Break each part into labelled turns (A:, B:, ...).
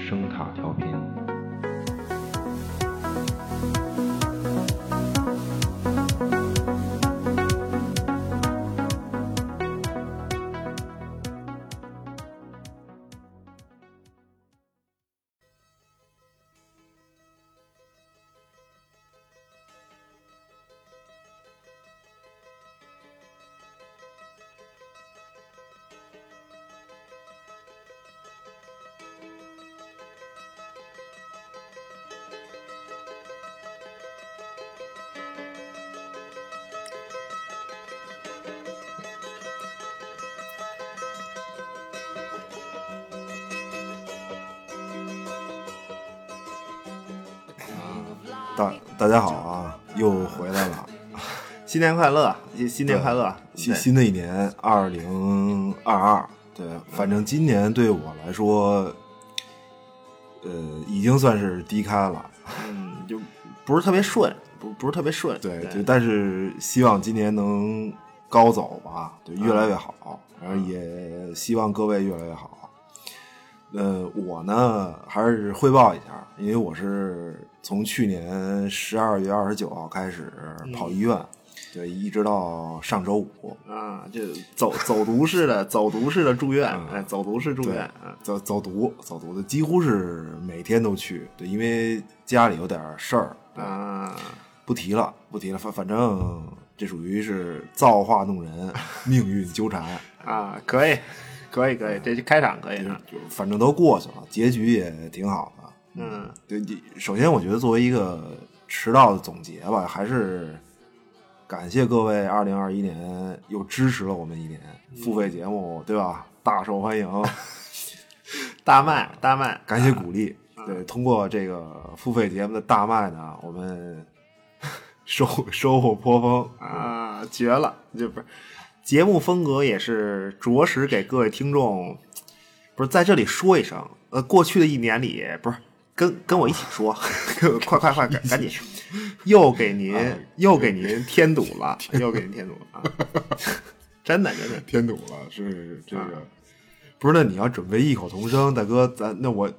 A: 声塔调频。
B: 大大家好啊，又回来了，
C: 新年快乐，新新年快乐，
B: 新
C: 对
B: 新的一年二零二二，对，反正今年对我来说，呃，已经算是低开了，
C: 嗯，就不是特别顺，不不是特别顺，
B: 对，
C: 对
B: 就但是希望今年能高走吧，就越来越好，然后也希望各位越来越好。呃，我呢还是汇报一下，因为我是从去年十二月二十九号开始跑医院，对，一直到上周五，
C: 啊，就走走读式 的，走读式的住院，
B: 嗯
C: 哎，走读式住
B: 对
C: 院啊，
B: 走走读走读的几乎是每天都去，对，因为家里有点事儿，
C: 啊，
B: 不提了，不提了，反反正这属于是造化弄人， 命运纠缠。
C: 啊，可以，可以，可以，这就开场可以啊，
B: 就反正都过去了，结局也挺好的。
C: 嗯，
B: 对，你首先我觉得作为一个迟到的总结吧，还是感谢各位二零二一年又支持了我们一年，
C: 嗯
B: 付费节目对吧？大受欢 迎，
C: 大卖，大卖，
B: 感谢鼓励。
C: 嗯
B: 对，通过这个付费节目的大卖呢，我们 收收获颇丰。
C: 啊，绝了！就不是节目风格也是着实给各位听众，不是在这里说一声，呃，过去的一年里，不是跟跟我一起 说，快快啊快，赶赶紧，又给您、
B: 啊
C: 又给您添堵了，又给您添堵了，啊 真的真的，
B: 添堵了，是这个、不是？那你要准备异口同声，大哥，咱那我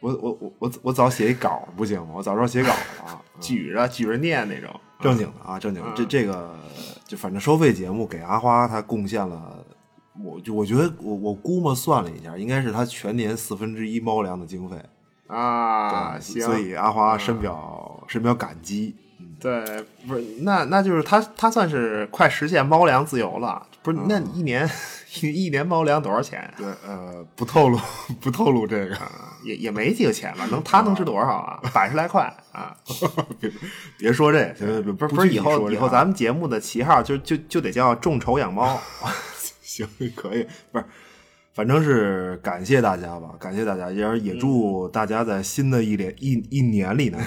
B: 我我我我我早写一稿儿不行吗？我早知道写稿儿了啊，
C: 举着举着念那种，
B: 正经的啊，正经的。这这个就反正收费节目给阿花他贡献了，我就我觉得我我估摸算了一下，应该是他全年四分之一猫粮的经费
C: 啊，
B: 对
C: 行，
B: 所以阿花深表、深表感激。
C: 对，不是那那就是他他算是快实现猫粮自由了，不是？
B: 嗯
C: 那一年 一年猫粮多少钱？啊
B: 对，呃，不透露 不透露这个，
C: 也也没几个钱吧？能他能值多少啊？百十来块 啊！
B: 别别说这， 行行别
C: 不是
B: 不
C: 不是，
B: 具体
C: 以
B: 说
C: 后
B: 这
C: 以后
B: 啊
C: 咱们节目的旗号就就就得叫众筹 养猫。
B: 行，可以，不是，反正是感谢大家吧，感谢大家，也也祝大家在新的一年一一年 里呢，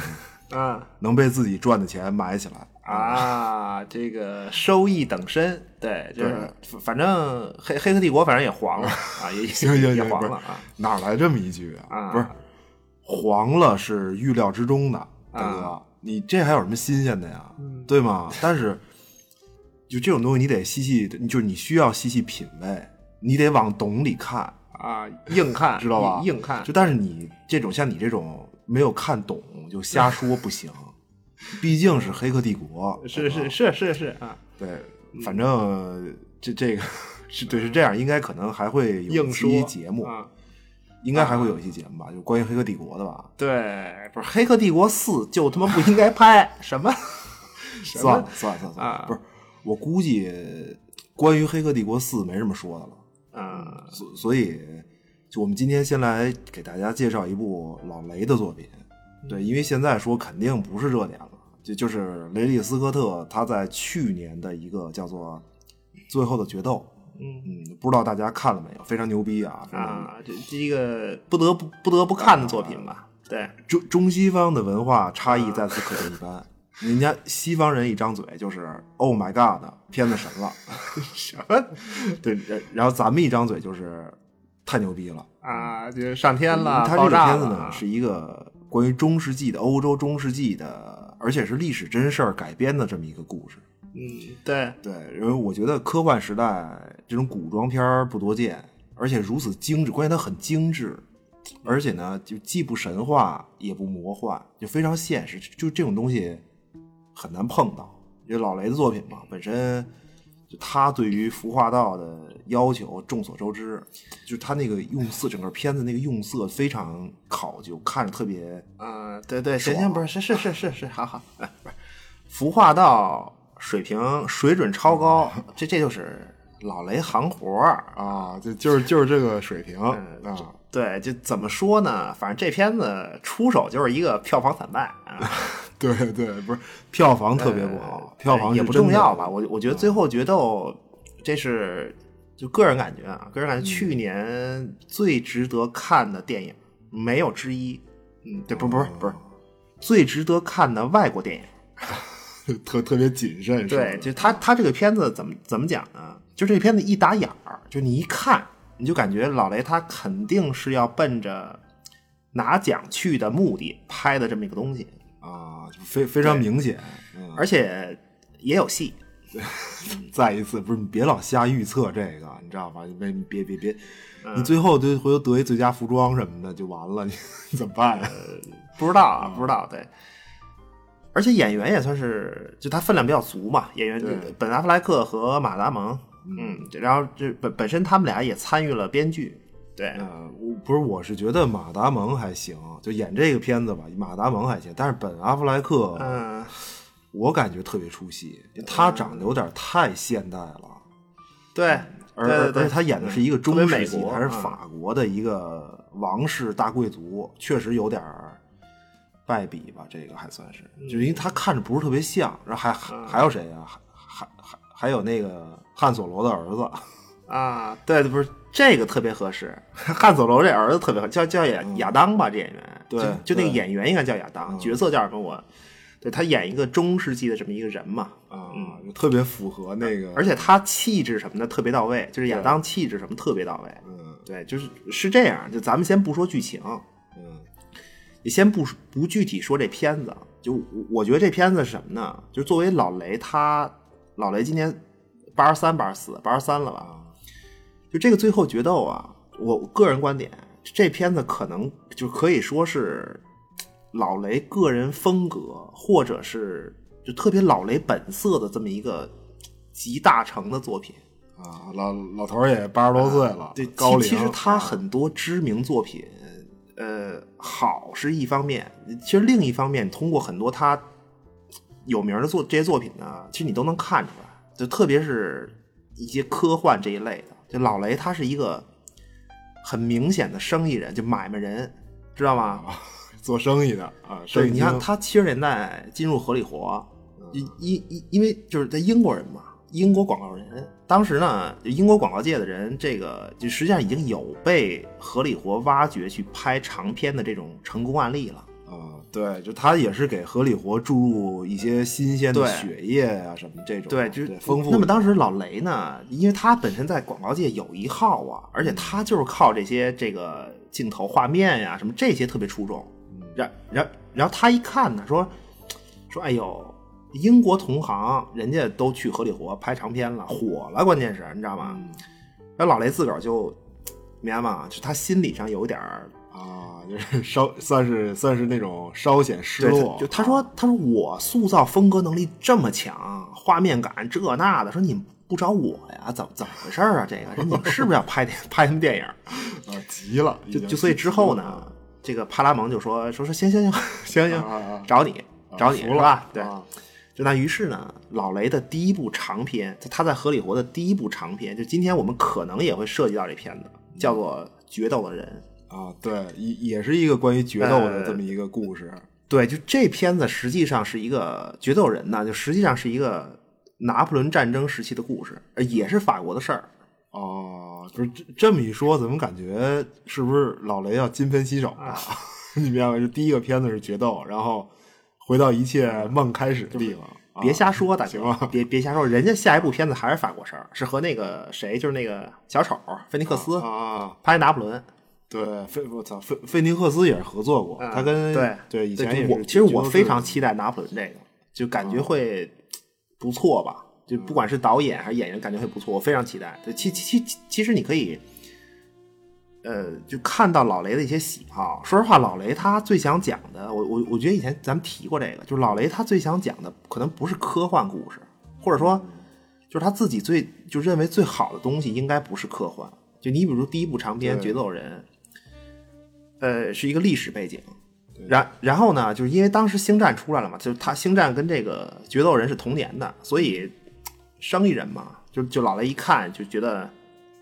C: 啊
B: 能被自己赚的钱买起来。
C: 啊，这个收益等身，对，就是反反正黑黑客帝国反正也黄了 啊，也
B: 行行
C: 也也
B: 行，
C: 黄
B: 不是
C: 了啊。
B: 哪儿来这么一句
C: 啊
B: 不是，黄了是预料之中的，大哥，
C: 啊
B: 你这还有什么新鲜的呀？
C: 嗯
B: 对吗？但是就这种东西，你得细细，就是你需要细细品味，你得往懂里看。
C: 啊，硬看
B: 知道吧？
C: 硬硬看
B: 就但是你这种像你这种没有看懂就瞎说不 行，毕竟是《黑客帝国》。
C: 是是是是是啊，
B: 对，反正这这个是对是这样，应该可能还会有一
C: 硬说
B: 期节目，
C: 啊，
B: 应该还会有一期节目吧，就关于《黑客帝国》的吧。
C: 对， 不是《黑客帝国四》就他妈不应该拍什么
B: 算了算了算了算了
C: 啊，
B: 不是，我估计关于《黑客帝国四》没什么说的了。
C: 啊
B: 所所以，就我们今天先来给大家介绍一部老雷的作品。
C: 嗯
B: 对，因为现在说肯定不是热点了，就就是雷利斯科特他在去年的一个叫做《最后的决斗》，嗯不知道大家看了没有？非常牛逼啊！非常牛逼
C: 啊，这这一个不得不不得不看的作品吧？对，
B: 中中西方的文化差
C: 嗯
B: 异在此可见一斑。人家西方人一张嘴就是 “Oh my God”，片子神了。
C: 什么
B: 对，然然后咱们一张嘴就是太牛逼了。
C: 啊？就是上天了，
B: 它这
C: 爆
B: 个
C: 炸
B: 嗯片子
C: 了
B: 呢
C: 啊，
B: 是一个关于中世纪的欧洲中世纪的，而且是历史真事儿改编的这么一个故事。
C: 嗯，对，
B: 对，因为我觉得科幻时代这种古装片儿不多见，而且如此精致，关键它很精致，而且呢，就既不神话也不魔幻，就非常现实，就这种东西很难碰到。因为老雷的作品嘛，本身就他对于服化道的要求众所周知，就他那个用色，整个片子那个用色非常考究，看着特别
C: 嗯，对对，
B: 爽
C: 行行，不是，是是是是是，好好，哎不是，服化道水平水准 超高，这这就是老雷行活儿。
B: 啊，就就是就是这个水平
C: 嗯
B: 啊。
C: 对，就怎么说呢？反正这片子出手就是一个票房惨败啊，
B: 对对，不是票房特别不好，票房
C: 呃哎也
B: 是
C: 不
B: 真
C: 重
B: 的
C: 要吧？我我觉得最后决斗，这是就个人感觉啊，个人感觉去年最值得看的电影没有之一。嗯，对，不不是不是，最值得看的外国电影。
B: 特特别谨慎，是吧
C: 对，就他他这个片子怎么怎么讲呢？就这个片子一打眼儿，就你一看，你就感觉老雷他肯定是要奔着拿奖去的目的拍的这么一个东西，
B: 啊，就非非常明显。嗯，
C: 而且也有戏。
B: 再一次，不是你别老瞎预测这个，你知道吧？你别你别别别，
C: 嗯
B: 你最后就回头得一最佳服装什么的就完了，你 你怎么办啊呀？
C: 不知道
B: 嗯
C: 啊，不知道，对。而且演员也算是，就他分量比较足嘛，演员
B: 对
C: 本阿弗莱克和马达蒙，嗯，然后这本本身他们俩也参与了编剧，对，
B: 呃，我不是，我是觉得马达蒙还行，就演这个片子吧，马达蒙还行，但是本阿弗莱克，
C: 嗯，
B: 我感觉特别出戏，因为他长得有点太现代了，
C: 对，
B: 而
C: 对
B: 嗯而
C: 对对
B: 而
C: 嗯
B: 且他演的是一个中
C: 特别
B: 世
C: 美
B: 纪
C: 国
B: 还是
C: 嗯
B: 法国的一个王室大贵族，确实有点儿败笔吧，这个还算是，
C: 嗯
B: 就因为他看着不是特别像，然后还还还有谁呀、还还还还有那个汉索罗的儿子，
C: 啊，对，不是这个特别合适， 汉佐罗这儿子特别合，叫叫亚亚当吧，这演员，
B: 嗯对
C: 就，就那个
B: 对嗯
C: 演员应该叫亚当，角色叫什么我，对他演一个中世纪的这么一个人嘛，嗯
B: 啊、就特别符合那个，
C: 而且他气质什么的特别到位，就是亚当气质什么特别到位，
B: 嗯
C: 对，就是是这样，就咱们先不说剧情，
B: 嗯
C: 也先不不具体说这片子，就我我觉得这片子是什么呢？就作为老雷他，老雷今年八十三、八十四、八十三了吧？
B: 啊
C: 就这个最后决斗啊，我我个人观点，这片子可能就可以说是老雷个人风格，或者是就特别老雷本色的这么一个集大成的作品。
B: 啊，老老头儿也八十多岁了，
C: 啊对，
B: 高龄，啊
C: 其其实他很多知名作品，呃，好是一方面，其实另一方面，通过很多他有名的作这些作品呢，其实你都能看出来，就特别是一些科幻这一类的，就老雷他是一个很明显的生意人，就买卖人，知道吗？
B: 做生意的啊，
C: 对，
B: 生意
C: 你看
B: 经
C: 他七十年代进入合理活，因因因因为就是在英国人嘛，英国广告人，当时呢，就英国广告界的人，这个就实际上已经有被合理活挖掘去拍长片的这种成功案例了。
B: 啊，对，就他也是给合理活注入一些新鲜的
C: 对
B: 血液啊，什么这种，
C: 对，
B: 对，
C: 就是
B: 丰富。
C: 那么当时老雷呢，因为他本身在广告界有一号啊，而且他就是靠这些这个镜头、画面呀、什么这些特别出众。然然然后他一看呢，说说哎呦，英国同行人家都去合理活拍长片了，火了，关键是你知道吗？
B: 嗯
C: 然后老雷自个儿就明白吗？就他心理上有一点儿
B: 啊，就是 稍算是算是那种稍显失
C: 对，
B: 落啊
C: 他，就他说，他说我塑造风格能力这么强，画面感这那的，说你们不找我呀？怎么怎么回事儿啊？这个说你们是不是要拍 拍他们电影儿？
B: 啊，急了，已
C: 就
B: 经
C: 就所以之后呢，这个派拉蒙就说说说行行行行
B: 啊啊啊
C: 行，找你
B: 啊
C: 找你
B: 服
C: 是
B: 了
C: 吧？哎对，
B: 啊
C: 就那于是呢，老雷的第一部长篇，他他在合理活的第一部长篇，就今天我们可能也会涉及到这片子，叫做《决斗的人》。
B: 啊，对，也也是一个关于决斗
C: 呃
B: 的这么一个故事，
C: 对，就这片子实际上是一个决斗人啊呢，就实际上是一个拿破仑战争时期的故事，呃也是法国的事儿。
B: 哦、不是这这么一说，怎么感觉是不是老雷要金盆洗手啊？ 你明白吗？就第一个片子是决斗，然后回到一切梦开始的地方，啊
C: 别瞎说，大
B: 行
C: 哥，别别瞎说，人家下一部片子还是法国事儿，是和那个谁，就是那个小丑菲尼克斯、
B: 啊。
C: 拍拿破仑。
B: 对，费我操，费费尼克斯也是合作过，他跟
C: 嗯对
B: 对以前也
C: 就我
B: 是嗯
C: 其实我
B: 角斗
C: 非
B: 士
C: 常期待拿破仑这个，就感觉会不错吧。就不管是导演还是演员，感觉会不错，我非常期待。对，其其其其实你可以
B: 呃，就看到老雷的一些喜好。说实话，老雷他最想讲的，我我我觉得以前咱们提过这个，就是老雷他最想讲的可能不是科幻故事，或者说就是他自己最就认为最好的东西应该不是科幻。就你比如第一部长篇《
C: 对
B: 决斗人》，呃，是一个历史背景。然然后呢，就是因为当时《星战》出来了嘛，就是他《星战》跟这个《决斗人》是同年的，所以生意人嘛，就就老雷一看就觉得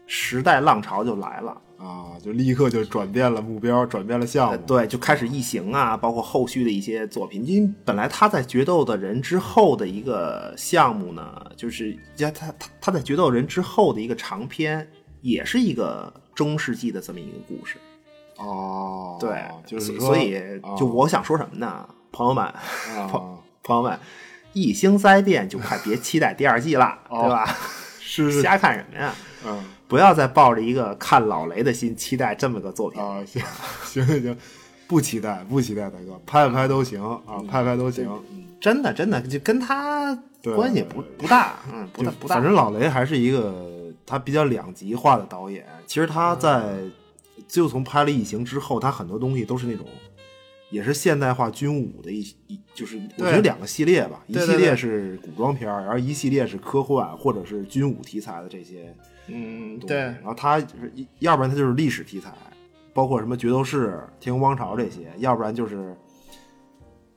B: 时代浪潮就来了。
C: 啊，就立刻就转变了目标，转变了项
B: 呃
C: 目。
B: 对，就开始异形啊，包括后续的一些作品。因为本来他在决斗的人之后的一个项目呢，就是他他他他在决斗人之后的一个长篇，也是一个中世纪的这么一个故事。
C: 哦，
B: 对，
C: 就是说
B: 所
C: 哦
B: 所以就我想说什么呢，朋友们，
C: 啊，
B: 朋友们，异星灾变就快别期待第二季 了，
C: 哦
B: 对吧？
C: 是是，
B: 瞎看什么呀？
C: 嗯
B: 不要再抱着一个看老雷的心期待这么个作品。
C: 啊，行行行行，不期待不期待，大哥，拍不拍都行啊，拍不拍都行。
B: 真的真的就跟他
C: 对
B: 关系不不大，嗯，不大
C: 就
B: 不大。
C: 反正老雷还是一个他比较两极化的导演。其实
B: 嗯
C: 他在就从拍了《异形》之后，他很多东西都是那种。也是现代化军武的一一，就是我
B: 对
C: 觉得两个系列吧，一
B: 对对
C: 系列
B: 对
C: 是古装片儿，然后一系列是科幻或者是军武题材的这些
B: 嗯，
C: 东西然后他就是一要不然他就是历史题材，包括什么决斗士、天空王朝这些，要不然就是，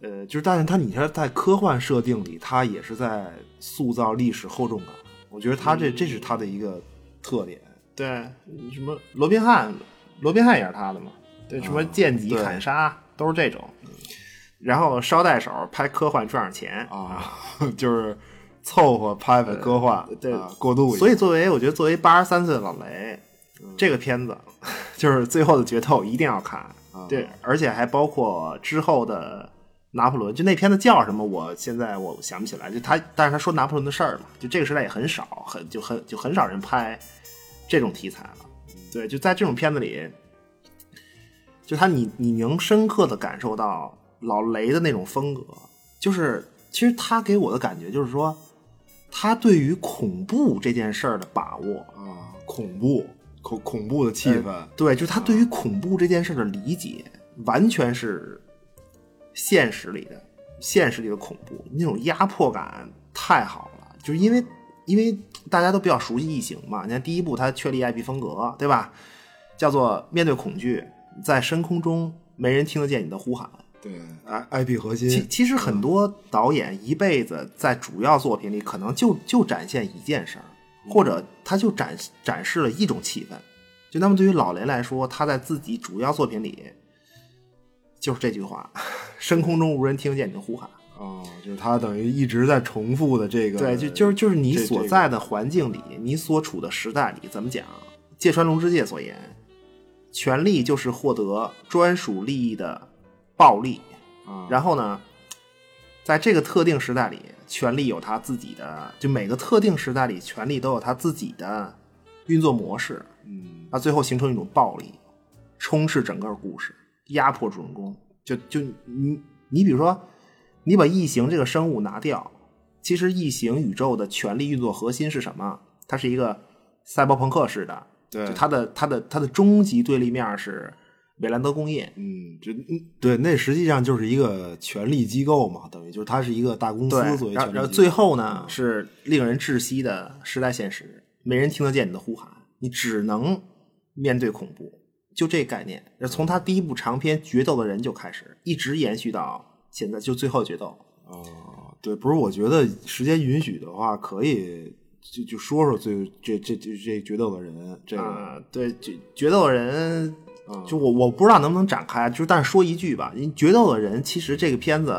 C: 呃，就是但是他你看在科幻设定里，他也是在塑造历史厚重感，我觉得他
B: 嗯
C: 这、这是他的一个特点。
B: 对，什么罗宾汉，罗宾汉也是他的嘛，对，什么剑戟
C: 啊对
B: 砍杀、都是这种。然后捎带手拍科幻赚点钱，
C: 啊， 就是凑合拍拍科幻，
B: 呃对
C: 啊过渡一下。嗯
B: 所以作为我觉得作为八十三岁的老雷，这个片子 就是最后的决斗一定要看，
C: 啊
B: 对，而且还包括之后的拿破仑，就那片子叫什么？我现在我想不起来。就他，但是他说拿破仑的事儿嘛，就这个时代也很少，很就很就很少人拍这种题材了。对，就在这种片子里，就他你你能深刻的感受到老雷的那种风格，就是其实他给我的感觉就是说，他对于恐怖这件事儿的把握，呃
C: 啊，恐怖恐恐怖的气氛，啊
B: 对，就是他对于恐怖这件事的理解，完全是现实里的现实里的恐怖，那种压迫感太好了。就是因为因为大家都比较熟悉《异形》嘛，你看第一部它确立 IP 风格，对吧？叫做面对恐惧，在深空中没人听得见你的呼喊。
C: 对，I IP 核
B: 其
C: 心
B: 其实很多导演一辈子在主要作品里，可能就就展现一件事儿，
C: 嗯
B: 或者他就展展示了一种气氛。就那么对于老雷来说，他在自己主要作品里，就是这句话：“深空中无人听见你的呼喊。
C: 啊，就是他等于一直在重复的这”个，
B: 对，就就是就是你
C: 这
B: 所在的环境里，你所处的时代里，怎么讲？芥川龙之介所言，权力就是获得专属利益的暴力。
C: 啊，
B: 然后呢，在这个特定时代里，权力有它自己的，就每个特定时代里，权力都有它自己的运作模式，
C: 嗯
B: 那最后形成一种暴力，充斥整个故事，压迫主人公。就就你你比如说，你把异形这个生物拿掉，其实异形宇宙的权力运作核心是什么？它是一个赛博朋克式的，
C: 对
B: 就它的它的它的终极对立面是韦兰德工业，
C: 嗯，就嗯对，那实际上就是一个权力机构嘛，等于就是它是一个大公司
B: 对，
C: 作为
B: 然后
C: 权
B: 然
C: 力
B: 后
C: 机
B: 最
C: 构。
B: 后呢是令人窒息的时代现实，没人听得见你的呼喊，你只能面对恐怖，就这概念。从他第一部长篇《决斗的人》就开始，一直延续到现在，就最后决斗。
C: 啊，对，不是，我觉得时间允许的话，可以就就说说最这这这这决斗的人这个
B: 啊、对，决决斗的人
C: 嗯，
B: 就我我不知道能不能展开，啊就是但是说一句吧，因为决斗的人其实这个片子，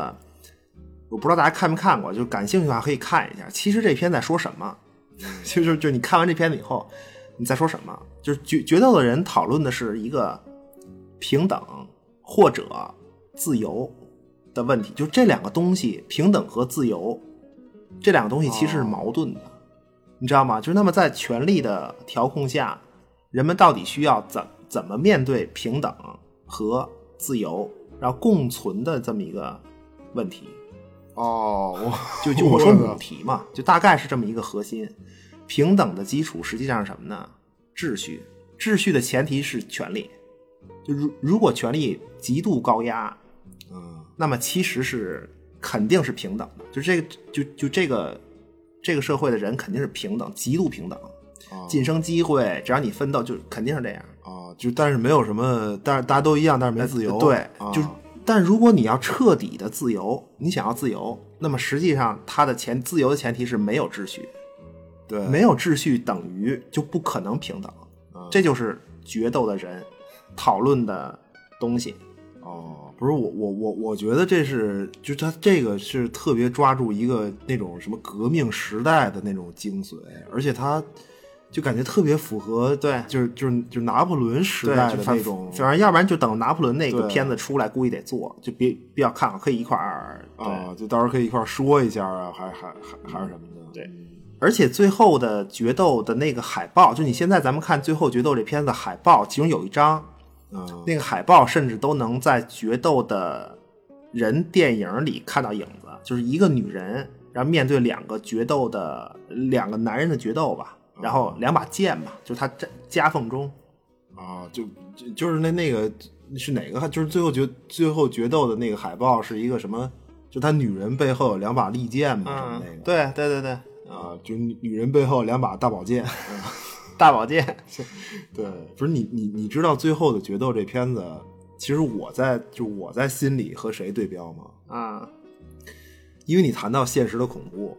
B: 我不知道大家看没看过，就感兴趣的话可以看一下。其实这片在说什么， 就是就你看完这片子以后，你再说什么，就是决决斗的人讨论的是一个平等或者自由的问题，就这两个东西，平等和自由这两个东西其实是
C: 哦
B: 矛盾的。你知道吗？就是那么在权力的调控下，人们到底需要怎怎么面对平等和自由，然后共存的这么一个问题？
C: 哦，我
B: 就就我说母
C: 的
B: 题嘛，就大概是这么一个核心。平等的基础实际上是什么呢？秩序，
C: 秩序的前提是权力，就如如果权力极度高压，
B: 嗯
C: 那么其实是肯定是平等的，就这个就就这个这个社会的人肯定是平等，极度平等，
B: 啊
C: 晋升机会，只要你奋斗，就肯定是这样。
B: 啊，就但是没有什么，但是大家都一样，但是没自由，
C: 呃对，
B: 啊
C: 就是，但如果你要彻底的自由，你想要自由，那么实际上它的前自由的前提是没有秩序，
B: 嗯对，
C: 没有秩序等于就不可能平等，
B: 嗯
C: 这就是决斗的人讨论的东西。
B: 哦，不是我我我我觉得这是，就他这个是特别抓住一个那种什么革命时代的那种精髓，而且他就感觉特别符合，
C: 对
B: 就是就是就是拿破仑时
C: 对，
B: 代
C: 就
B: 的
C: 反
B: 那种
C: 反正要不然就等拿破仑那个
B: 对
C: 片子出来，估计得做，就别比较看，可以一块儿对
B: 啊，就到时候可以一块儿说一下啊，还还还还是什么的，
C: 对而且最后的决斗的那个海报，就你现在咱们看《最后决斗》这片子海报，其中有一张
B: 嗯
C: 那个海报甚至都能在决斗的人电影里看到影子，就是一个女人，然后面对两个决斗的两个男人的决斗吧，
B: 嗯
C: 然后两把剑吧，就是她夹夹缝中，
B: 啊，就就就是那那个是哪个？就是最后决最后决斗的那个海报是一个什么？就他女人背后有两把利剑嘛，什么那个？
C: 嗯对对对对，
B: 啊，就女女人背后有两把大宝剑。
C: 大宝剑，
B: 对，不是你你你知道最后的决斗这片子，其实我在就我在心里和谁对标吗？
C: 啊
B: 因为你谈到现实的恐怖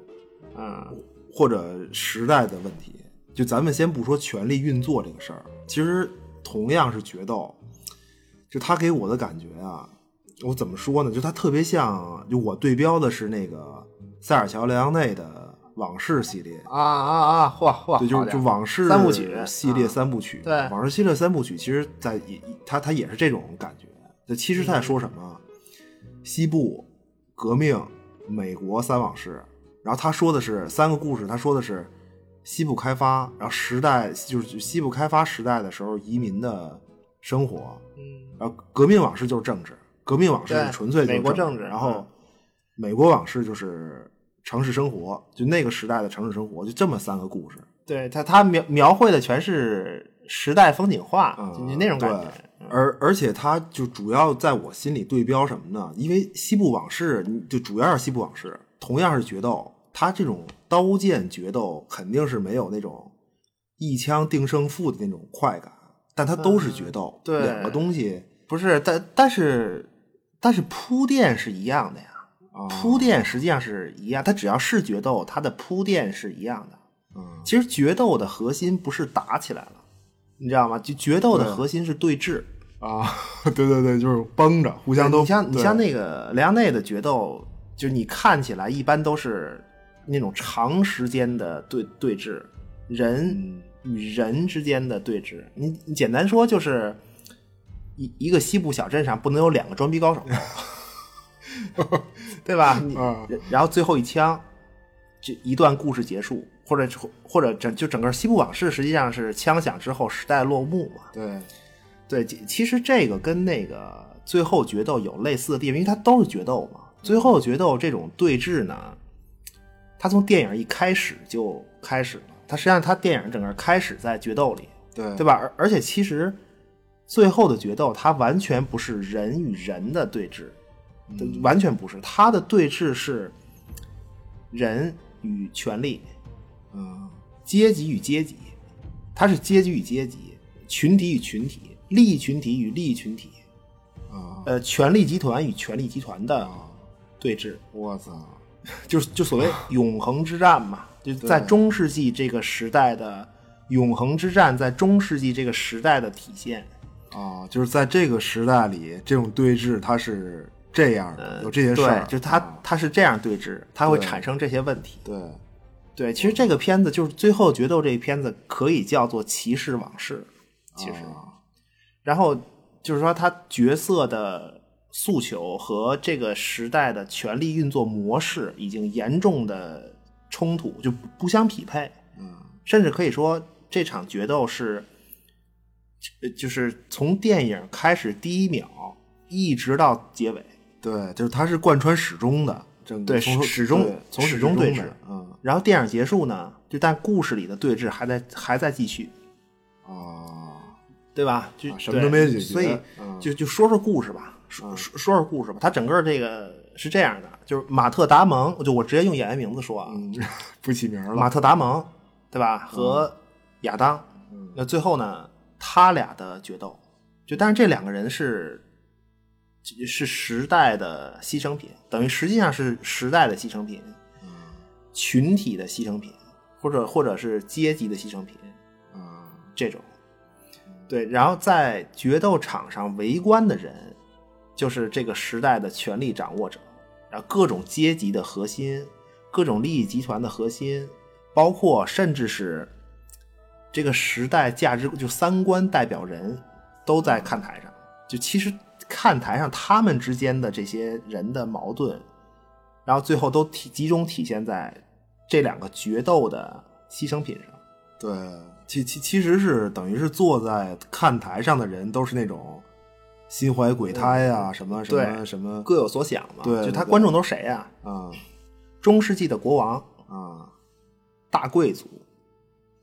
C: 啊
B: 或者时代的问题，就咱们先不说权力运作这个事儿，其实同样是决斗，就他给我的感觉啊，我怎么说呢？就他特别像，就我对标的是那个塞尔乔·莱昂内的《往事》系列，
C: 啊啊啊！嚯嚯，
B: 对，就
C: 好
B: 是
C: 点
B: 就
C: 儿
B: 往事
C: 三部曲
B: 系列
C: 啊
B: 三部曲，
C: 对
B: 往事系列三部曲，其实在也它它也是这种感觉。就其实他在说什么？西部革命、美国三往事，然后他说的是三个故事，他说的是西部开发，然后时代就是西部开发时代的时候移民的生活，
C: 嗯
B: 然后革命往事就是政治，革命往事
C: 对
B: 纯粹就是
C: 美国
B: 政
C: 政治嗯
B: 然后美国往事就是城市生活，就那个时代的城市生活，就这么三个故事。
C: 对他他描描绘的全是时代风景画，
B: 嗯
C: 就就那种感觉。嗯
B: 对而而且它就主要在我心里对标什么呢？因为《西部往事》你就主要是《西部往事》，同样是决斗，它这种刀剑决斗肯定是没有那种一枪定胜负的那种快感，但它都是决斗，
C: 嗯对
B: 两个东西
C: 不是，但但是但是铺垫是一样的呀，
B: 啊，
C: 铺垫实际上是一样，它只要是决斗，它的铺垫是一样的。
B: 嗯
C: 其实决斗的核心不是打起来了，你知道吗？就决斗的核心是对峙。
B: 啊， 对对对，就是绷着，互相都
C: 你像你
B: 对
C: 像那个莱昂内的决斗，就是你看起来一般都是那种长时间的对对峙，
B: 嗯
C: 人与人之间的对峙。你你简单说就是一一个西部小镇上不能有两个装逼高手， 对吧？你
B: 啊
C: 然后最后一枪，这一段故事结束，或者或者整就整个西部往事实际上是枪响之后时代落幕嘛。
B: 对
C: 对，其其实这个跟那个最后决斗有类似的地方，因为它都是决斗嘛。最后决斗这种对峙呢，它从电影一开始就开始了。它实际上，它电影整个开始在决斗里，
B: 对
C: 对吧？而而且其实最后的决斗，它完全不是人与人的对峙，完全不是。它的对峙是人与权力，
B: 嗯
C: 阶级与阶级，它是阶级与阶级，群体与群体，利益群体与利益群体，
B: 啊
C: 呃，权力集团与权力集团的对峙，
B: 我操，
C: 就是就所谓永恒之战
B: 啊
C: 嘛，就是在中世纪这个时代的永恒之战，在中世纪这个时代的体现。
B: 啊，就是在这个时代里，这种对峙它是这样的，有这些事儿，
C: 呃对，就它
B: 啊
C: 它是这样对峙，它会
B: 对
C: 产生这些问题。
B: 对
C: 对，其实这个片子就是最后决斗这一片子可以叫做骑士往事，其实。
B: 啊
C: 然后就是说他角色的诉求和这个时代的权力运作模式已经严重的冲突，就不不相匹配，
B: 嗯
C: 甚至可以说这场决斗是，呃就是从电影开始第一秒一直到结尾，
B: 对，就是它是贯穿始终的，整个
C: 对
B: 从
C: 始终
B: 对从
C: 始终对
B: 的
C: 峙
B: 嗯
C: 然后电影结束呢，就但故事里的对峙还在还在继续，
B: 啊
C: 对吧？就、
B: 啊什么都没有解
C: 对
B: 决
C: 所以
B: 嗯
C: 就就说说故事吧，说说说说故事吧。他整个这个是这样的，就是马特·达蒙，就我直接用演员名字说啊，
B: 嗯， 不起名了，
C: 马特·达蒙，对吧？和亚当，那最后呢，他俩的决斗，就但是这两个人是是时代的牺牲品，等于实际上是时代的牺牲品，群体的牺牲品，或者或者是阶级的牺牲品
B: 嗯
C: 这种。对，然后在决斗场上围观的人，就是这个时代的权力掌握者，然后各种阶级的核心，各种利益集团的核心，包括甚至是这个时代价值就三观代表人都在看台上。就其实看台上他们之间的这些人的矛盾，然后最后都体集中体现在这两个决斗的牺牲品上。
B: 对，其其其实是等于是坐在看台上的人都是那种心怀鬼胎呀、什么什么
C: 嗯对
B: 什么
C: 各有所想嘛，
B: 对
C: 就他
B: 对对
C: 观众都是谁呀、
B: 啊
C: 中世纪的国王、
B: 啊
C: 大贵族，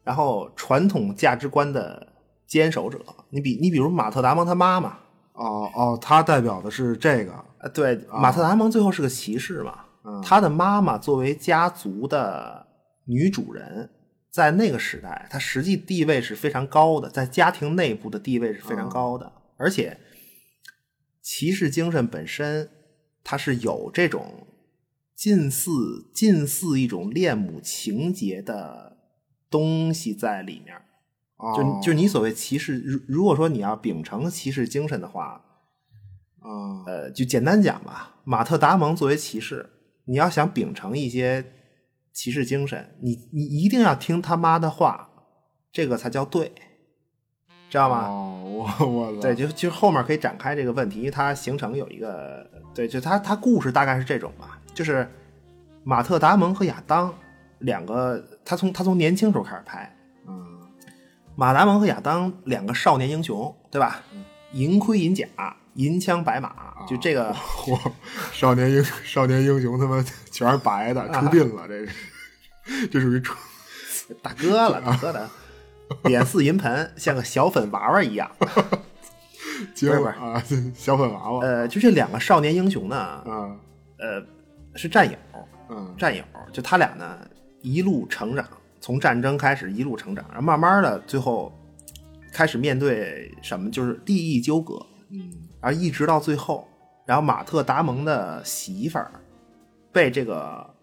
C: 然后传统价值观的坚守者。你比你比如马特达蒙他妈妈，
B: 哦哦，他代表的是这个，
C: 呃，对，马特达蒙最后是个骑士嘛，
B: 嗯
C: 他的妈妈作为家族的女主人，在那个时代，她实际地位是非常高的，在家庭内部的地位是非常高的，而且骑士精神本身，它是有这种近似近似一种恋母情节的东西在里面。
B: 哦、
C: 就就你所谓骑士，如如果说你要秉承骑士精神的话，
B: 啊
C: 呃，就简单讲吧，马特·达蒙作为骑士，你要想秉承一些骑士精神，你你一定要听他妈的话，这个才叫对，知道吗？
B: 哦，我我
C: 对，就就后面可以展开这个问题，因为它形成有一个呃对，就它它故事大概是这种吧，就是马特·达蒙和亚当两个，他从他从年轻时候开始拍，
B: 嗯
C: 马达蒙和亚当两个少年英雄，对吧？
B: 嗯
C: 银盔银甲，银枪白马，就这个。
B: 啊我少年英少年英雄他妈全是白的，出殡了，这是这属于出
C: 大哥了，大哥 了，脸似银盆，像个小粉娃娃一样。
B: 结
C: 不
B: 婚
C: 是不
B: 啊，小粉娃娃
C: 呃，就这两个少年英雄呢，
B: 啊
C: 呃，是战友，
B: 嗯
C: 战友，就他俩呢一路成长，从战争开始一路成长，然后慢慢的最后开始面对什么，就是利益纠葛，
B: 嗯
C: 而一直到最后，然后马特·达蒙的媳妇儿被这个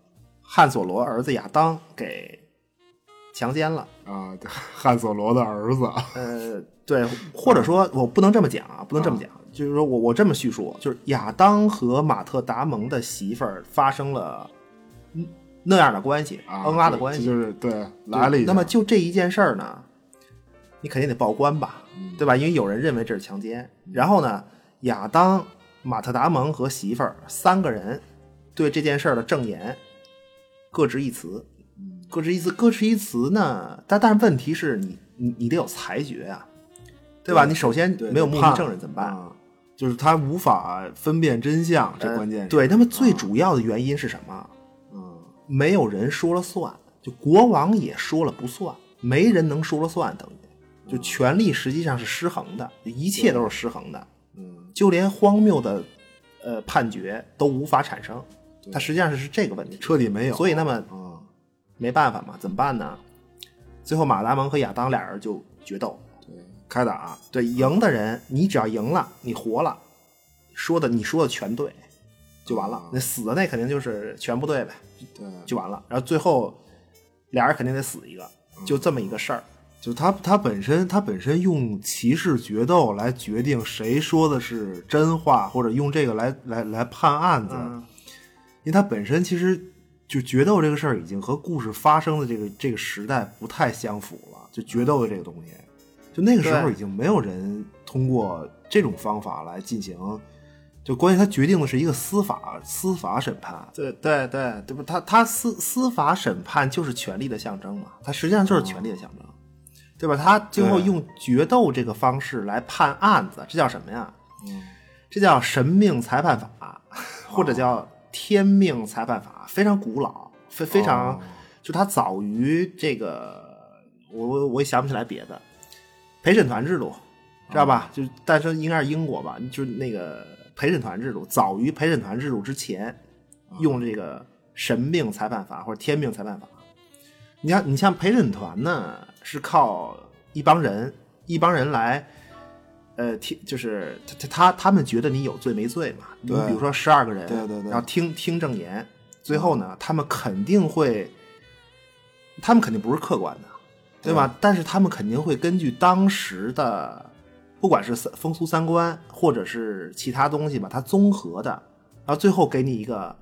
C: 汉索罗儿子亚当给强奸了。
B: 啊，对汉索罗的儿子
C: 呃，对，或者说我不能这么讲啊，不能这么讲，就是说我我这么叙述，就是亚当和马特达蒙的媳妇儿发生了嗯那样的关系，
B: 啊，
C: 恩啊的
B: 这
C: 关系，
B: 这就是对来了一
C: 对
B: 下，
C: 那么就这一件事儿呢，你肯定得报官吧，
B: 嗯
C: 对吧？因为有人认为这是强奸。然后呢，亚当、马特达蒙和媳妇儿三个人对这件事儿的证言各执一词，
B: 嗯
C: 各执一词，各执一词呢？但但是问题是你你你得有裁决啊，对吧？
B: 对
C: 你首先
B: 对
C: 没有目击
B: 判
C: 证人怎么办？
B: 啊就是他无法分辨真相，这
C: 呃
B: 关键是啊
C: 对，那么最主要的原因是什么？
B: 嗯
C: 没有人说了算，就国王也说了不算，没人能说了算，等
B: 嗯
C: 于就权力实际上是失衡的，一切都是失衡的，
B: 嗯
C: 就连荒谬的呃判决都无法产生，它实际上是是这个问题，
B: 彻底没有，
C: 所以那么
B: 啊
C: 没办法嘛，怎么办呢？最后马达蒙和亚当俩人就决斗，
B: 对开打啊
C: 对赢的人，你只要赢了，你活了，说的你说的全对，就完了
B: 嗯，
C: 那死的那肯定就是全部对呗，
B: 对
C: 就完了。然后最后俩人肯定得死一个，就这么一个事儿。
B: 就是他他本身他本身用骑士决斗来决定谁说的是真话，或者用这个来来来判案子，因为他本身其实就决斗这个事儿已经和故事发生的这个这个时代不太相符了，就决斗的这个东西，就那个时候
C: 对
B: 已经没有人通过这种方法来进行。就关键，他决定的是一个司法司法审判，
C: 对对对，对不？他他司司法审判就是权力的象征嘛，他实际上就是权力的象征，对吧？他最后
B: 对
C: 用决斗这个方式来判案子，这叫什么呀？
B: 嗯，
C: 这叫神命嗯裁判法，或者
B: 哦
C: 叫天命裁判法，非常古老，非非常、
B: 哦
C: 就它早于这个，我我我也想不起来别的陪审团制度，知道吧？就但是应该是英国吧，就是那个陪审团制度，早于陪审团制度之前，
B: 哦
C: 用这个神命裁判法或者天命裁判法。你看，你像陪审团呢，是靠一帮人一帮人来，呃，听就是他他他他们觉得你有罪没罪嘛？你
B: 对
C: 比如说十二个人，
B: 对对对
C: 然后听听证言，最后
B: 嗯
C: 呢，他们肯定会，他们肯定不是客观的，对
B: 嗯
C: 吧？但是他们肯定会根据当时的，不管是三风俗三观，或者是其他东西吧，它综合的，然后最后给你一个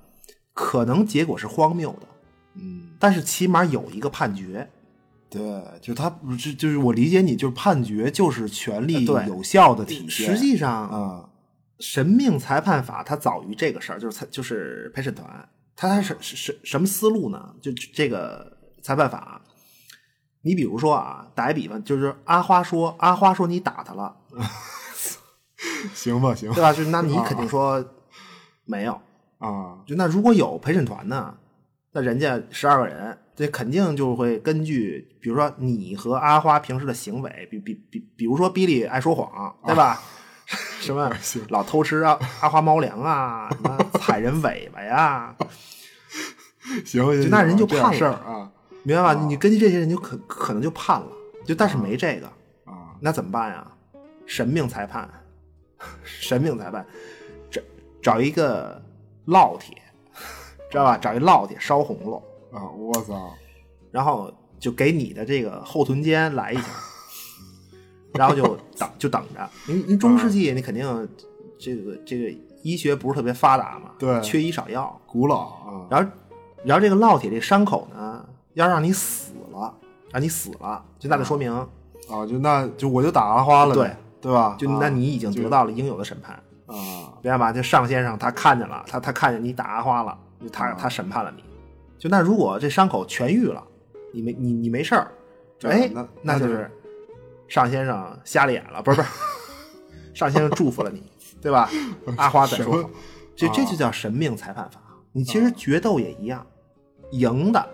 C: 可能结果是荒谬的，
B: 嗯，
C: 但是起码有一个判决。
B: 对，就他不是就是我理解你，就是判决就是权力
C: 呃对
B: 有效的体现。
C: 实际上，
B: 啊，
C: 神命裁判法它早于这个事儿，就是裁就是陪审团，它它是是是什么思路呢？就就这个裁判法，你比如说啊，打一比方，就是阿花说阿花说你打他了，
B: 行吧，行吧
C: 对吧？就是那你肯定说没有，
B: 啊，
C: 就那如果有陪审团呢，那人家十二个人，这肯定就会根据，比如说你和阿花平时的行为，比比比，比如说比利爱说谎，啊对
B: 啊
C: 吧？ 什么 老偷吃啊阿花猫粮啊，什么踩人尾巴呀，
B: 行吧，行
C: 那人就
B: 这点
C: 判了
B: 事儿啊
C: 明白吧？你根据这些人就可可能就判了，就但是没这个，
B: 啊，
C: 那怎么办呀？神命裁判，神命裁判，找找一个烙铁，知道吧？找一烙铁烧红了。
B: 啊！我操！
C: 然后就给你的这个后臀尖来一下， 然后就 等就等着。您您中世纪你肯定这个这个医学不是特别发达嘛，
B: 对
C: 缺医少药。
B: 古老啊，
C: 然后然后这个烙铁这伤口呢，要让你死了，让你死了，就那就说明、
B: 啊，就那就我就打阿花了呗，对吧？
C: 就
B: 啊
C: 那你已经得到了应有的审判，
B: 啊，
C: 明白吧？就上先生他看见了，他他看见你打阿花了，就他
B: 啊
C: 他审判了你。就那如果这伤口痊愈了，你没你你没事儿，
B: 对
C: 哎，
B: 那
C: 那就
B: 那就是
C: 尚先生瞎了眼了，不是不是， 尚先生祝福了你，对吧？阿花在说
B: 什
C: 谎
B: 么，
C: 这
B: 啊
C: 这就叫神命裁判法。你其实决斗也一样，赢的，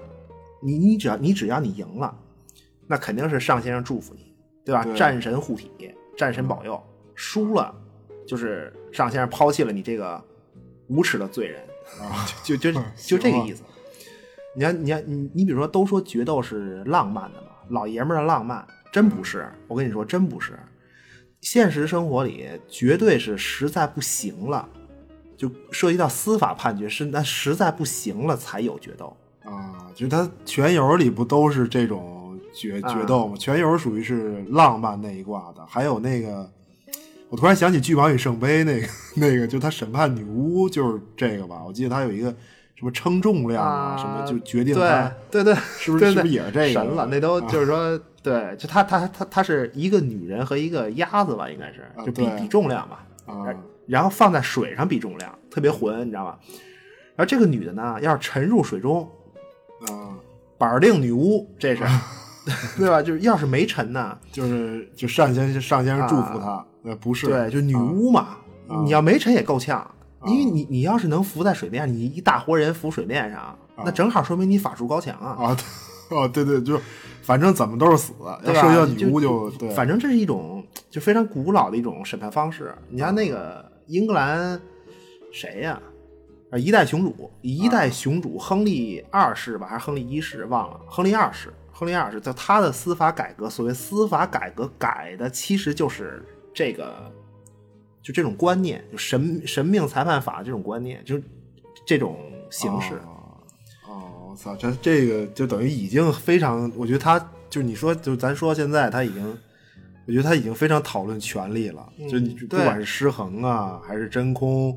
C: 你你只要你只要你赢了，那肯定是尚先生祝福你，对吧？
B: 对嗯
C: 战神护体，战神保佑。输了，就是尚先生抛弃了你这个无耻的罪人，
B: 啊
C: 就 就就就这个意思。你看，你看，你你比如说，都说决斗是浪漫的嘛，老爷们儿的浪漫，真不是。我跟你说，真不是。现实生活里绝对是实在不行了，就涉及到司法判决，是那实在不行了才有决斗。
B: 啊，就是他全游里不都是这种决
C: 嗯
B: 决斗吗？全游属于是浪漫那一挂的，还有那个，我突然想起《巨蟒与圣杯》那个那个，就他审判女巫就是这个吧？我记得他有一个什么称重量啊，什么就决定他
C: 对对对，
B: 啊是不是
C: 对对
B: 是不是也是这个啊
C: 神了？那都就是说，对，就他他他他是一个女人和一个鸭子吧，应该是
B: 啊
C: 就比
B: 对
C: 比重量吧，
B: 啊
C: 然然后放在水上比重量，特别浑，你知道吗？然后这个女的呢，要是沉入水中，
B: 啊，
C: 板儿令女巫，这是对吧？就是要是没沉呢，
B: 就是就上先上先生祝福他，那不是
C: 啊
B: 啊
C: 对，就女巫嘛，你要没沉也够呛，因为你你要是能浮在水面，你一大活人浮水面上，那正好说明你法术高强啊。
B: 啊， 哦对对，就反正怎么都是死，要
C: 对吧啊
B: 涉及到女巫
C: 就
B: 就对，
C: 反正这是一种就非常古老的一种审判方式。你像那个英格兰谁呀、啊？一代雄主，一代雄主亨利二世吧，还是亨利一世？忘了，亨利二世，亨利二世，就他的司法改革，所谓司法改革改的，其实就是这个，就这种观念，就神神命裁判法这种观念，就是这种形式。
B: 哦哦，我操，这这个就等于已经非常，我觉得他就是你说，就是咱说现在他已经，我觉得他已经非常讨论权力了，就你不
C: 嗯对
B: 管是失衡啊，还是真空，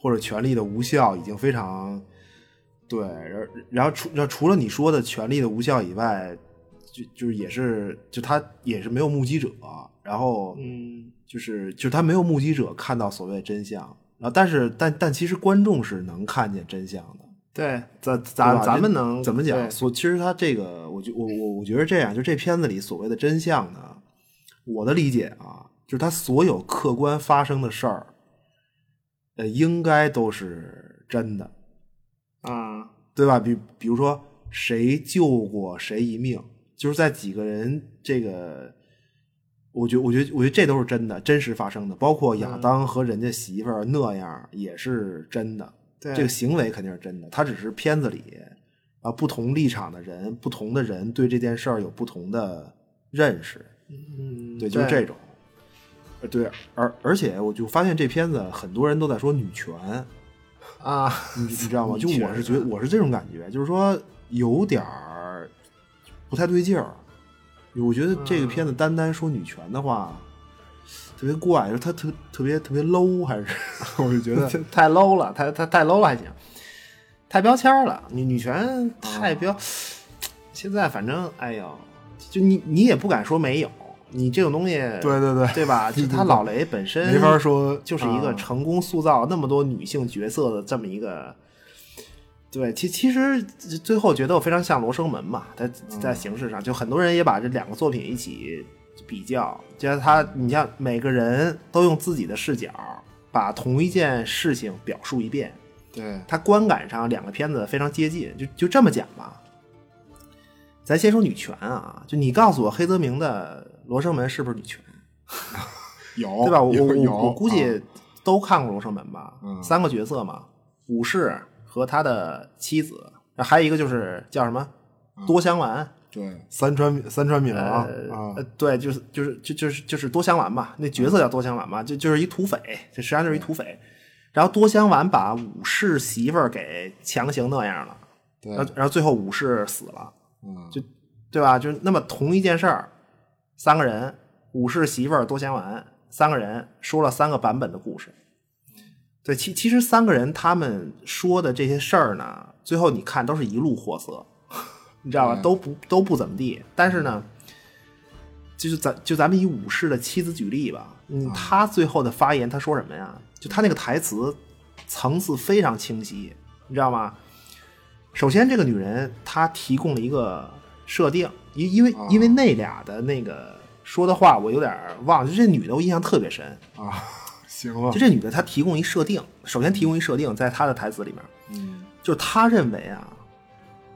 B: 或者权力的无效，已经非常对。然后然后除然后除了你说的权力的无效以外，就就是也是就他也是没有目击者，然后
C: 嗯，
B: 就是就是他没有目击者看到所谓的真相。然后，但是，但但其实观众是能看见真相的，
C: 对，咱
B: 对
C: 咱
B: 吧
C: 咱们
B: 就
C: 能
B: 怎么
C: 对
B: 讲？所其实他这个，我觉我我我觉得这样，就这片子里所谓的真相呢，我的理解啊，就是他所有客观发生的事儿，呃，应该都是真的，
C: 啊？
B: 对吧？比比如说谁救过谁一命，就是在几个人这个我觉我觉我觉得这都是真的，真实发生的，包括
C: 嗯
B: 亚当和人家媳妇儿那样也是真的，
C: 对
B: 这个行为肯定是真的，他只是片子里啊不同立场的人，不同的人对这件事儿有不同的认识，
C: 嗯
B: 对，就是这种。呃对，而而且我就发现这片子很多人都在说女权，
C: 啊，
B: 你你知道吗？
C: 女
B: 就
C: 权
B: 我是觉得我是这种感觉，就是说有点儿不太对劲儿。我觉得这
C: 嗯
B: 个片子单单说女权的话，特别怪，就是它特特别特别 low，还是 我就觉得
C: 太 low 了，太太太 low 了还行，太标签儿了，女女权
B: 啊
C: 太标，现在反正哎呦，就你你也不敢说没有，你这种东西
B: 对对 对，
C: 对吧？就他老雷本身
B: 没法说，
C: 就是一个
B: 啊
C: 成功塑造那么多女性角色的这么一个。对，其其实最后觉得我非常像罗生门嘛，在在形式上，就很多人也把这两个作品一起比较，觉得他，你像每个人都用自己的视角把同一件事情表述一遍，
B: 对
C: 它观感上两个片子非常接近，就就这么讲吧。咱先说女权啊，就你告诉我黑泽明的《罗生门》是不是女权？
B: 有
C: 对吧？我
B: 有
C: 我
B: 有
C: 我我估
B: 啊
C: 计都看过《罗生门》吧，
B: 嗯
C: 三个角色嘛，武士和他的妻子，然后还有一个就是叫什么
B: 嗯
C: 多香丸，
B: 对三川三川敏郎
C: 呃
B: 啊
C: 呃，对，就是就是就就是就是多香丸嘛，那
B: 嗯
C: 角色叫多香丸嘛，就就是一土匪，这实际上就是一土匪。然后多香丸把武士媳妇儿给强行那样了，
B: 对
C: 然后然后最后武士死了，
B: 嗯
C: 就对吧？就是那么同一件事儿，三个人，武士媳妇儿多香丸，三个人说了三个版本的故事。对，其其实三个人他们说的这些事儿呢，最后你看都是一路货色， 你知道吧？
B: 嗯
C: 都不都不怎么地。但是呢，就是咱就咱们以武士的妻子举例吧，嗯，他最后的发言他说什么呀？就他那个台词层次非常清晰，你知道吗？首先，这个女人她提供了一个设定，因因为因为那俩的那个说的话我有点儿忘了，就这女的我印象特别深，
B: 啊，行吧
C: 就，这女的她提供一设定，首先提供一设定，在她的台词里面，
B: 嗯
C: 就是她认为啊，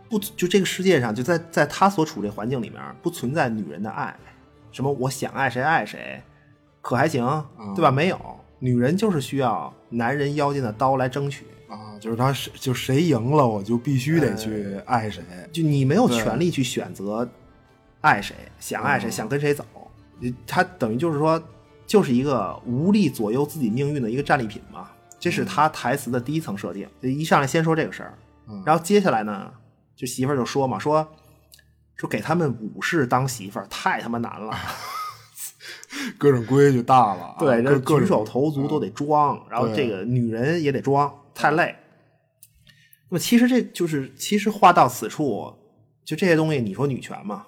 C: 不就这个世界上就在在她所处这环境里面不存在女人的爱，什么我想爱谁爱谁，可还行，对吧？没有，女人就是需要男人腰间的刀来争取。
B: 啊，就是他是就谁赢了，我就必须得去爱谁，
C: 就你没有权利去选择爱谁，想爱
B: 嗯
C: 谁，想跟谁走。你他等于就是说，就是一个无力左右自己命运的一个战利品嘛。这
B: 嗯
C: 是他台词的第一层设定，呃就一上来先说这个事儿，
B: 嗯
C: 然后接下来呢，就媳妇儿就说嘛，说说给他们武士当媳妇儿太他妈难
B: 啊
C: 了，
B: 各种规矩大了啊，
C: 对，这
B: 各各
C: 举
B: 种嗯
C: 手投足都得装，然后
B: 对
C: 这个女人也得装，太累。那么其实这就是，其实话到此处，就这些东西，你说女权嘛，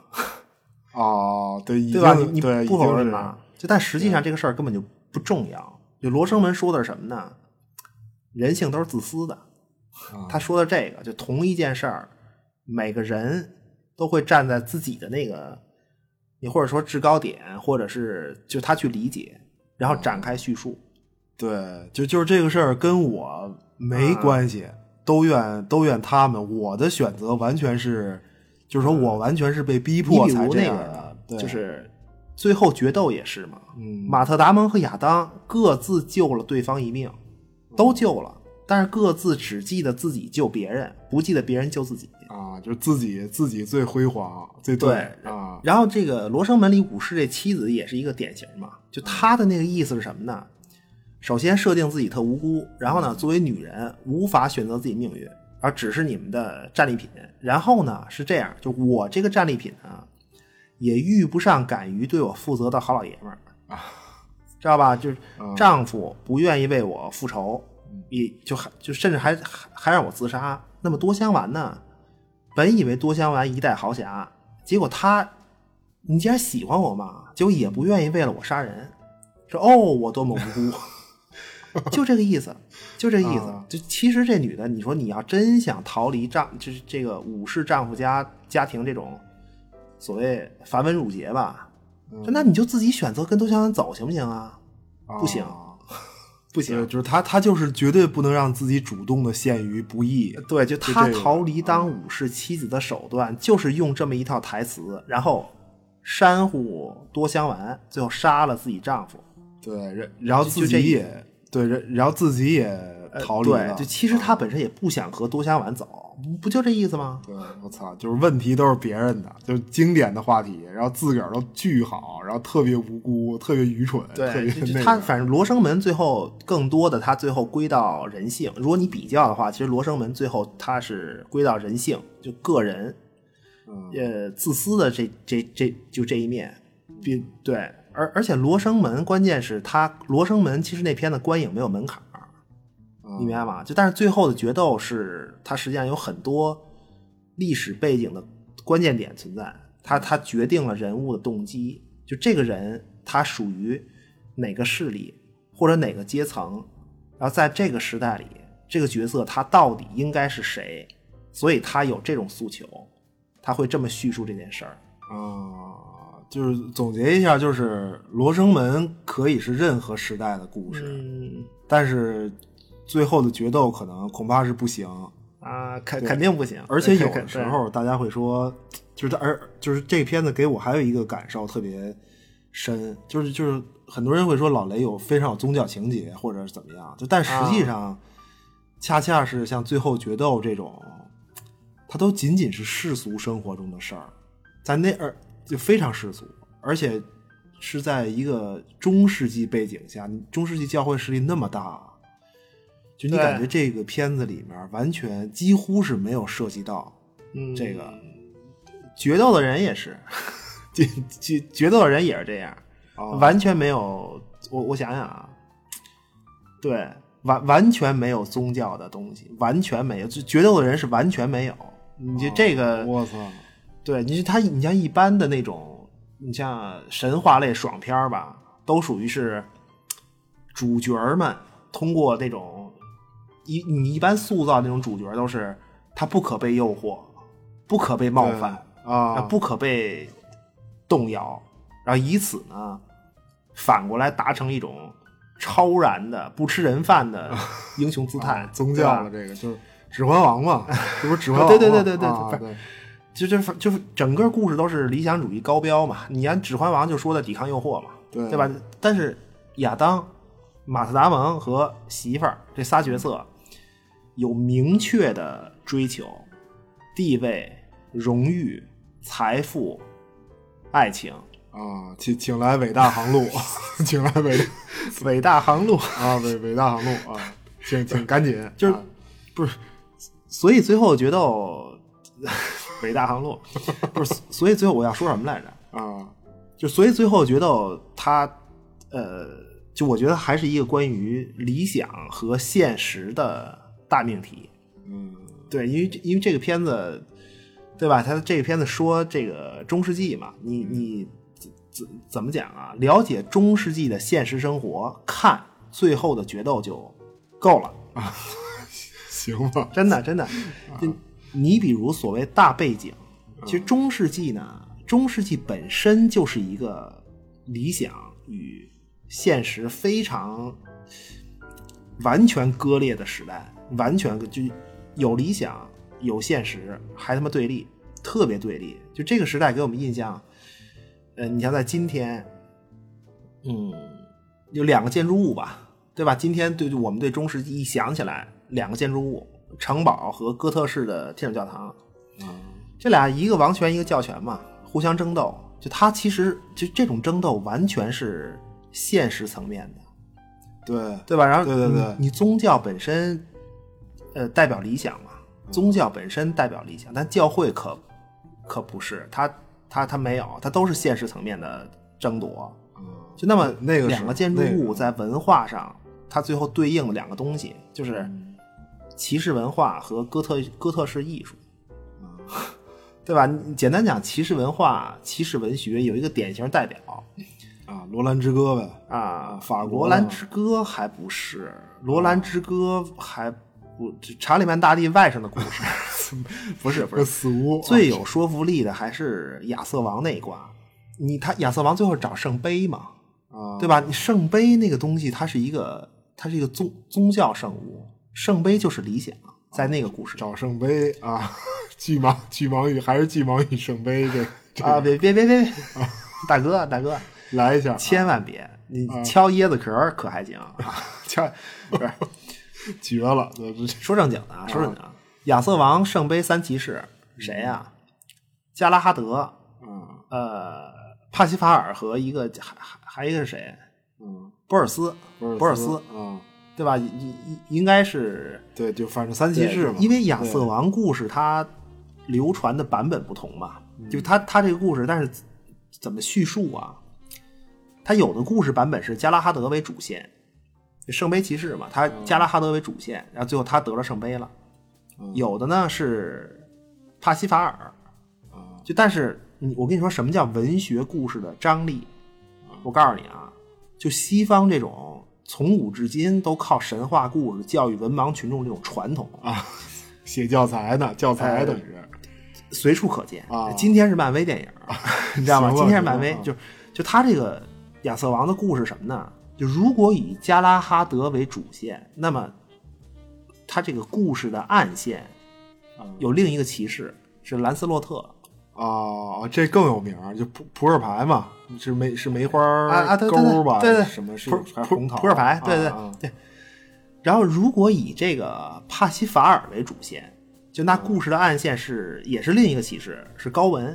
B: 啊，对，已
C: 对吧？
B: 经
C: 你你
B: 对
C: 不否认
B: 吧
C: 吧？？就但实际上这个事儿根本就不重要。就罗生门说的是什么呢？人性都是自私的。
B: 啊
C: 他说的这个，就同一件事儿，每个人都会站在自己的那个，你或者说制高点，或者是就他去理解，然后
B: 啊
C: 展开叙述。
B: 对，就就是这个事儿跟我没
C: 嗯
B: 关系，都怨都怨他们，我的选择完全是，就是说我完全是被逼
C: 嗯你
B: 迫
C: 比
B: 才
C: 如
B: 这
C: 那
B: 样
C: 个
B: 的，对，
C: 就是最后决斗也是嘛，
B: 嗯
C: 马特达蒙和亚当各自救了对方一命，都救了，但是各自只记得自己救别人，不记得别人救自己。
B: 啊，就是自己自己最辉煌，最
C: 对
B: 啊，
C: 然后这个罗生门里武士这妻子也是一个典型嘛，就她的那个意思是什么呢？首先设定自己特无辜，然后呢，作为女人无法选择自己命运，而只是你们的战利品。然后呢是这样，就我这个战利品啊，也遇不上敢于对我负责的好老爷们儿，知道吧？就是丈夫不愿意为我复仇，也就还就甚至还还还让我自杀。那么多香丸呢？本以为多香丸一代豪侠，结果他，你既然喜欢我嘛，结果也不愿意为了我杀人，说哦我多么无 辜，就这个意思，就这个意思。
B: 啊
C: 就其实这女的，你说你要真想逃离丈，就是这个武士丈夫家家庭这种所谓繁文缛节吧，
B: 嗯
C: 就那你就自己选择跟多香丸走行不行啊？不行
B: 啊
C: 不
B: 对，
C: 行，
B: 就是他，他就是绝对不能让自己主动的陷于不义。
C: 对，就
B: 就
C: 他
B: 这个
C: 逃离当武士妻子的手段，就是用这么一套台词，然后珊瑚多香丸最后杀了自己丈夫，
B: 对，然然后
C: 就
B: 自
C: 这
B: 己也对，然然后自己也
C: 呃
B: 逃离了。啊
C: 对，就其实他本身也不想和多香丸走，不不就这意思吗？
B: 对，我操，就是问题都是别人的，就是经典的话题，然后自个儿都巨好，然后特别无辜，特别愚蠢，特
C: 对，
B: 别
C: 就
B: 那
C: 就
B: 个
C: 他反正罗生门最后更多的他最后归到人性。如果你比较的话，其实罗生门最后他是归到人性，就个人，
B: 嗯
C: 呃，自私的这这这就这一面，比对，而而且罗生门关键是他罗生门其实那片的观影没有门槛儿，
B: 嗯
C: 你明白吗？就但是最后的决斗是它实际上有很多历史背景的关键点存在，它它决定了人物的动机。就这个人他属于哪个势力或者哪个阶层，然后在这个时代里，这个角色他到底应该是谁？所以他有这种诉求，他会这么叙述这件事儿。
B: 啊，就是总结一下，就是《罗生门》可以是任何时代的故事，
C: 嗯
B: 但是最后的决斗可能恐怕是不行，
C: 啊，肯肯定不行，
B: 而且
C: 对
B: 有的时，候大家会说，就是它而就是这片子给我还有一个感受特别深，就是就是很多人会说老雷有非常有宗教情节或者是怎么样，就但实际上，
C: 啊
B: 恰恰是像最后决斗这种，它都仅仅是世俗生活中的事儿，在那儿就非常世俗，而且是在一个中世纪背景下，中世纪教会势力那么大。就你
C: 对
B: 感觉这个片子里面完全几乎是没有涉及到
C: 对嗯，
B: 这个，
C: 决斗的人也是， 决决决斗的人也是这样，
B: 完
C: 完全没有。我我想想啊，对，完完全没有宗教的东西，完全没有。就决斗的人是完全没有。你就这个，
B: 我操，
C: 对，你就他，你像一般的那种，你像神话类爽片儿吧，都属于是主角儿们通过那种一你一般塑造那种主角儿都是他不可被诱惑，不可被冒犯，啊，
B: 啊！
C: 不可被动摇，然后以此呢，反过来达成一种超然的不吃人饭的英雄姿 态，
B: 啊宗
C: 对
B: 教
C: 吧
B: 了，这个就是《指环王》 嘛，这不是《指环王》
C: 对
B: 吗？
C: 对对对对
B: 啊
C: 对
B: 对，
C: 就这就是整个故事都是理想主义高标嘛。你按《指环王》就说的抵抗诱惑嘛，
B: 对
C: 对吧？但是亚当、马特达蒙和媳妇儿这仨角色有明确的追求，地位、荣誉、财富、爱情。
B: 啊，请请来伟大 航路，请来伟大
C: 伟大航路，
B: 啊伟伟大航路啊，请请赶紧，
C: 就是
B: 啊
C: 所以最后决斗，伟大航路，不是？所以最后我要说什么来着？
B: 啊，
C: 就所以最后决斗，它，呃，就我觉得还是一个关于理想和现实的大命题。
B: 嗯
C: 对，因为这因为这个片子，对吧？它这个片子说这个中世纪嘛，你你怎怎怎么讲啊？了解中世纪的现实生活，看最后的决斗就够了。
B: 行吧，
C: 真的真的，就你比如所谓大背景，其实中世纪呢，中世纪本身就是一个理想与现实非常完全割裂的时代，完全就有理想有现实，还他妈对立，特别对立。就这个时代给我们印象，呃，你像在今天，嗯，有两个建筑物吧，对吧？今天对我们对中世纪一想起来，两个建筑物，城堡和哥特式的天主教堂，
B: 嗯
C: 这俩一个王权一个教权嘛，互相争斗。就它其实就这种争斗完全是现实层面的，
B: 对
C: 对吧？然后
B: 对对对
C: 你你宗教本身，呃，代表理想嘛，宗教本身代表理想，但教会可可不是，它它它没有，它都是现实层面的争夺。
B: 嗯
C: 就那么
B: 那个是
C: 两个建筑
B: 那
C: 物
B: 个
C: 在文化上，它最后对应的两个东西就是骑士文化和哥特哥特式艺术，嗯 对吧？你简单讲，骑士文化、骑士文学有一个典型代表
B: 啊，《罗兰之歌》呗，
C: 啊，
B: 法国
C: 罗兰之歌还不是，罗兰之歌还不查理曼大帝外甥的故事， 不是不
B: 这
C: 是，
B: 死屋
C: 最
B: 啊
C: 有说服力的还是亚瑟王那一卦。你他亚瑟王最后找圣杯嘛，
B: 啊，
C: 对吧？你圣杯那个东西，它是一个，它是一个宗宗教圣物，圣杯就是理想，在那个故事里，
B: 找圣杯啊，巨盲巨盲与还是巨盲与圣杯这
C: 啊！别别别别 别，大哥大哥，
B: 来一下啊，
C: 千万别！你敲椰子壳儿可还行，啊
B: 千
C: 不是
B: 绝了，这这
C: 说正经的啊，说正经的，亚瑟王圣杯三骑士谁呀、加拉哈德，
B: 嗯
C: 呃，帕西法尔和一个还还还一个是谁？
B: 嗯，
C: 博尔斯，博尔斯，
B: 啊，
C: 对吧？应应应该是
B: 对，就反正三骑士嘛，
C: 因为亚瑟
B: 对
C: 王故事它流传的版本不同嘛，就它它这个故事，但是怎么叙述啊？它有的故事版本是加拉哈德为主线，就圣杯骑士嘛，他加拉哈德为主线，然后最后他得了圣杯了。有的呢是帕西法尔，就但是你我跟你说什么叫文学故事的张力？我告诉你啊，就西方这种从古至今都靠神话故事教育文盲群众这种传统啊，
B: 写教材呢，教材等于
C: 随处可见
B: 啊
C: 今天是漫 威电影，你知道吗？
B: 行了
C: 今天是漫威
B: 行，了
C: 就就他这个亚瑟王的故事什么呢？就如果以加拉哈德为主线，那么他这个故事的暗线有另一个骑士是兰斯洛特。
B: 啊，这更有名儿，就扑扑克牌嘛，是梅是梅花
C: 啊啊对对对
B: 钩吧？
C: 对对
B: 什么是
C: 扑
B: 还是
C: 扑
B: 红桃
C: 扑克牌对对
B: 啊啊
C: 对。然后，如果以这个帕西法尔为主线，
B: 啊
C: 就那故事的暗线是、也是另一个骑士，是高文。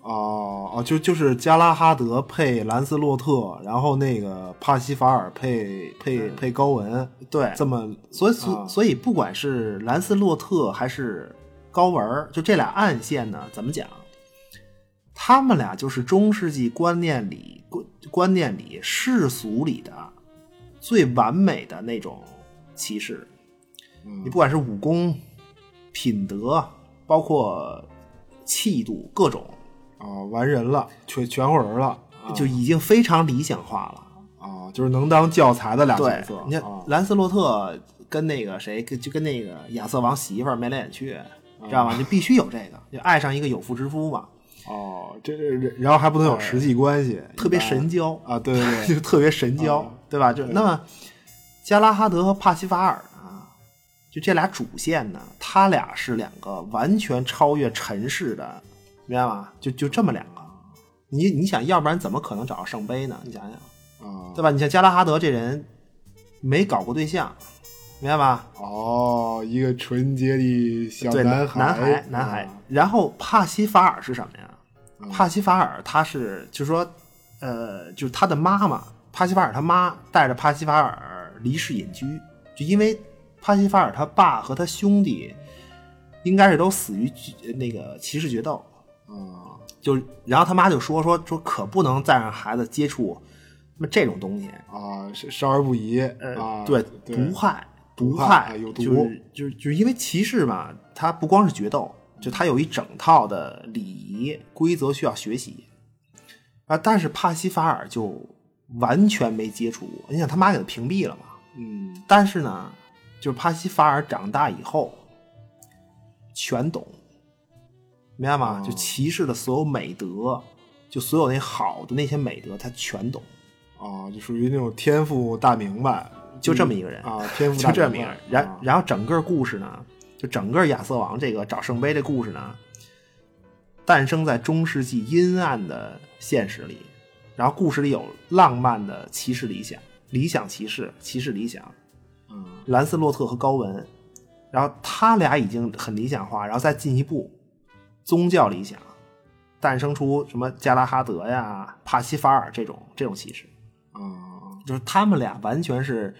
B: 哦哦，就就是加拉哈德配兰斯洛特，然后那个帕西法尔配配配高文，
C: 嗯对，
B: 这么
C: 所以所、
B: 啊
C: 所以不管是兰斯洛特还是高文儿，就这俩暗线呢，怎么讲？他们俩就是中世纪观念里观观念里世俗里的最完美的那种骑士。
B: 嗯
C: 你不管是武功、品德，包括气度各种，
B: 啊完人了，全全乎人了啊
C: 就已经非常理想化了。
B: 啊，就是能当教材的俩角
C: 对
B: 色，。
C: 你看
B: 啊
C: 兰斯洛特跟那个谁，跟就跟那个亚瑟王媳妇儿眉来眼去，知道吗？就必须有这个，就爱上一个有妇之夫嘛，
B: 哦，这然后还不能有实际关系，
C: 特别
B: 一般
C: 神交，
B: 啊，对对 对
C: 就特别神交
B: 啊，
C: 对吧？就那么加拉哈德和帕西法尔呢，就这俩主线呢，他俩是两个完全超越尘世的，明白吗？就就这么两个。你你想要不然怎么可能找到圣杯呢？你想想，
B: 啊，
C: 对吧？你像加拉哈德这人没搞过对象，明白吧？
B: 哦，一个纯洁的小
C: 对，
B: 男
C: 孩，男
B: 孩，
C: 男孩
B: 啊。
C: 然后帕西法尔是什么呀？帕西法尔他是，就是说，呃，就是他的妈妈，帕西法尔他妈带着帕西法尔离世隐居，就因为帕西法尔他爸和他兄弟应该是都死于决那个骑士决斗，
B: 啊
C: 就然后他妈就说说说可不能再让孩子接触那么这种东西，
B: 啊，少少儿不宜
C: 呃，
B: 啊，
C: 对，
B: 对
C: 毒害，毒
B: 毒害啊有毒
C: 就是就是就是因为骑士嘛，它不光是决斗，就它有一整套的礼仪规则需要学习啊。但是帕西法尔就完全没接触过，你想他妈给他屏蔽了嘛？
B: 嗯
C: 但是呢，就是帕西法尔长大以后全懂，明白吗？就
B: 哦
C: 骑士的所有美德，就所有那好的那些美德，他全懂，
B: 啊，就属于那种天赋大明白，
C: 就这么一个人
B: 啊，天赋
C: 就
B: 大
C: 这哦么一
B: 明
C: 个
B: 白，。
C: 然
B: 啊
C: 然后整个故事呢，就整个亚瑟王这个找圣杯这故事呢，诞生在中世纪阴暗的现实里，然后故事里有浪漫的骑士理想，理想骑士，骑士理想，
B: 嗯，
C: 兰斯洛特和高文，然后他俩已经很理想化，然后再进一步，宗教理想，诞生出什么加拉哈德呀、帕西法尔这种这种骑士。
B: 啊
C: 就是他们俩完全是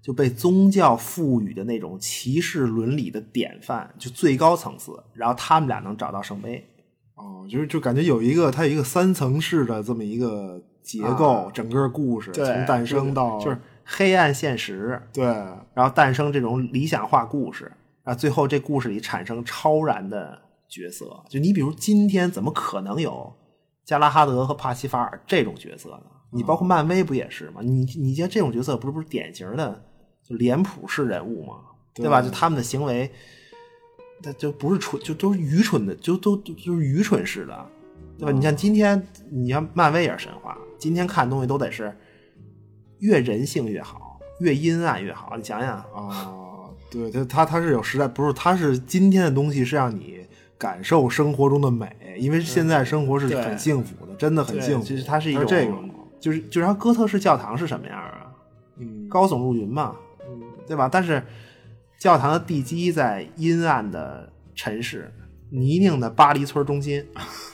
C: 就被宗教赋予的那种骑士伦理的典范，就最高层次。然后他们俩能找到圣杯，
B: 哦，就是就感觉有一个它有一个三层式的这么一个结构
C: 啊，
B: 整个故事
C: 对
B: 从诞生到
C: 就是黑暗现实，
B: 对
C: 然后诞生这种理想化故事，啊，最后这故事里产生超然的角色。就你比如今天怎么可能有加拉哈德和帕西法尔这种角色呢？你包括漫威不也是吗？你你像这种角色不是不是典型的就脸谱式人物吗？对吧？就他们的行为，他就不是蠢，就都是愚蠢的，就都都就是愚蠢式的，对吧？你像今天，你像漫威也是神话，今天看东西都得是越人性越好，越阴暗越好。你想想，啊
B: 啊，对它它它是有时代，不是它是今天的东西是让你
A: 感受生活中的美，因为现在生活是
C: 嗯对
A: 很幸福的，真的很
C: 对
A: 幸福。
C: 就是它是一
A: 它
C: 种，
A: 这种，
C: 就是就是它哥特式教堂是什么样啊？
A: 嗯，高耸入云嘛，
C: 对吧？但是教堂的地基在阴暗的城市，泥泞的巴黎村中心，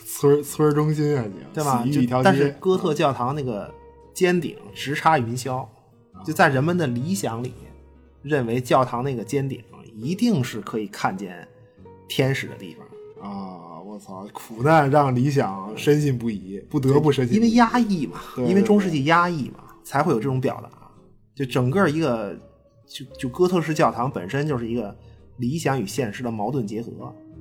B: 村村儿中心啊，你
C: 对吧？
B: 死
C: 就
B: 于一条街。
C: 但是哥特教堂那个尖顶直插云霄，
B: 啊
C: 就在人们的理想里，认为教堂那个尖顶一定是可以看见天使的地方，
B: 啊，我操，苦难让理想深信不疑，不得不深信
C: 因
B: 不
C: 为
B: 疑。
C: 压抑嘛，
B: 对
C: 因为中世纪压抑嘛，才会有这种表达。就整个一个，就就哥特式教堂本身就是一个理想与现实的矛盾结合，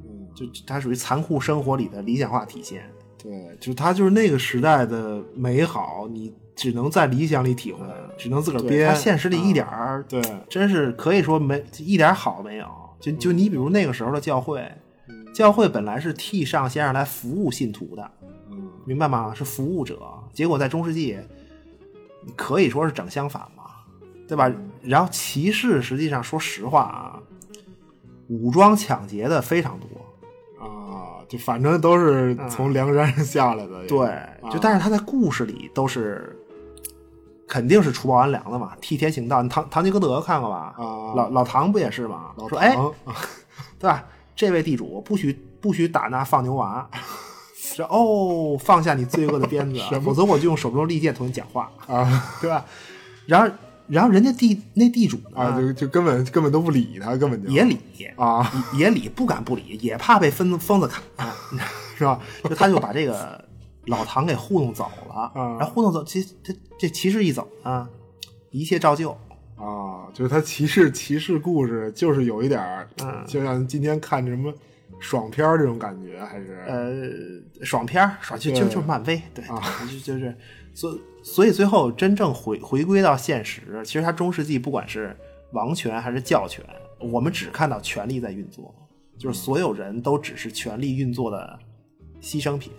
B: 嗯
C: 就就它属于残酷生活里的理想化体现。
B: 对，
A: 就它就是那个时代的美好，你只能在理想里体会，只能自个儿
C: 对
A: 编
C: 它。现实里一点儿，
B: 对，
C: 嗯真是可以说没一点好没有。就就你比如那个时候的教会，教会本来是替上先生来服务信徒的，
B: 嗯，
C: 明白吗？是服务者。结果在中世纪，可以说是整相反嘛，对吧？然后骑士实际上，说实话啊，武装抢劫的非常多。
B: 啊，就反正都是从梁山上下来的。
C: 对，就但
B: 是啊
C: 是他在故事里都是。肯定是除暴安良的嘛，替天行道。你唐唐吉诃德看过吧？
B: 啊
C: 老老唐不也是吗？
B: 老
C: 说哎，
B: 唐
C: 对吧？这位地主不许不许打那放牛娃， 说哦，放下你罪恶的 鞭子，否则我就用手中利剑同你讲话，
B: 啊
C: 对吧？然后然后人家地那地主呢、
B: 啊，就就根本根本都不理他，根本就
C: 也理。
B: 啊，
C: 也理不敢不理，也怕被疯子疯子砍， 是吧？就他就把这个老唐给糊弄走了，
B: 嗯
C: 然后糊弄走，这这这骑士一走啊，一切照旧，
B: 啊，就是他骑士骑士故事，就是有一点儿，就像今天看什么爽片儿这种感觉，还是
C: 呃，爽片儿，爽就就
B: 对
C: 就是漫威，对，就就是，所所以最后真正回回归到现实，其实它中世纪不管是王权还是教权，我们只看到权力在运作，就是所有人都只是权力运作的牺牲品，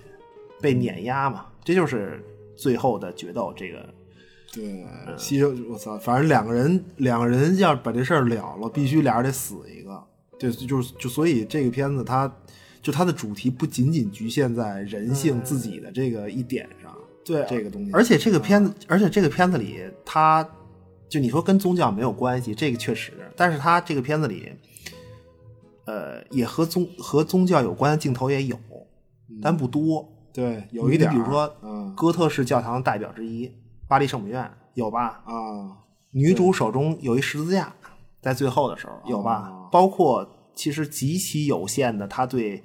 C: 被碾压嘛，这就是最后的决斗。这个
B: 对
A: 牺牲，我操，反正两个人两个人要把这事儿了了，必须俩人得死一个。对，就是就所以这个片子它就它的主题不仅仅局限在人性自己的这个一点上，
C: 嗯对啊
A: 这个东西，嗯
C: 而且这个片子，而且这个片子里，它就你说跟宗教没有关系，这个确实，但是它这个片子里，呃，也和宗和宗教有关的镜头也有，
A: 嗯
C: 但不多。
B: 对，有
C: 你
B: 一点儿，
C: 比如说，
B: 嗯
C: 哥特式教堂代表之一巴黎圣母院有吧？
B: 啊，
C: 女主手中有一十字架，在最后的时候有吧？包括其实极其有限的，他对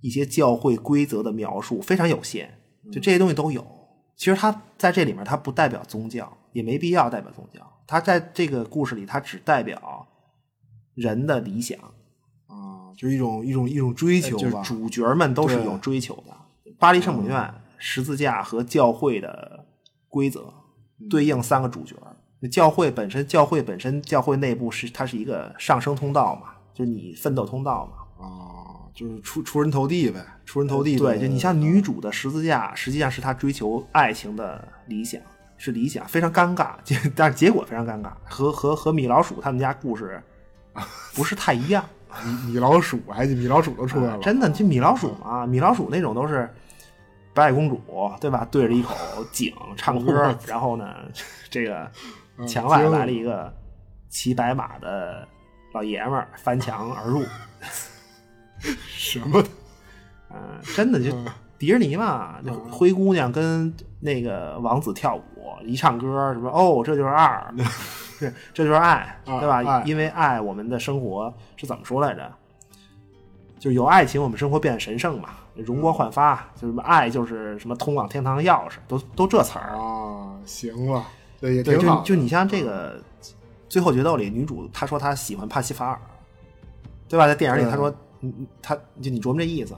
C: 一些教会规则的描述非常有限，就这些东西都有。其实他在这里面，他不代表宗教，也没必要代表宗教。他在这个故事里，他只代表人的理想，
B: 啊，就是一种一种一种追求
C: 呃就是
B: 吧，嗯
C: 主角们都是有追求的。巴黎圣母院、十字架和教会的规则
B: 嗯
C: 对应三个主角。教会本身，教会本身，教会内部是它是一个上升通道嘛，就是你奋斗通道
B: 啊，
C: 嘛。
B: 就是出出人头地呗，出人头地的。
C: 呃对，就你像女主的十字架，实际上是她追求爱情的理想，是理想，非常尴尬， 结但是结果非常尴尬，和和和米老鼠他们家故事不是太一样。
B: 米米老鼠，还米老鼠都出来了，
C: 真的，就米老鼠嘛，米老鼠那种都是白雪公主对吧？对着一口井唱 歌，然后呢， 这个
B: 嗯
C: 墙外来了一个骑白马的老爷们儿翻墙而入，
B: 什么的
C: 嗯，真的就迪士尼嘛，就
B: 嗯
C: 灰姑娘跟那个王子跳舞，一唱歌什么哦，这就 是二，这这就是爱，
B: 啊
C: 对吧
B: 爱？
C: 因为爱，我们的生活是怎么说来着？就是有爱情，我们生活变得神圣嘛，容
B: 嗯
C: 光焕发。就是什么爱，就是什么通往天堂的钥匙，都都这词儿。
B: 啊，行吧，对，也
C: 对，
B: 挺
C: 就
B: 好的。嗯
C: 就你像这个《最后决斗》里，女主她说她喜欢帕西法尔，对吧？在电影里她说，嗯嗯她就你琢磨这意思，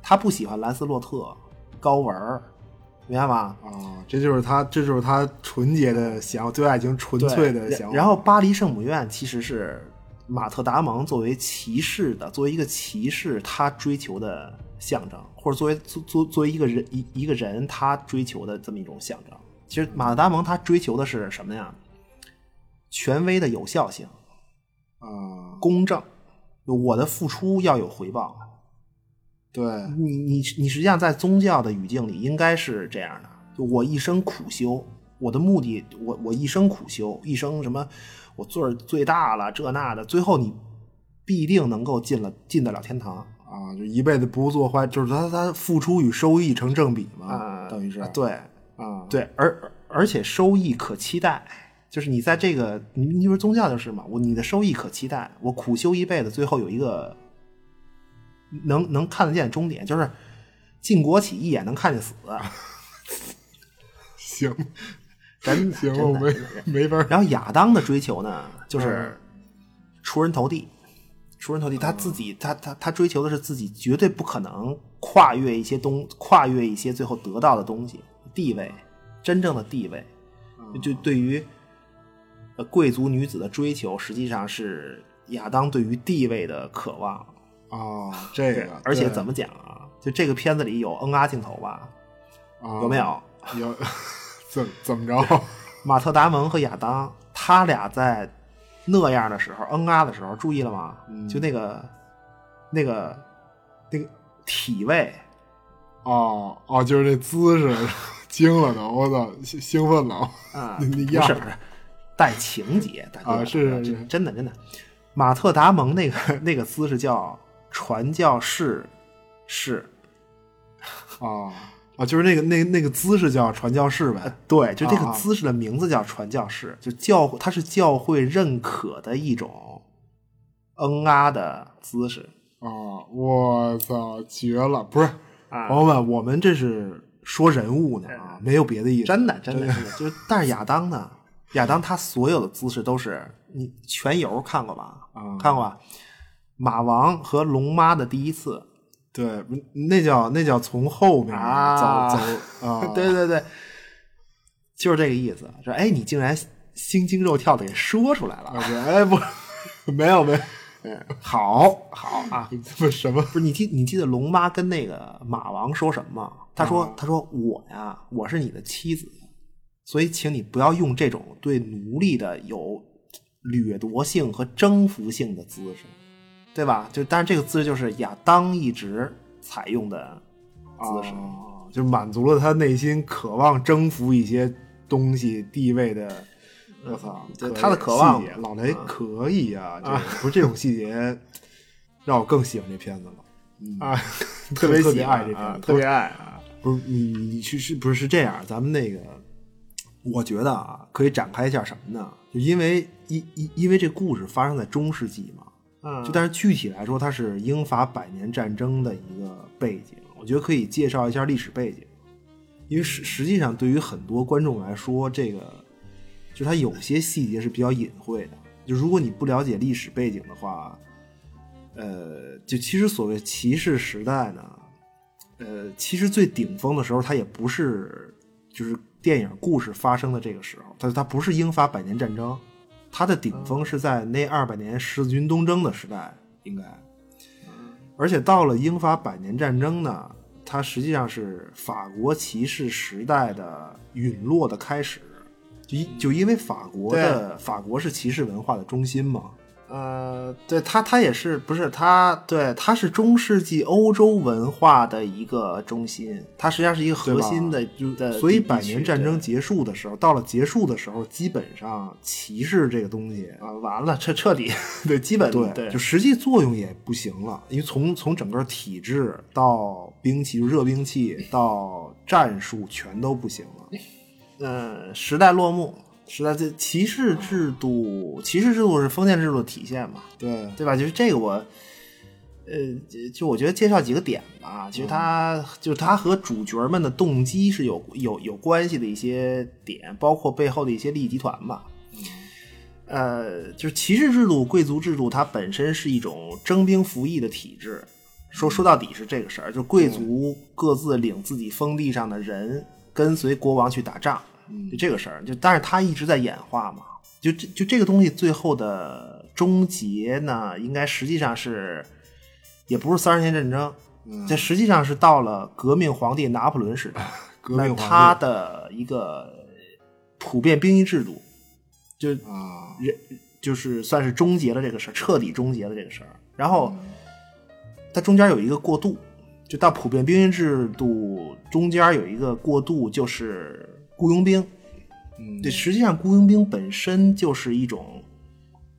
C: 她不喜欢兰斯洛特、高文儿，明白吗？
B: 啊，这就是他，这就是他纯洁的想，对爱情纯
C: 对
B: 粹的想法。
C: 然后巴黎圣母院其实是马特·达蒙作为骑士的，作为一个骑士，他追求的象征，或者作为作作作为一个人一一个人他追求的这么一种象征。其实马特·达蒙他追求的是什么呀？权威的有效性。
B: 啊
C: 公正，我的付出要有回报，
B: 对，
C: 你你你实际上在宗教的语境里应该是这样的：就我一生苦修，我的目的，我我一生苦修，一生什么，我罪儿最大了，这那的，最后你必定能够进了进得了天堂。
B: 啊，就一辈子不做坏，就是他他付出与收益成正比嘛，
C: 啊
B: 等于是
C: 啊对
B: 啊，
C: 对，而而且收益可期待，就是你在这个你你说宗教就是嘛，我你的收益可期待，我苦修一辈子，最后有一个能能看得见终点，就是晋国起一眼能看见死。
B: 行，
C: 真的
B: 行，
C: 真
B: 我
C: 的
B: 没没法儿，
C: 然后亚当的追求呢，
B: 嗯
C: 就是出人头地，出人头地。他自己，他他他追求的是自己绝对不可能跨越一些东，跨越一些最后得到的东西，地位，真正的地位。
B: 嗯
C: 就对于呃贵族女子的追求，实际上是亚当对于地位的渴望。
B: 哦，这个，
C: 而且
B: 对
C: 怎么讲啊？就这个片子里有恩啊镜头吧？
B: 啊
C: 有没有？
B: 有 怎怎么着？
C: 马特·达蒙和亚当，他俩在那样的时候，嗯啊的时候，注意了吗？
B: 嗯
C: 就那个、那个、那个体位，
B: 哦哦，就是那姿势， 惊了都，我操，兴兴 奋了，
C: 啊、
B: 那那
C: 不
B: 样
C: 是不是，带情节，大哥，
B: 啊是是
C: 真
B: 是
C: 真的真的，马特·达蒙那个那个姿势叫传教士式，
B: 啊啊，就是那个那那个姿势叫传教士呗，
C: 对，就这个
B: 啊
C: 姿势的名字叫传教士，就教它是教会认可的一种嗯啊的姿势。
B: 啊，我操，绝了，不是，
C: 啊
B: 朋友们，我们这是说人物呢啊，没有别的意思，
C: 真的，真的，真的，就是，但是亚当呢？亚当他所有的姿势都是你全游看过吧？
B: 啊
C: 看过吧？马王和龙妈的第一次
B: 对，嗯那叫那叫从后面
C: 啊，
B: 走走啊
C: 对对对，就是这个意思。说，哎，你竟然心惊肉跳的给说出来了，
B: 啊，对哎不， 没有没有，
C: 好好啊！
B: 怎么什么
C: 不是你记你记得龙妈跟那个马王说什么吗？他
B: 啊
C: 说、他说我呀，我是你的妻子，所以请你不要用这种对奴隶的有掠夺性和征服性的姿势，对吧？就但是这个姿势就是亚当一直采用的姿势，
B: 啊，就满足了他内心渴望征服一些东西地位的。我操，
C: 对
B: 可以
C: 呃他的渴望嗯
B: 细节老雷可以啊，这个不是这种细 节，让我更喜欢这片子了。
C: 啊，
B: 特别
C: 别
B: 特
C: 喜
B: 别
C: 欢
B: 爱这片
C: 啊
B: 子
C: 特别爱啊，
B: 不是你你去是不是是这样？咱们那个，我觉得啊，可以展开一下什么呢？就因为因因因为这故事发生在中世纪嘛，
C: 嗯
B: 就但是具体来说，它是英法百年战争的一个背景，我觉得可以介绍一下历史背景，因为实实际上对于很多观众来说，这个就它有些细节是比较隐晦的，就如果你不了解历史背景的话，呃，就其实所谓骑士时代呢，呃，其实最顶峰的时候，它也不是就是电影故事发生的这个时候，它它不是英法百年战争，它的顶峰是在那二百年十字军东征的时代，应该。而且到了英法百年战争呢，它实际上是法国骑士时代的陨落的开始，就
C: 嗯
B: 因就因为法国的法国是骑士文化的中心嘛，
C: 呃，对他，他也是不是他？对，他是中世纪欧洲文化的一个中心，它实际上是一个核
B: 对吧
C: 心的，就的
B: 所以
C: 地区
B: 百年战争结束的时候，到了结束的时候，基本上骑士这个东西，
C: 对啊，完了，彻彻底对，基本
B: 对，
C: 对
B: 就实际作用也不行了，因为从从整个体制到兵器、热兵器到战术，全都不行了。
C: 嗯，时代落幕，时代这骑士制度，骑士制度是封建制度的体现嘛，
B: 对，
C: 对吧？就是这个我，呃，就就我觉得介绍几个点吧。其实它、就是它和主角们的动机是有有有关系的一些点，包括背后的一些利益集团吧。呃，就是骑士制度、贵族制度，它本身是一种征兵服役的体制。说说到底是这个事儿，就贵族各自领自己封地上的人，跟随国王去打仗，
B: 嗯
C: 就这个事儿。就但是它一直在演化嘛，就这就这个东西最后的终结呢，应该实际上是也不是三十年战争，
B: 嗯
C: 这实际上是到了革命皇帝拿破仑时代，
B: 革命
C: 那
B: 皇帝
C: 他的一个普遍兵役制度，就
B: 啊，
C: 人就是算是终结了这个事儿，彻底终结了这个事儿。然后它中间有一个过渡，就到普遍兵役制度中间有一个过渡，就是雇佣兵。嗯，对，实际上雇佣兵本身就是一种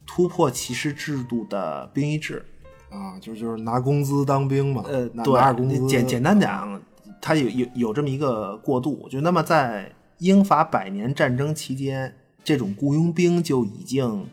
C: 突破歧视制度的兵役制。
B: 啊，就就是拿工资当兵嘛，
C: 呃，
B: 拿
C: 对，
B: 拿着工资，
C: 简简单讲，它有有有这么一个过渡，就那么在英法百年战争期间，这种雇佣兵就已经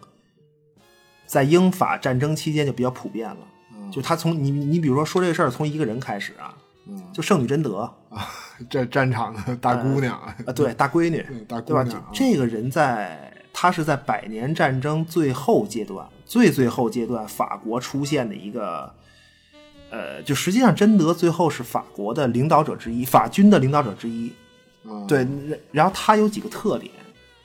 C: 在英法战争期间就比较普遍了。
B: 嗯
C: 就他从你你比如说说这个事儿，从一个人开始啊，
B: 嗯
C: 就圣女贞德啊、
B: 这战场
C: 呃
B: 的大姑娘，
C: 对，大闺女，
B: 对大姑
C: 对吧？
B: 娘啊，
C: 这这个人在他是在百年战争最后阶段，最最后阶段，法国出现的一个，呃，就实际上贞德最后是法国的领导者之一，法军的领导者之一。
B: 嗯
C: 对，然然后他有几个特点，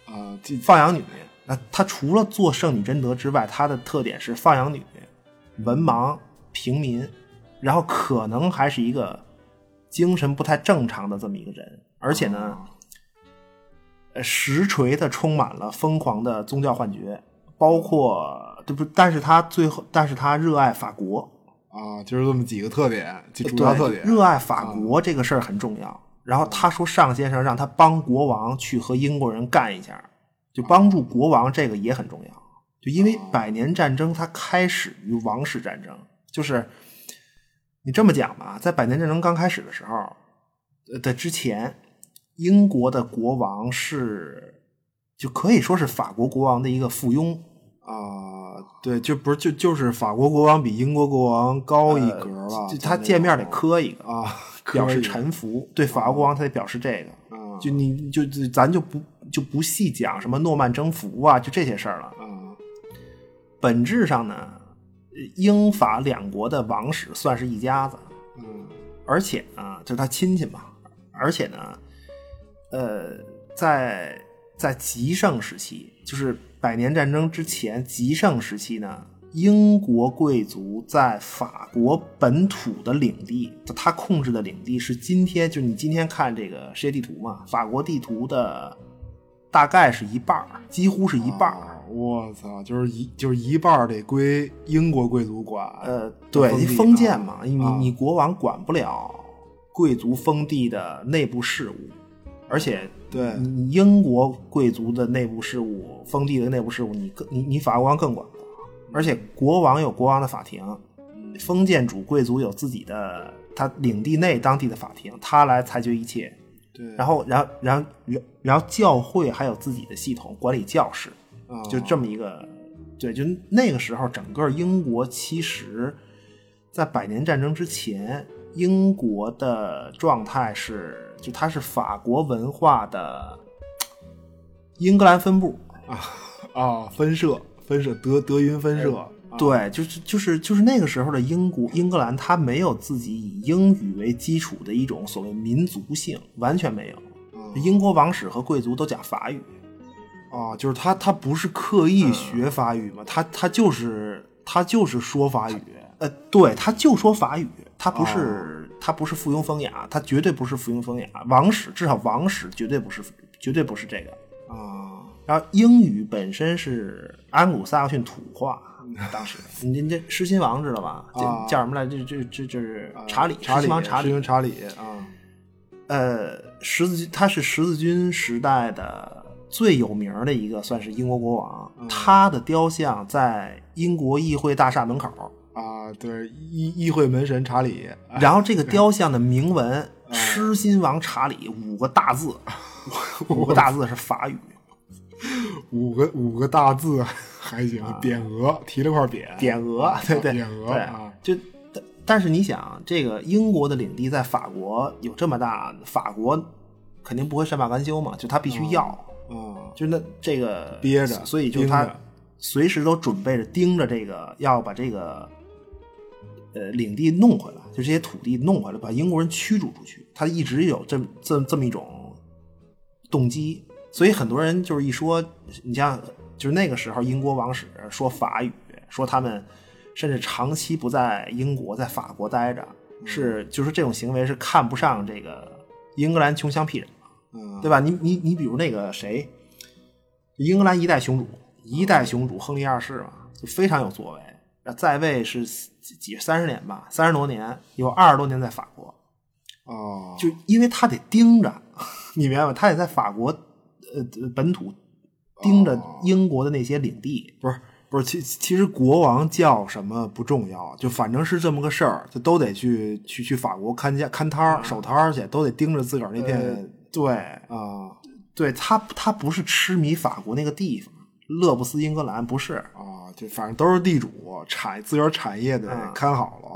B: 啊，这
C: 放羊女。那她除了做圣女贞德之外，她的特点是放羊女、文盲、平民，然后可能还是一个精神不太正常的这么一个人，而且
B: 啊
C: 呢，呃，实锤的充满了疯狂的宗教幻觉，包括这不，但是他最后，但是他热爱法国，
B: 啊，就是这么几个特点，就主
C: 呃对
B: 要特点，
C: 热爱法国这个事儿很重要。然后他说，尚先生让他帮国王去和英国人干一下，就帮助国王，这个也很重要。就因为百年战争，它开始于王室战争，就是你这么讲吧，在百年战争刚开始的时候，呃的之前，英国的国王是就可以说是法国国王的一个附庸，
B: 啊，对，就不是就就是法国国王比英国国王高一格吧，
C: 呃就
B: 在
C: 他
B: 那
C: 见面
B: 种
C: 得磕一个
B: 啊，
C: 表
B: 可
C: 示
B: 以
C: 臣服。对法国国王，他得表示这个。
B: 嗯
C: 就你就就咱就不就不细讲什么诺曼征服啊，就这些事儿了。
B: 啊
C: 本质上呢，呃英法两国的王室算是一家子，
B: 嗯
C: 而且呢，就是他亲戚嘛，而且呢，呃，在在极盛时期，就是百年战争之前极盛时期呢，英国贵族在法国本土的领地，他控制的领地是今天，就是你今天看这个世界地图嘛，法国地图的大概是一半儿，几乎是一半儿。
B: 啊我操，就是一就是一半儿得归英国贵族管，
C: 呃，对，
B: 封地
C: 封建
B: 啊
C: 嘛，你
B: 啊
C: 你国王管不了贵族封地的内部事务，而且
B: 对
C: 你英国贵族的内部事务、封地的内部事务，你更你你法国王更管不了，而且国王有国王的法庭，封建主贵族有自己的他领地内当地的法庭，他来裁决一切。
B: 对，
C: 然后，然后，然后，然然后教会还有自己的系统管理教室，
B: 啊
C: 就这么一个，对，就那个时候，整个英国其实，在百年战争之前，英国的状态是，就它是法国文化的英格兰分部，
B: 啊分社分社德德云分社，
C: 呃
B: 啊
C: 对，就是就是就是那个时候的英国英格兰，它没有自己以英语为基础的一种所谓民族性，完全没有。
B: 嗯
C: 英国王室和贵族都讲法语，
B: 啊，就是他他不是刻意学法语嘛，他他就是他就是说法语
C: 呃，对，他就说法语，他不是、他不是附庸风雅，他绝对不是附庸风雅。王室至少王室绝对不是绝对不是这个。
B: 啊，
C: 然后英语本身是安古萨克逊土话，当时您这狮心王知道吧？这
B: 啊
C: 叫什么来？这这这这是查理，
B: 查
C: 狮
B: 理
C: 心王查
B: 狮
C: 理
B: 心。查理啊，
C: 呃，十字军他是十字军时代的最有名儿的一个，算是英国国王。
B: 嗯
C: 他的雕像在英国议会大厦门口。
B: 啊，对，议议会门神查理，
C: 然后这个雕像的铭文“狮心王查理”五个大字，
B: 哎
C: 五个大字是法语，
B: 五个五个大字还行，匾额提了块匾，
C: 啊匾额
B: 啊，
C: 对对
B: 匾额
C: 对
B: 啊，
C: 就但但是你想，这个英国的领地在法国有这么大，法国肯定不会善罢甘休嘛，就他必
B: 嗯
C: 须要，
B: 啊
C: 就那这个
B: 憋着
C: 所以就
B: 盯
C: 他
B: 着
C: 随时都准备着盯着这个，要把这个呃领地弄回来，就这些土地弄回来，把英国人驱逐出去。他一直有这么这这么一种动机，所以很多人就是一说，你像就是那个时候英国王室说法语，说他们甚至长期不在英国，在法国待着，
B: 嗯
C: 是就是这种行为是看不上这个英格兰穷乡僻壤。
B: 嗯
C: 对吧？你你你比如那个谁，英呃格兰一代雄主，一代雄主亨利二世嘛，就非常有作为。在位是几几三十年吧，三十多年，有二十多年在法国，
B: 哦，
C: 就因为他得盯着， 你明白吗？他得在法国呃本土盯着英国的那些领地。
B: 不是不是，其其实国王叫什么不重要，就反正是这么个事儿，就都得去去去法国看家看摊儿、守摊儿去，都得盯着自个儿那片
C: 对
B: 啊、
C: 对，他他不是痴迷法国那个地方，勒布斯英格兰不是，
B: 啊，就反正都是地主产自个儿产业得
C: 嗯
B: 看好了。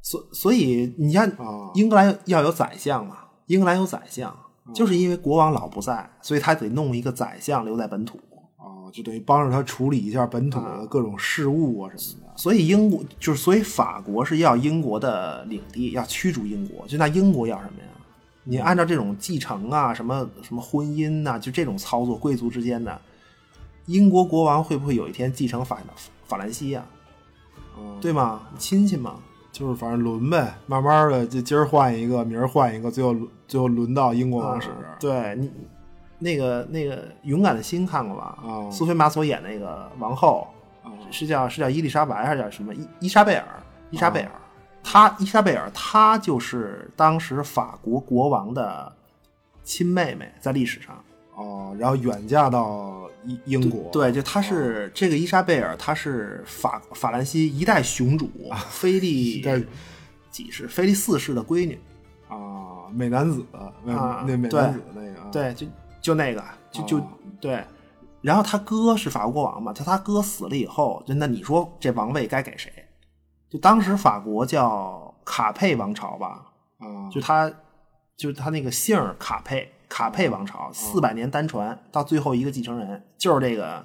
C: 所所以你看，英格兰要有宰相嘛，英格兰有宰相，就是因为国王老不在，所以他得弄一个宰相留在本土。
B: 啊，就等于帮着他处理一下本土
C: 嗯
B: 的各种事务啊什么的。
C: 所以英国就是，所以法国是要英国的领地，要驱逐英国。就那英国要什么呀？你按照这种继承啊，什么什么婚姻呐、就这种操作，贵族之间的，英国国王会不会有一天继承法法兰西呀、对吗？亲戚嘛，
B: 就是反正轮呗，慢慢的，就今儿换一个，明儿换一个，最后轮最后轮到英国王室。
C: 嗯
B: 啊
C: 对你那个那个《勇敢的心》看过吧？
B: 哦
C: 苏菲玛索演那个王后，是叫是叫伊丽莎白还是叫什么伊伊莎贝尔？伊莎贝尔，她伊莎贝尔她就是当时法国国王的亲妹妹，在历史上，
B: 哦，然后远嫁到英英国，
C: 对，就她是、这个伊莎贝尔，她是法法兰西一代雄主菲利
B: 代
C: 几世菲利四世的闺女。
B: 啊，美男子，那、
C: 啊
B: 那美
C: 对
B: 男子那个，啊，
C: 对，就就那个，啊就就、
B: 哦
C: 对。然后他哥是法国国王嘛，他他哥死了以后，就那你说这王位该给谁？就当时法国叫卡佩王朝吧，
B: 啊，
C: 就他就他那个姓儿卡佩，卡佩王
B: 哦
C: 朝四百年单传，到最后一个继承人就是这个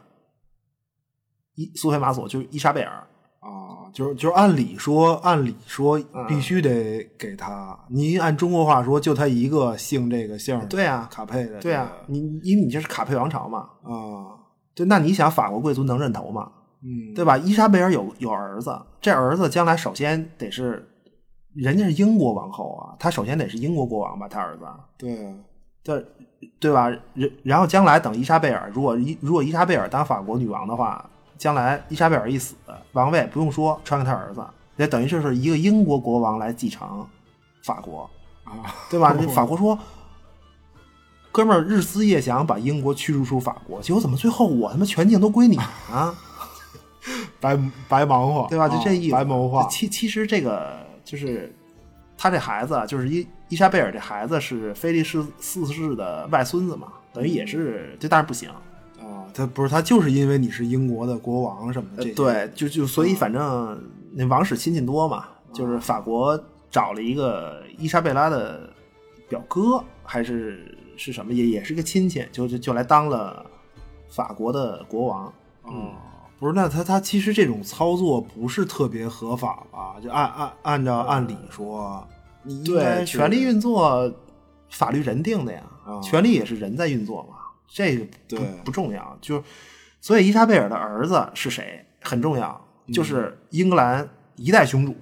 C: 伊苏菲玛索，就是伊莎贝尔。
B: 啊，就是就是按理说，按理说
C: 嗯
B: 必须得给他。您按中国话说，就他一个姓这个姓儿，
C: 对啊，
B: 卡佩的这个，
C: 对啊，你因为你这是卡佩王朝嘛，
B: 啊，
C: 对，那你想法国贵族能认头吗？
B: 嗯，
C: 对吧？伊莎贝尔有有儿子，这儿子将来首先得是，人家是英国王后啊，他首先得是英国国王吧，他儿子，
B: 对啊，
C: 对对吧？然然后将来等伊莎贝尔，如果伊如果伊莎贝尔当法国女王的话，将来伊莎贝尔一死，王位不用说传给他儿子，那等于就是一个英国国王来继承法国，
B: 啊，
C: 对吧？那法国说，哥们儿日思夜想把英国驱逐出法国，结果怎么最后我他妈全境都归你啊？
B: 白白忙活，
C: 对吧？
B: 啊
C: 就这意思，
B: 白谋划，
C: 其其实这个就是他这孩子啊，就是伊伊莎贝尔这孩子是菲利士四世的外孙子嘛，等于也是，这当然不行。
B: 啊，他不是他，就是因为你是英国的国王什么的，
C: 呃
B: 这些，
C: 对，就就所以反正那王室亲戚多嘛，就是法国找了一个伊莎贝拉的表哥，还是是什么，也也是个亲戚，就就就来当了法国的国王。嗯，
B: 不是，那他他其实这种操作不是特别合法吧？就按按按照按理说，你应该
C: 对，
B: 是
C: 权力运作，法律人定的呀，
B: 啊
C: 权力也是人在运作嘛，这个不
B: 对
C: 不重要。就是，所以伊莎贝尔的儿子是谁很重要，就是
B: 嗯
C: 英格兰一 代雄主、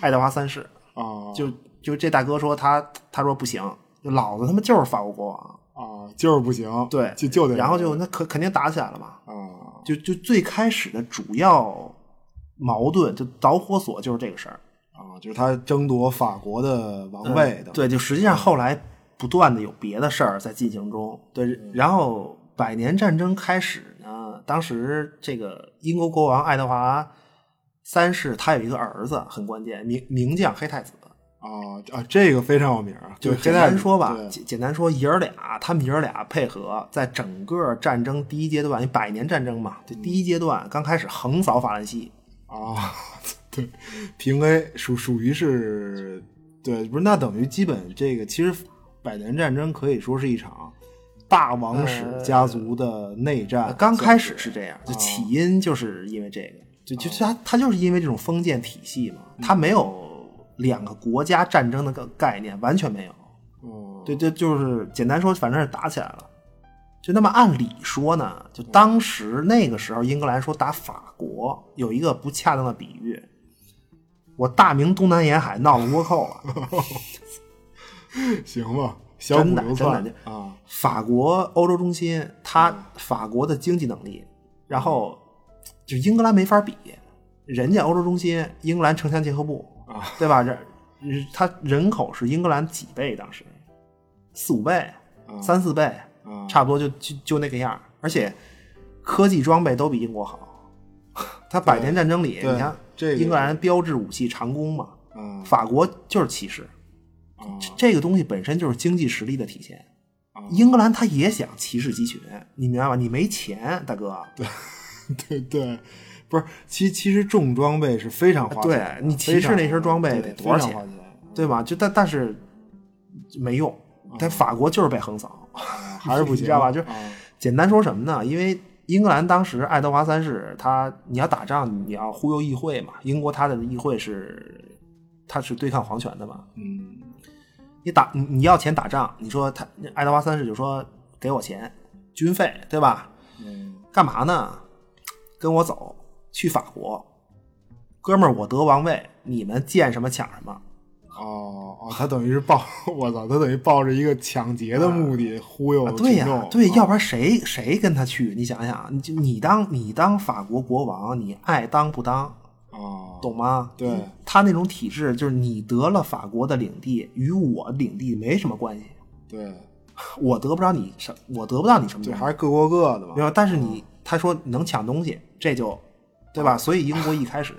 C: 爱德华三世。
B: 啊
C: 就就这大哥说他他说不行，老子他妈就是法国国王，
B: 啊，就是不行，
C: 对
B: 就就得，
C: 然后就那可肯定打起来了嘛。
B: 啊
C: 就就最开始的主要矛盾就导火索就是这个事儿。
B: 啊，就是他争夺法国的王位的，
C: 嗯对，就实际上后来不断的有别的事儿在进行中。对，
B: 嗯
C: 然后百年战争开始呢，当时这个英国国王爱德华三世他有一个儿子很关键，名名将黑太子。
B: 啊啊，这个非常有名儿，
C: 就
B: 对
C: 简
B: 黑太
C: 单
B: 子
C: 说吧，
B: 对
C: 简简单说，爷儿俩，他们爷儿俩配合，在整个战争第一阶段，百年战争嘛，这第
B: 嗯
C: 一阶段刚开始横扫法兰西，
B: 啊， 对，平 A 属属于是，对，不是那等于基本这个其实百年战争可以说是一场大王室家族的内战，
C: 呃啊刚开始是哦这样，就起因就是因为这个，就就他他就是因为这种封建体系嘛，他没有两个国家战争的个概念，完全没有。
B: 嗯
C: 对，这就是简单说，反正是打起来了。就那么按理说呢，就当时那个时候，英格兰说打法国有一个不恰当的比喻，我大明东南沿海闹了倭寇了，
B: 行吧，小
C: 真
B: 骨
C: 的
B: 流
C: 真的
B: 窜
C: 就
B: 啊
C: 法国欧洲中心，它法国的经济能力，然后就英格兰没法比，人家欧洲中心，英格兰城乡结合部啊，对吧？人他人口是英格兰几倍？当时四五倍、
B: 啊
C: 三四倍，差不多就就就那个样儿。而且科技装备都比英国好。 他百年战争里，
B: 对
C: 你看
B: 这个
C: 英格兰标志武器长弓嘛，
B: 嗯
C: 法国就是骑士，
B: 啊
C: 这这个东西本身就是经济实力的体现。英格兰他也想骑士集群，你明白吧？你没钱，大哥，
B: 对对，不是，其其实重装备是非常花钱的，
C: 对你骑士那身装备得多少
B: 非常
C: 钱
B: 花钱？
C: 对吧？就但但是没用，但法国就是被横扫，
B: 啊还是不行，
C: 你知道吧？就是
B: 啊
C: 简单说什么呢？因为英格兰当时爱德华三世他你要打仗，你要忽悠议会嘛。英国他的议会是他是对抗皇权的嘛。
B: 嗯
C: 你打你你要钱打仗，你说他爱德华三世就说给我钱军费，对吧？
B: 嗯
C: 干嘛呢？跟我走，去法国，哥们儿，我得王位，你们见什么抢什么。
B: 哦 哦，他等于是抱 我操，他等于抱着一个抢劫的目的忽悠
C: 啊，对
B: 群
C: 呀、
B: 众，
C: 对，
B: 啊
C: 要不然谁谁跟他去？你想想，你就你当你当法国国王，你爱当不当，
B: 啊，
C: 懂吗？
B: 对
C: 他那种体制就是你得了法国的领地，与我领地没什么关系，
B: 对，
C: 我得不着你什，我得不到你什么
B: 就
C: 东西，
B: 还是各过各的
C: 明
B: 吧，
C: 白？但是你他说能抢东西，这就对吧？所以英国一开始，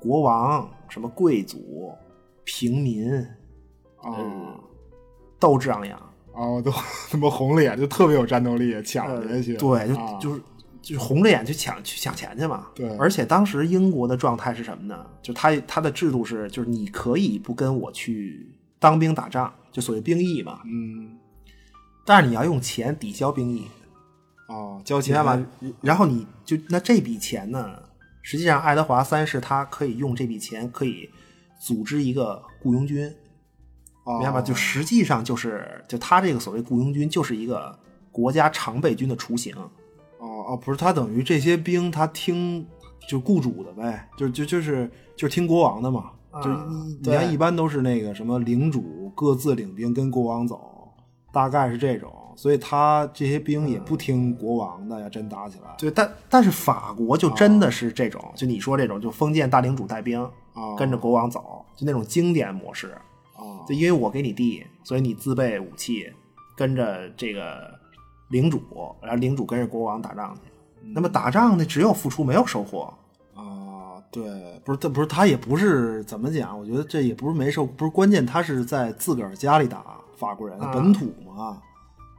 C: 国王什么贵族、平民呃
B: 啊
C: 斗志昂扬，
B: 啊，我都他妈红脸，就特别有战斗力，抢
C: 呃
B: 人去，
C: 对，就、
B: 啊
C: 就是就是红着眼去抢去抢钱去嘛。
B: 对
C: 而且当时英国的状态是什么呢？就他他的制度是，就是你可以不跟我去当兵打仗，就所谓兵役嘛，
B: 嗯
C: 但是你要用钱抵消兵役，
B: 哦，交
C: 明
B: 钱
C: 白吗？然后你就那这笔钱呢，实际上爱德华三世他可以用这笔钱可以组织一个雇佣军，
B: 哦
C: 明白吗？就实际上就是就他这个所谓雇佣军就是一个国家常备军的雏形。
B: 哦哦，不是，他等于这些兵他听就雇主的呗，就就就是就是听国王的嘛，就
C: 啊
B: 一你
C: 对
B: 看一般都是那个什么领主各自领兵跟国王走，大概是这种，所以他这些兵也不听国王的，要真打起来，
C: 嗯对，但但是法国就真的是这种，就你说这种，就封建大领主带兵，
B: 啊
C: 跟着国王走，就那种经典模式。
B: 啊
C: 就因为我给你地，所以你自备武器，跟着这个领主，然后领主跟着国王打仗去。那么打仗呢，只有付出没有收获。
B: 啊，对，不是他不是他也不是怎么讲，我觉得这也不是没受，不是关键，他是在自个儿家里打法国人、
C: 啊
B: 本土嘛。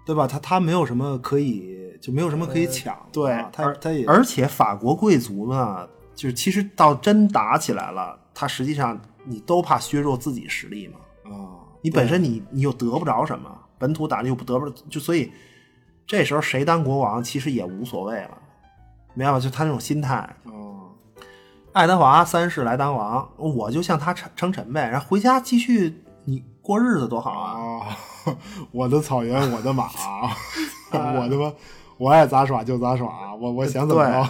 B: 对吧？他他没有什么可以，就没有什么可以抢的、
C: 嗯对
B: 他他也
C: 啊而且法国贵族呢，就是其实到真打起来了，他实际上你都怕削弱自己实力嘛。
B: 啊，
C: 你本身你你又得不着什么，本土打的又不得不就所以这时候谁当国王其实也无所谓了，明白吗？就他那种心态，
B: 哦，
C: 爱德华三世来当王，我就向他称称臣呗，然后回家继续你过日子多好啊！
B: 啊，我的草原，我的 马，我他妈，我爱咋耍就咋耍，我我想怎么着，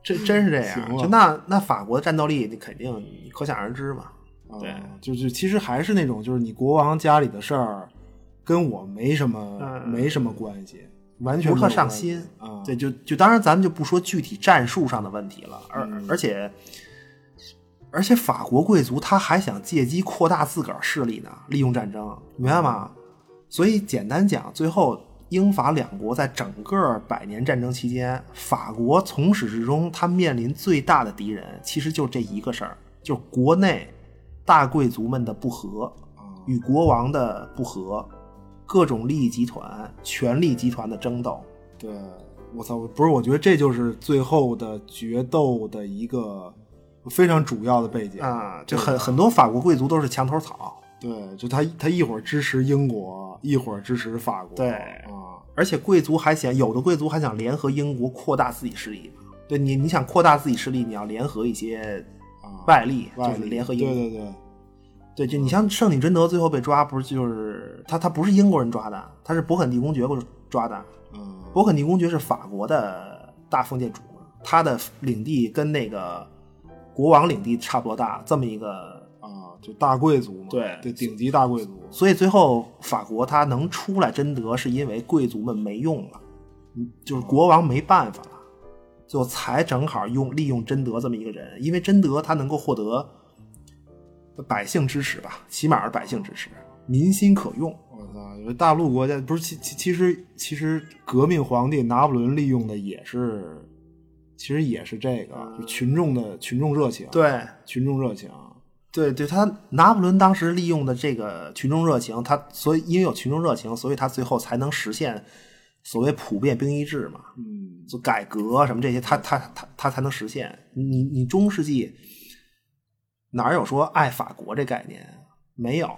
C: 这真是这
B: 行
C: 样，
B: 了
C: 就那那法国的战斗力，你肯定你可想而知嘛。对
B: 啊就是其实还是那种，就是你国王家里的事儿，跟我没什么、
C: 嗯
B: 没什么关系，完全
C: 不
B: 没有
C: 特上
B: 关系
C: 心
B: 啊。
C: 对，就就当然咱们就不说具体战术上的问题了，而、
B: 嗯
C: 而且而且法国贵族他还想借机扩大自个儿势力呢，利用战争，明白吗？
B: 嗯
C: 所以简单讲，最后英法两国在整个百年战争期间，法国从始至终他面临最大的敌人其实就这一个事儿，就是国内大贵族们的不和，
B: 嗯
C: 与国王的不和。各种利益集团、权力集团的争斗，
B: 对，我操，不是，我觉得这就是最后的决斗的一个非常主要的背景。
C: 啊，就很很多法国贵族都是墙头草，
B: 对，就他他一会儿支持英国，一会儿支持法国，
C: 对
B: 啊，
C: 而且贵族还想有的贵族还想联合英国扩大自己势力嘛。对你，你想扩大自己势力，你要联合一些
B: 啊
C: 外力，
B: 外
C: 就是
B: 力
C: 联合英
B: 对对
C: 国。
B: 对，
C: 对就你像圣女贞德最后被抓，不是就是他他不是英国人抓的，他是勃艮第公爵抓的。
B: 嗯，
C: 勃艮第公爵是法国的大封建主嘛，他的领地跟那个国王领地差不多大，这么一个
B: 啊，就大贵族嘛，
C: 对
B: 对，顶级大贵族，
C: 所以最后法国他能出来贞德，是因为贵族们没用了，嗯就是国王没办法了。最后才正好用利用贞德这么一个人，因为贞德他能够获得百姓支持吧，起码是百姓支持，民心可用。
B: 我操，
C: 因为大陆国家不是其其其实其实革命皇帝拿破仑利用的也是，其实也是这个、就群众的群众热情，
D: 对
C: 群众热情。
D: 对对，他
C: 他拿破仑当时利用的这个群众热情，他所以因为有群众热情，所以他最后才能实现所谓普遍兵役制嘛，
B: 嗯，
C: 就改革啊什么这些，他他他他才能实现。你你中世纪哪儿有说爱法国这概念啊？没有。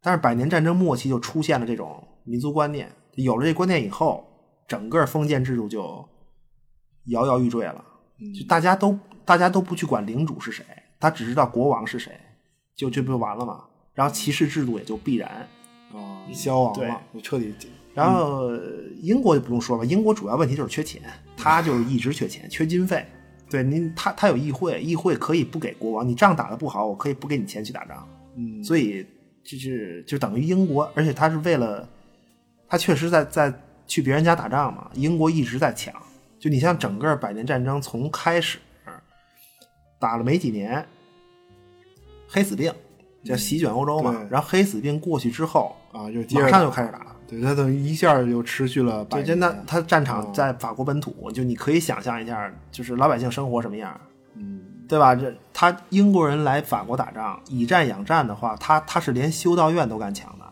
C: 但是百年战争末期就出现了这种民族观念，有了这观念以后，整个封建制度就摇摇欲坠了。就大家都大家都不去管领主是谁，他只知道国王是谁，就这不就完了吗？然后骑士制度也就必然，
B: 啊，
C: 嗯消亡
D: 对
C: 了，就彻底解。然后呃英国就不用说了，英国主要问题就是缺钱，他就是一直缺
B: 嗯
C: 钱，缺经费。对您，他他有议会，议会可以不给国王，你仗打得不好，我可以不给你钱去打仗。
B: 嗯，
C: 所以就是就等于英国，而且他是为了他确实在在去别人家打仗嘛，英国一直在抢。就你像整个百年战争从开始打了没几年，黑死病叫席卷欧洲嘛，
B: 对
C: 然后黑死病过去之后，
B: 啊，就接着
C: 马上就开始打。
B: 对他等于一下就持续了百
C: 对，
B: 年，
C: 真的，他战场在法国本土，就你可以想象一下，就是老百姓生活什么样，
B: 嗯，
C: 对吧？这他英国人来法国打仗，以战养战的话，他他是连修道院都敢抢的。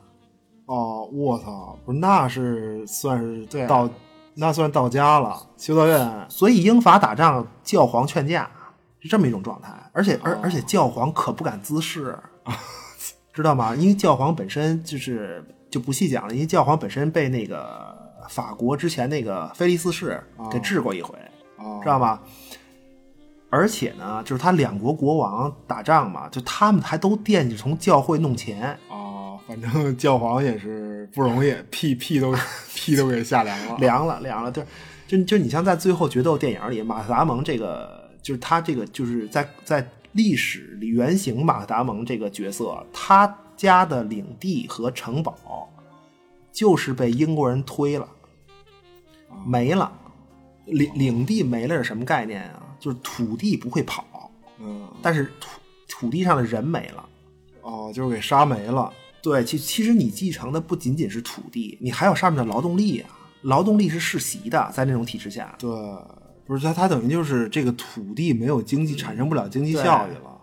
B: 哦，我操，不是那是算是
C: 对啊
B: 到那算到家了，修道院
C: 所以英法打仗，教皇劝架是这么一种状态，而且而
B: 哦
C: 而且教皇可不敢滋事，知道吗？因为教皇本身就是就不细讲了，因为教皇本身被那个法国之前那个菲利四世给治过一回，
B: 啊，
C: 知道吗？而且呢，就是他两国国王打仗嘛，就他们还都惦记从教会弄钱，
B: 啊，反正教皇也是不容易，屁屁都屁都给下凉 了，
C: 凉了凉了，对，就就你像在最后决斗电影里，马特达蒙这个就是他这个就是在在历史里原型马特达蒙这个角色，他家的领地和城堡就是被英国人推了，没了，领领地没了是什么概念啊？就是土地不会跑，
B: 嗯，
C: 但是土土地上的人没了。
B: 哦，就是给杀没了，
C: 对，其其实你继承的不仅仅是土地，你还有上面的劳动力啊，劳动力是世袭的，在那种体制下，
B: 对，不是他他等于就是这个土地没有经济产生不了经济
C: 对
B: 效益了，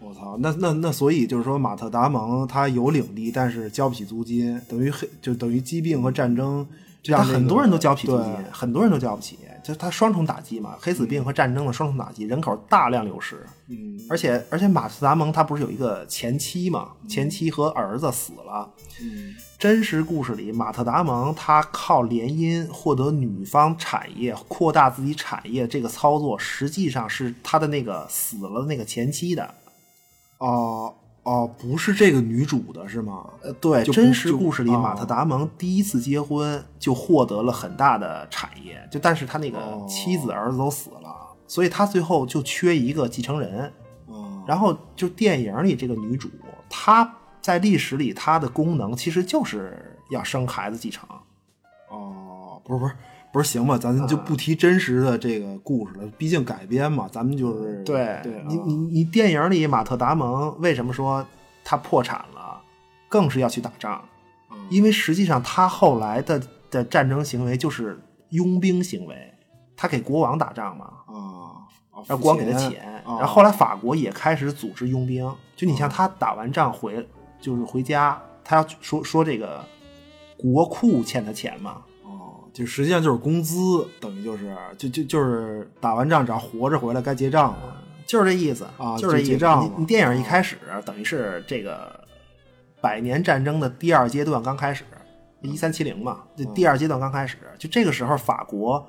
B: 我操，那那那所以就是说马特达蒙他有领地，但是交不起租金，等于黑就等于疾病和战争这样
C: 但
B: 的一个、
C: 很多人都交不起租
B: 对
C: 金，很多人都交不起，就它双重打击嘛，黑死病和战争的双重打击，人口大量流失，
B: 嗯
C: 而且而且马斯达蒙他不是有一个前妻嘛，前妻和儿子死了。
B: 嗯
C: 真实故事里，马特达蒙他靠联姻获得女方产业、扩大自己产业这个操作，实际上是他的那个死了的那个前妻的。
B: 哦哦，不是这个女主的是吗？
C: 呃，对，
B: 就不
C: 真实
B: 就
C: 故事里，
B: 哦
C: 马特达蒙第一次结婚就获得了很大的产业，就但是他那个
B: 哦
C: 妻子儿子都死了，所以他最后就缺一个继承人。
B: 哦
C: 然后就电影里这个女主，她在历史里她的功能其实就是要生孩子继承。
B: 哦，不是不是不是，行吧，咱就
C: 啊
B: 不提真实的这个故事了，毕竟改编嘛，咱们就是对啊
C: 你你你电影里马特达蒙为什么说他破产了，更是要去打仗，
B: 嗯
C: 因为实际上他后来的的战争行为就是佣兵行为，他给国王打仗嘛，
B: 啊，啊
C: 然后国王给他
B: 付
C: 钱，
B: 啊
C: 然后后来法国也开始组织佣兵，就你像他打完仗回就是回家，他要说说这个国库欠他钱嘛，
B: 哦，就实际上就是工资，等于就是就就就是打完仗只要活着回来该结账了。
C: 就是这意思
B: 啊
C: 就是
B: 就
C: 这意
B: 结
C: 思。
B: 账
C: 你
B: 嘛
C: 你电影一开始、等于是这个百年战争的第二阶段刚开始，一三七零嘛，
B: 嗯
C: 这第二阶段刚开始，就这个时候法国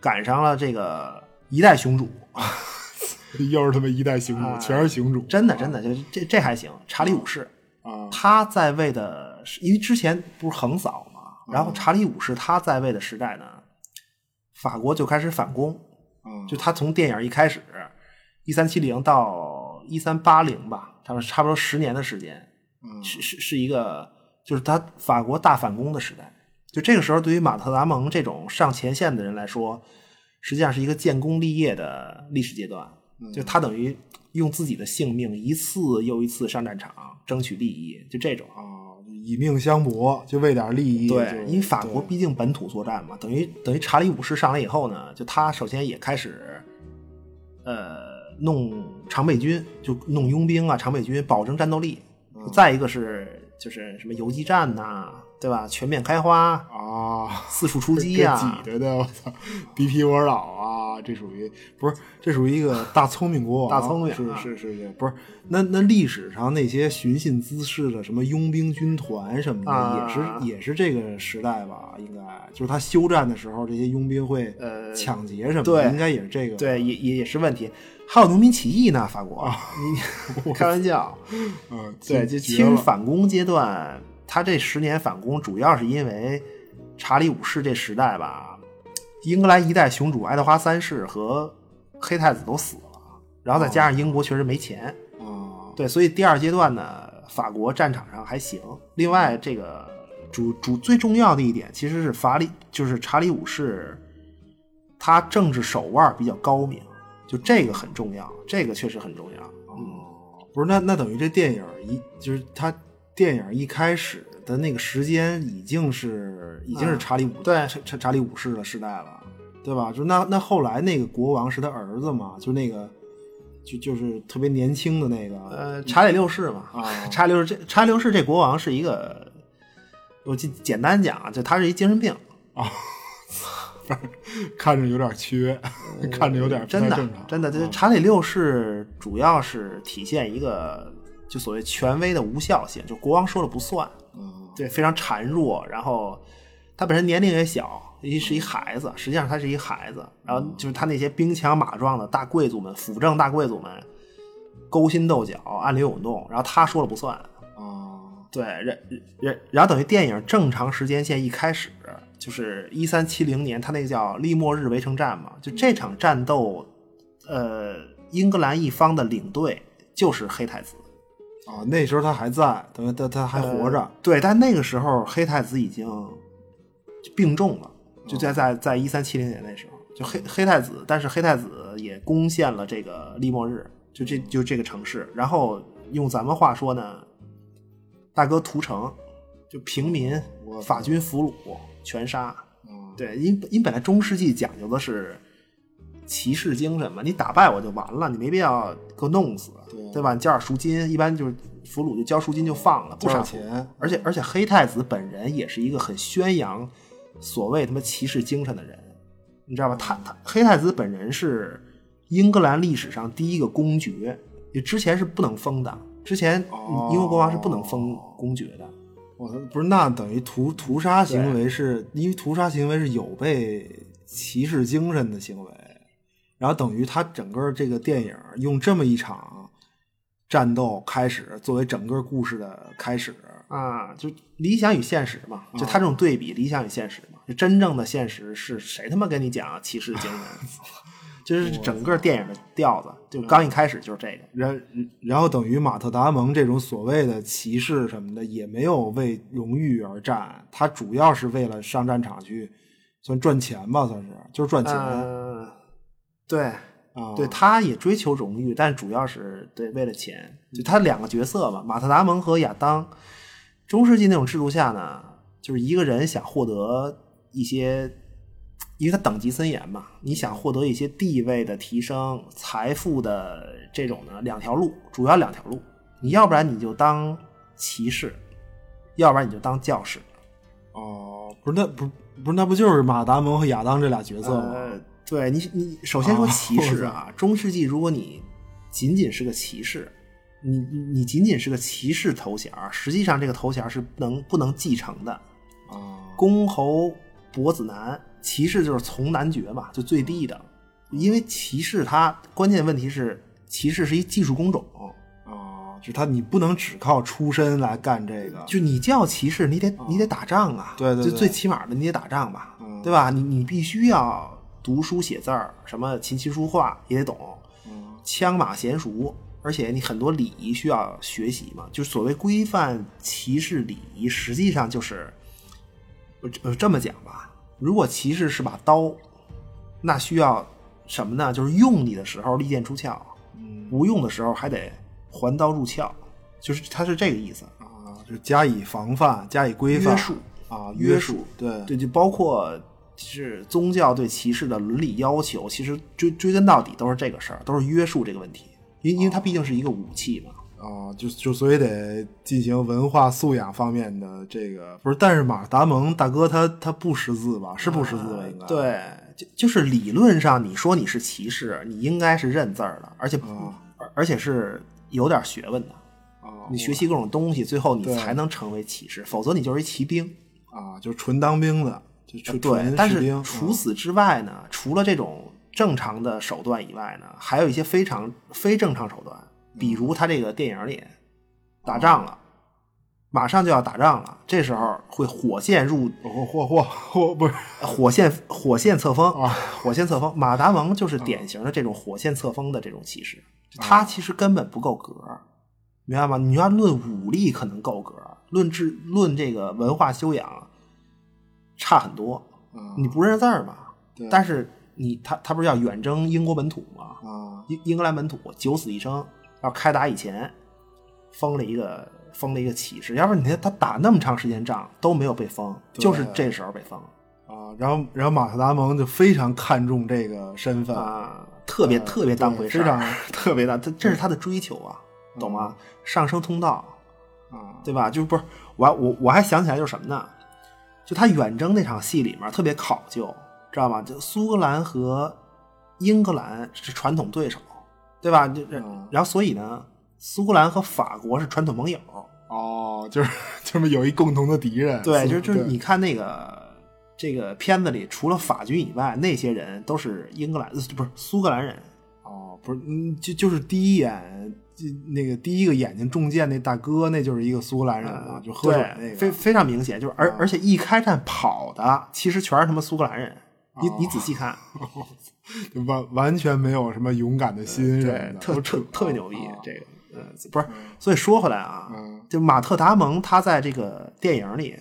C: 赶上了这个一代雄主，
B: 又是他妈一代雄
C: 啊
B: 主，全是雄主，
C: 真的真的就这这还行，查理五世。
B: 啊
C: 他在位的时，因为之前不是横扫嘛，
B: 啊
C: 然后查理五世他在位的时代呢，法国就开始反攻，
B: 啊
C: 就他从电影一开始，一三七零到一三八零吧，差不多差不多十年的时间，是是是一个就是他法国大反攻的时代。就这个时候，对于马特达蒙这种上前线的人来说，实际上是一个建功立业的历史阶段，就他等于用自己的性命一次又一次上战场争取利益，就这种。
B: 啊，以命相搏，就为点利益。
C: 对，
B: 就
C: 因为法国
B: 对
C: 毕竟本土作战嘛，等于等于查理五世上来以后呢，就他首先也开始，呃，弄常备军，就弄佣兵啊，常备军，保证战斗力。再一个是就是什么游击战呐、对吧？全面开花，
B: 啊，
C: 四处出击
B: 给
C: 呀、
B: 挤兑的，
C: 啊
B: 我操！BP 啊窝岛啊，这属于不是？这属于一 个大聪明国王，
C: 大聪明
B: 是
C: 啊
B: 是是是，不是？那那历史上那些寻衅滋事的什么佣兵军团什么的，
C: 啊
B: 也是也是这个时代吧？应该就是他休战的时候，这些佣兵会
C: 呃
B: 抢劫什么的，
C: 对
B: 应该也是这个。
C: 对，也也也是问题。还有农民起义呢，法国，哦你 开玩笑。
B: 嗯，
C: 对，
B: 就
C: 就其实反攻阶段，他这十年反攻主要是因为查理五世这时代吧，英格兰一代雄主爱德华三世和黑太子都死了，然后再加上英国确实没钱，
B: 啊，
C: 对，所以第二阶段呢，法国战场上还行。另外，这个主主最重要的一点其实是法理，就是查理五世，他政治手腕比较高明，就这个很重要，这个确实很重要。
B: 不是，那那等于这电影儿一就是他电影儿一开始的那个时间已经是已经是查理五、
C: 嗯对
B: 查查查理五世的时代了，对吧？就那那后来那个国王是他儿子嘛，就那个就就是特别年轻的那个，
C: 呃，查理六世嘛，
B: 啊
C: 查理六世这查理六世这国王是一个，我简简单讲啊，就他是一精神病，
B: 看着有点缺，看着有点不太
C: 呃真的
B: 正常
C: 真的，这
B: 啊
C: 查理六世主要是体现一个就所谓权威的无效性，就国王说了不算，
B: 嗯
C: 对，非常孱弱，然后他本身年龄也小，一是一孩子，实际上他是一孩子，然后就是他那些兵强马壮的大贵族们、辅政大贵族们勾心斗角、暗流涌动，然后他说了不算，
B: 啊
C: 对，然然然后等于电影正常时间线一开始就是一三七零年，他那个叫利莫日围城战嘛，就这场战斗，呃，英格兰一方的领队就是黑太子，
B: 啊，那时候他还在，等于他他还活着
C: 呃。对，但那个时候黑太子已经病重了，就
B: 嗯
C: 在在在一三七零年那时候，就黑黑太子，但是黑太子也攻陷了这个利莫日，就这就这个城市，然后用咱们话说呢，大哥屠城，就平民
B: 我
C: 法军俘虏全杀。
B: 嗯
C: 对，因因本来中世纪讲究的是骑士精神嘛，你打败我就完了，你没必要给我弄死，
B: 对
C: 对吧？你交点赎金，一般就是俘虏就交赎金就啊放了，不
B: 多少
C: 杀俘虏
B: 钱？
C: 而且而且黑太子本人也是一个很宣扬所谓他妈骑士精神的人，你知道吧？他他黑太子本人是英格兰历史上第一个公爵，也之前是不能封的，之前
B: 哦
C: 英国国王是不能封公爵的。
B: 我操，不是那等于屠屠杀行为是因为屠杀行为是有悖骑士精神的行为，然后等于他整个这个电影用这么一场战斗开始作为整个故事的开始，
C: 啊，就理想与现实嘛，就他这种对比，理想与现实嘛，就真正的现实是谁他妈跟你讲骑士精神？ 就是整个电影的调子，就刚一开始就是这个。
B: 然然后等于马特·达蒙这种所谓的骑士什么的也没有为荣誉而战，他主要是为了上战场去算赚钱吧，算是就是赚钱啊，
C: 嗯，对，
B: 哦
C: 对，他也追求荣誉，但主要是对为了钱。就他两个角色嘛，马特达蒙和亚当。中世纪那种制度下呢，就是一个人想获得一些，因为他等级森严嘛，你想获得一些地位的提升、财富的这种呢，两条路，主要两条路，你要不然你就当骑士，要不然你就当教士。
B: 哦，不是那不不是那不就是马特·达蒙和亚当这俩角色吗？
C: 呃，对你，你首先说
B: 哦
C: 骑士啊，中世纪如果你仅仅是个骑士，你你你仅仅是个骑士头衔儿，实际上这个头衔儿是不能不能继承的。
B: 啊，
C: 公侯伯子男，骑士就是从男爵嘛，就最低的，因为骑士他关键问题是骑士是一技术工种。
B: 啊，就他你不能只靠出身来干这个，
C: 就你叫骑士，你得你得打仗啊，
B: 哦对对
C: 就
B: 对
C: 最起码的你得打仗吧，
B: 嗯
C: 对吧？你你必须要读书写字儿，什么琴棋书画也得懂，
B: 嗯
C: 枪马娴熟，而且你很多礼仪需要学习嘛。就所谓规范骑士礼仪，实际上就是，呃这呃这么讲吧，如果骑士是把刀，那需要什么呢？就是用你的时候利剑出鞘，不用的时候还得还刀入鞘，就是它是这个意思。
B: 啊，就加以防范，加以规范
C: 约束
B: 啊，
C: 约
B: 束
C: 束，
B: 对
C: 对，就包括是宗教对骑士的伦理要求，其实追追根到底都是这个事儿，都是约束这个问题，因因为它毕竟是一个武器嘛。
B: 啊，就就所以得进行文化素养方面的这个，不是？但是马尔达蒙大哥他他不识字吧？是不识字吧？应该、
C: 啊哎对，就就是理论上你说你是骑士，你应该是认字儿的，而且、
B: 嗯
C: 而而且是有点学问的。
B: 啊
C: 你学习各种东西，最后你
B: 对
C: 才能成为骑士，否则你就是一骑兵。
B: 啊，就纯当兵的，就纯
C: 对
B: 纯，
C: 但
B: 士
C: 是
B: 兵嗯
C: 除此之外呢，除了这种正常的手段以外呢，还有一些非常非正常手段，比如他这个电影里打仗
B: 哦
C: 了，马上就要打仗了，这时候会火线入
B: 嚯哦嚯嚯嚯，不是
C: 火线火线侧风啊，火线侧风，马达蒙就是典型的这种火线侧风的这种骑士，他其实根本不够格，明白吗？你要论武力可能够格，论智论这个文化修养差很多。你不认字儿嘛？但是你他他不是要远征英国本土吗？
B: 啊
C: 英英格兰本土九死一生，要开打以前封了一个封了一个骑士，要不然你看他打那么长时间仗都没有被封，就是这时候被封了。
B: 啊，然后然后马特达蒙就非常看重这个身份，呃
C: 啊，特别特别当回事
B: 非
C: 儿
B: 常，
C: 特别当，他这是他的追求啊，懂吗？上升通道
B: 啊，
C: 对吧？就是不是我还我我还想起来就是什么呢？就他远征那场戏里面特别考究，知道吗？就苏格兰和英格兰是传统对手，对吧？就
B: 嗯
C: 然后所以呢，苏格兰和法国是传统盟友，
B: 哦，就是 就是有一共同的敌人，
C: 对，
B: 是
C: 就是就是
B: 对
C: 你看那个这个片子里，除了法军以外，那些人都是英格兰，呃不是苏格兰人。
B: 哦，不是，嗯，就就是第一眼，就那个第一个眼睛中箭那大哥，那就是一个苏格兰人嘛，就喝水
C: 呃对
B: 那个，
C: 非非常明显，就是而、而且一开战跑的其实全是他妈苏格兰人，你、你仔细看，
B: 就完完全没有什么勇敢的心什么的，
C: 特
B: 都
C: 特
B: 扯
C: 特别牛逼，
B: 啊
C: 这个呃不是，所以说回来啊，就马特达蒙他在这个电影里，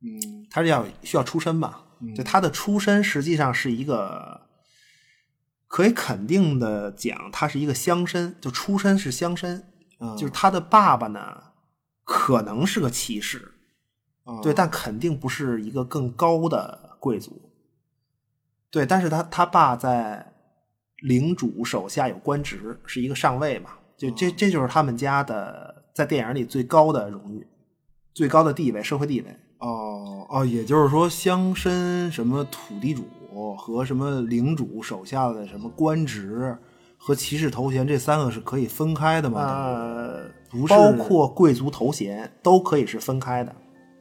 B: 嗯
C: 他是要需要出身嘛，就他的出身实际上是一个。可以肯定的讲，他是一个乡绅，就出身是乡绅，
B: 嗯
C: 就是他的爸爸呢，可能是个骑士，
B: 啊
C: 对，但肯定不是一个更高的贵族。对，但是他他爸在领主手下有官职，是一个上尉嘛，就这这就是他们家的在电影里最高的荣誉、最高的地位、社会地位。
B: 哦哦，也就是说，乡绅什么土地主和什么领主手下的什么官职和骑士头衔这三个是可以分开的吗？
C: 呃，
B: 不是
C: 包括贵族头衔都可以是分开的，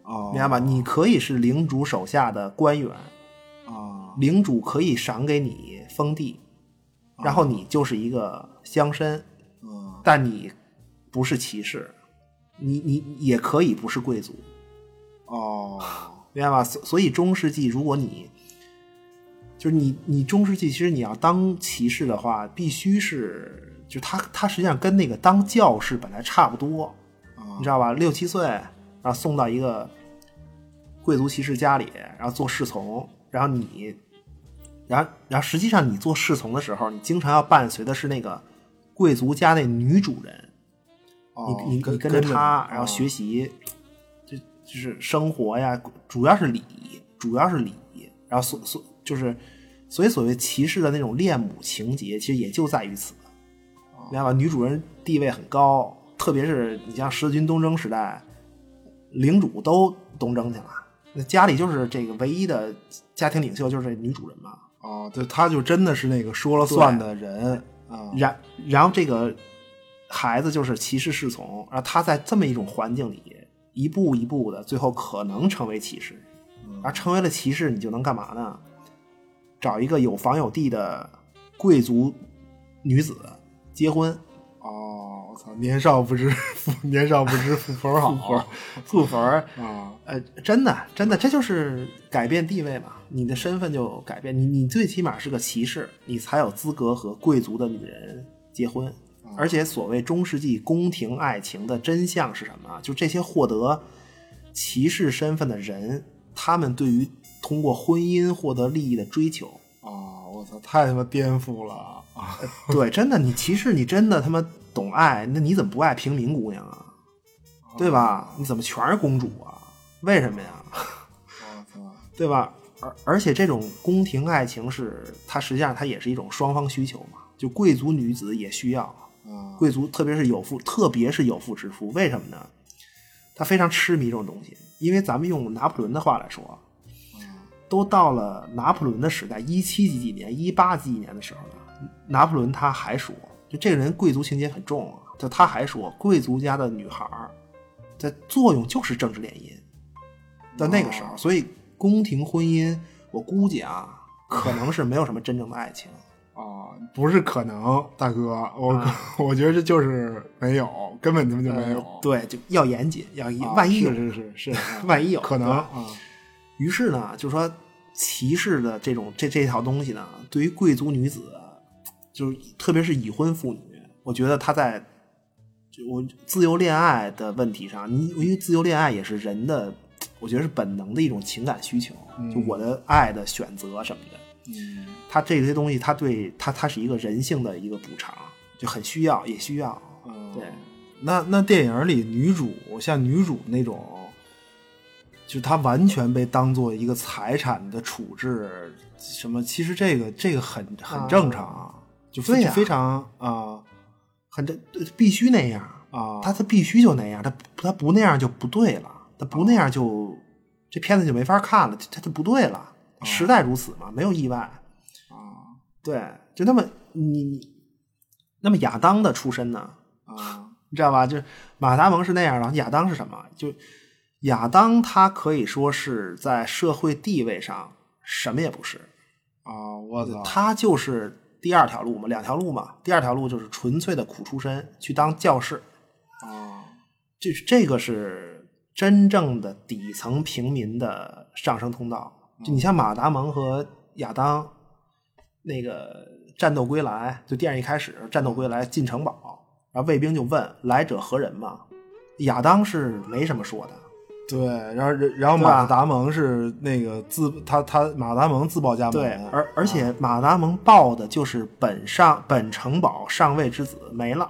B: 哦
C: 明白吗？你可以是领主手下的官员，
B: 啊
C: 领主可以赏给你封地，然后你就是一个乡绅，
B: 嗯
C: 但你不是骑士，你你也可以不是贵族，
B: 哦
C: 明白吧？所所以中世纪，如果你就是你你中世纪，其实你要当骑士的话，必须是就他他实际上跟那个当教士本来差不多，你知道吧？六七岁，然后送到一个贵族骑士家里，然后做侍从，然后你，然后然后实际上你做侍从的时候，你经常要伴随的是那个贵族家那女主人，
B: 哦，
C: 你你你跟
B: 着
C: 着他，然后
B: 哦
C: 学习，就就是生活呀，主要是礼仪，主要是礼仪，然后所所就是，所以所谓骑士的那种恋母情节，其实也就在于此，明白吧？女主人地位很高，特别是你像十字军东征时代，领主都东征去了，那家里就是这个唯一的家庭领袖就是这女主人嘛，
B: 哦，对，他就真的是那个说了算的人啊
C: 然然后这个孩子就是骑士侍从，然后他在这么一种环境里，一步一步的，最后可能成为骑士。然后成为了骑士，你就能干嘛呢？找一个有房有地的贵族女子结婚，
B: 哦，我操，年少不知父年少不知父仇好
C: 富坟儿
B: 啊
C: 呃，真的，真的，这就是改变地位嘛，你的身份就改变，你你最起码是个骑士，你才有资格和贵族的女人结婚。而且，所谓中世纪宫廷爱情的真相是什么啊？就这些获得骑士身份的人，他们对于通过婚姻获得利益的追求，
B: 啊！我操，太他妈颠覆了啊！
C: 对，真的，你歧视你真的他妈懂爱，那你怎么不爱平民姑娘啊？对吧？你怎么全是公主啊？为什么呀？
B: 哦我操，
C: 对吧？而而且这种宫廷爱情是，它实际上它也是一种双方需求嘛，就贵族女子也需要，
B: 啊，
C: 贵族特别是有妇，特别是有妇之夫，为什么呢？他非常痴迷这种东西，因为咱们用拿破仑的话来说，啊
B: 嗯
C: 都到了拿破仑的时代，一七几几年、一八几几年的时候呢，拿破仑他还说，就这个人贵族情节很重啊，就他还说，贵族家的女孩儿的作用就是政治联姻，在那个时候，
B: 哦
C: 所以宫廷婚姻，我估计啊，可能是没有什么真正的爱情。
B: 啊，不是可能，大哥，我、
C: 啊
B: 我觉得这就是没有，根本他妈就没有。
C: 呃对，就要严谨，要严
B: 啊
C: 嗯万一有
B: 是是是是，
C: 万一有
B: 可能
C: 对
B: 啊
C: 吧，于是呢，就说骑士的这种这这套东西呢，对于贵族女子，啊就是特别是已婚妇女，我觉得她在就我自由恋爱的问题上，你因为自由恋爱也是人的，我觉得是本能的一种情感需求，就我的爱的选择什么的。
B: 嗯
C: 他这些东西，他对他他是一个人性的一个补偿，就很需要，也需要。啊
B: 嗯
C: 对，
B: 那那电影里女主像女主那种，就她完全被当做一个财产的处置，什么其实这个这个很很正常，
C: 啊
B: 就非
C: 对呀
B: 非常 啊
C: 很这必须那样，
B: 啊，
C: 他他必须就那样，他他不那样就不对了，他不那样就这片子就没法看了，他他就不对了。时代如此嘛，没有意外啊。对，就那么你你，那么亚当的出身呢？
B: 啊
C: 你知道吧？就是马达蒙是那样的，亚当是什么？就亚当他可以说是在社会地位上什么也不是，
B: 啊，我操，
C: 他就是第二条路嘛，两条路嘛。第二条路就是纯粹的苦出身去当教士，
B: 啊
C: 这是这个是真正的底层平民的上升通道。
B: 嗯
C: 就你像马达蒙和亚当，那个战斗归来，就电影一开始战斗归来进城堡，然后卫兵就问来者何人嘛，亚当是没什么说的，
B: 对，然后然后
C: 对吧
B: 马达蒙是那个自他他马达蒙啊自报家门，
C: 对，而而且马达蒙报的就是本上本城堡上尉之子没了。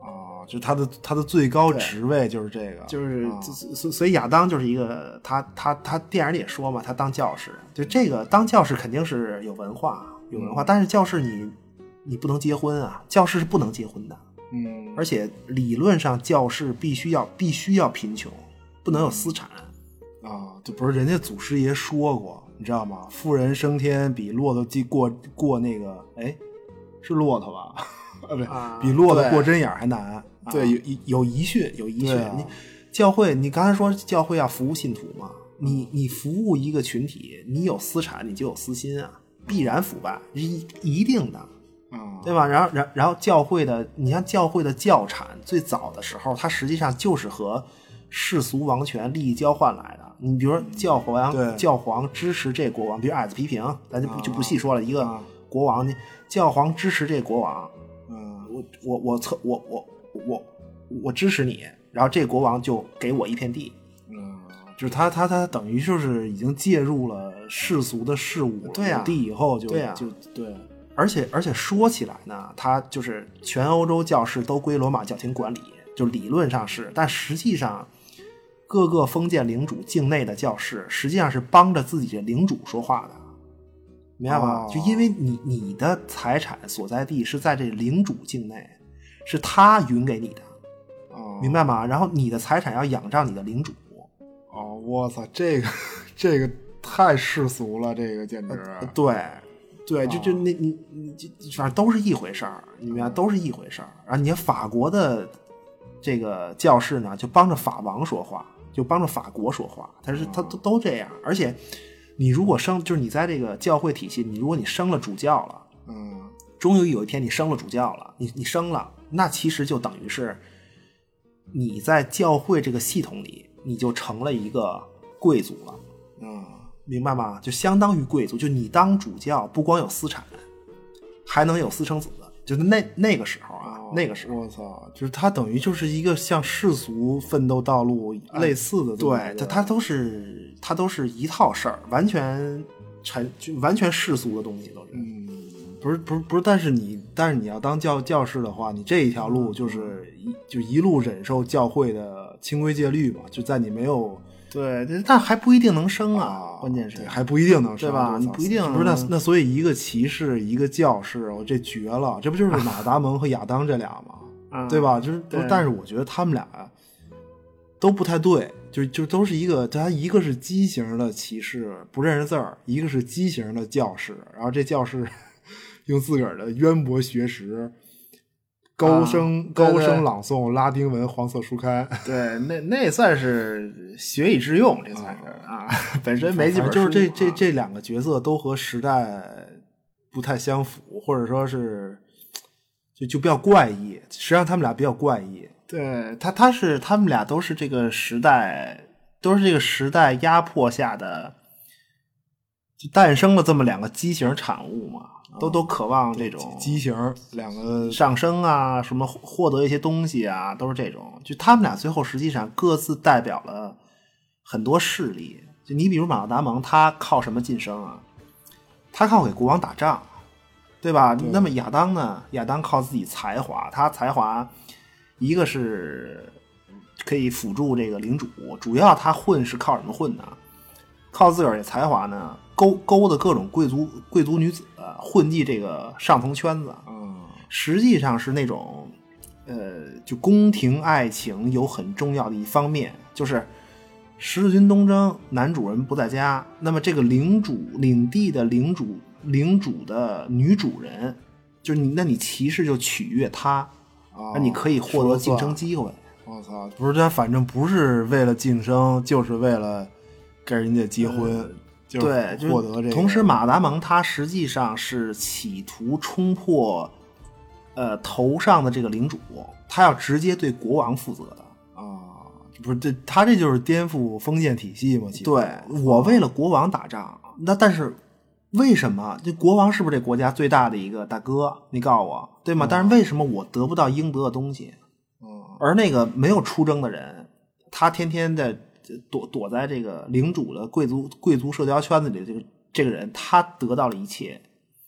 B: 啊，就他的他的最高
C: 对
B: 职位就是这个，
C: 就是
B: 啊
C: 所所所以亚当就是一个他他他电影里也说嘛，他当教师，就这个当教师肯定是有文化啊有文化，但是教师你你不能结婚啊，教师是不能结婚的，
B: 嗯
C: 而且理论上教师必须要必须要贫穷，不能有私产，
B: 啊，就不是人家祖师爷说过，你知道吗？富人升天比骆驼记过过那个，哎，是骆驼吧？ 啊，不对
C: 啊，
B: 比骆驼
C: 对
B: 过针眼儿还难。啊
C: 对，有有有遗训，有遗训。
B: 对啊
C: 你教会，你刚才说教会要服务信徒嘛？你你服务一个群体，你有私产，你就有私心啊，必然腐败，一一定的，
B: 啊
C: 对吧？然后，然然后教会的，你像教会的教产，最早的时候，它实际上就是和世俗王权利益交换来的。你比如说教
B: 嗯
C: 皇，
B: 对
C: 教皇支持这国王，比如矮子皮平，咱就不、就不细说了。一个
B: 啊
C: 国王，你教皇支持这国王，
B: 嗯
C: 我我我策我我我我支持你，然后这国王就给我一片地，
B: 嗯，就是他他他等于就是已经介入了世俗的事物了，
C: 对啊
B: 有地以后就
C: 对啊
B: 就对
C: 而且而且说起来呢，它就是全欧洲教士都归罗马教廷管理，就理论上是，但实际上各个封建领主境内的教士实际上是帮着自己的领主说话的，明白吗？
B: 哦
C: 就因为你你的财产所在地是在这领主境内，是他匀给你的，
B: 啊，
C: 明白吗？然后你的财产要仰仗你的领主。
B: 哦，我操，这个这个太世俗了，这个简直
C: 呃
B: 啊
C: 对，对，就就那你你就反正都是一回事儿，你明白，都是一回事儿。然后你看法国的这个教士呢，就帮着法王说话，就帮着法国说话，他是他都都这样。而且你如果升，就是你在这个教会体系，你如果你升了主教了，
B: 嗯
C: 终于有一天你升了主教了，你你升了，那其实就等于是你在教会这个系统里，你就成了一个贵族了。
B: 嗯
C: 明白吗？就相当于贵族，就你当主教，不光有私产，还能有私生子，就是那那个时候啊，那个时候，
B: 哦我操，就是他等于就是一个向世俗奋斗道路类似的这么一
C: 对
B: 个，
C: 他他都是他都是一套事儿，完全陈就完全世俗的东西都是，
B: 嗯，
A: 不是不是不是，但是你但是你要当教教师的话，你这一条路就是一就一路忍受教会的清规戒律嘛，就在你没有
C: 对，这但还不一定能生啊，
A: 啊
C: 关键是
A: 对还不一定能生
C: 对吧
A: 我操
C: 你不一定
A: 不是那那所以一个骑士一个教士，我这绝了，这不就是马达蒙和亚当这俩 吗？
B: 嗯
C: 啊
A: 对？吧？就是
C: 对，
A: 但是我觉得他们俩都不太对，就就都是一个，他一个是畸形的骑士不认识字儿，一个是畸形的教士，然后这教士 用自个儿的渊博学识。高声、
C: 啊对
A: 高
C: 对
A: 声朗诵拉丁文黄色书刊，
C: 对，那那算是学以致用，这算是
B: 嗯
C: 啊，本身没几本
A: 反正就是这
C: 书
A: 这
C: 啊
A: 这两个角色都和时代不太相符，或者说是就就比较怪异。实际上他们俩比较怪异，
C: 对他，他是他们俩都是这个时代，都是这个时代压迫下的，就诞生了这么两个畸形产物嘛，都都渴望这
B: 哦
C: 种
A: 啊畸形儿两个
C: 上升啊，什么获获得一些东西啊，都是这种。就他们俩最后实际上各自代表了很多势力。就你比如马勒达蒙，他靠什么晋升啊？他靠给国王打仗，啊对吧？那么亚当呢？亚当靠自己才华，他才华一个是可以辅助这个领主，主要他混是靠什么混呢？靠自个儿的才华呢，勾勾搭各种贵族贵族女子，混迹这个上层圈子。啊
B: 嗯
C: 实际上是那种，呃，就宫廷爱情有很重要的一方面，就是十字军东征，男主人不在家，那么这个领主领地的领主领主的女主人，就是你，那你骑士就取悦她，那你可以
B: 哦
C: 获得晋升机会。
A: 我操，不是他，反正不是为了晋升，就是为了跟人家结婚，就是
C: 对，就是
A: 获得这个。
C: 同时，马达蒙他实际上是企图冲破，呃，头上的这个领主，他要直接对国王负责的。
A: 啊，不是这他这就是颠覆封建体系嘛？其实
C: 对我为了国王打仗，那但是为什么这国王是不是这国家最大的一个大哥？你告诉我，对吗？但是为什么我得不到应得的东西？
A: 嗯
C: 而那个没有出征的人，他天天的躲躲在这个领主的贵族贵族社交圈子里的这个这个人，他得到了一切，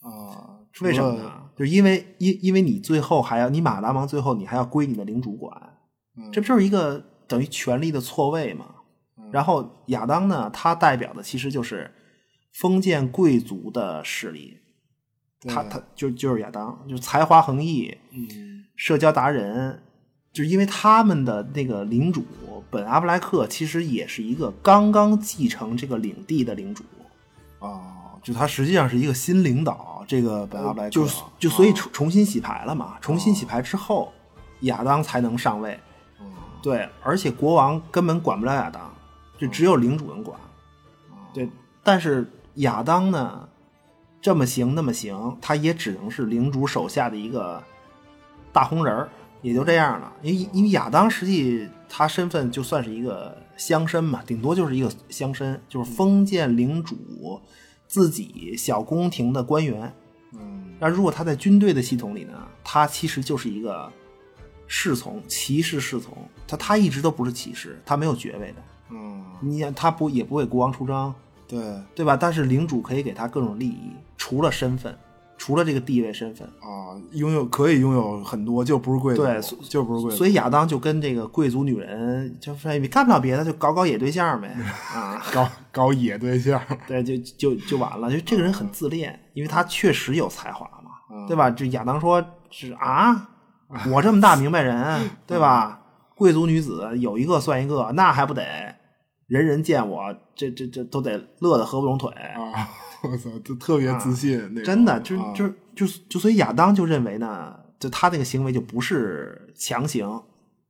A: 啊，除了
C: 为什么呢？就是因为因因为你最后还要你马达蒙最后你还要归你的领主管，
A: 嗯
C: 这不就是一个等于权力的错位吗？然后亚当呢，他代表的其实就是封建贵族的势力，他他就就是亚当，就是才华横溢，
A: 嗯
C: 社交达人，就是因为他们的那个领主本阿布莱克其实也是一个刚刚继承这个领地的领主，
A: 啊，就他实际上是一个新领导，这个本阿布莱克
C: 就就所以重重新洗牌了嘛，重新洗牌之后，亚当才能上位。对，而且国王根本管不了亚当，就只有领主能管。对，但是亚当呢，这么行那么行，他也只能是领主手下的一个大红人儿，也就这样了。因为因为亚当实际他身份就算是一个乡绅嘛，顶多就是一个乡绅，就是封建领主自己小宫廷的官员。
A: 嗯
C: 那如果他在军队的系统里呢，他其实就是一个侍从，骑士侍从。他他一直都不是骑士，他没有爵位的。
A: 嗯，
C: 你想，他不也不为国王出征，
A: 对
C: 对吧？但是领主可以给他各种利益，除了身份，除了这个地位身份。
A: 啊，拥有可以拥有很多，就不是贵族，
C: 对所
A: 就不是贵族，
C: 所以亚当就跟这个贵族女人，就是哎你干不了别的，就搞搞野对象呗，啊，
A: 搞搞野对象，
C: 对，就就就完了。就这个人很自恋，因为他确实有才华嘛，
A: 嗯
C: 对吧？就亚当说是啊，我这么大明白
A: 嗯
C: 人，对吧？贵族女子有一个算一个，那还不得人人见我这这这都得乐得合不拢腿。
A: 啊，我操，就特别自信，那种
C: 真的，就
A: 啊
C: 就就就所以亚当就认为呢，就他那个行为就不是强行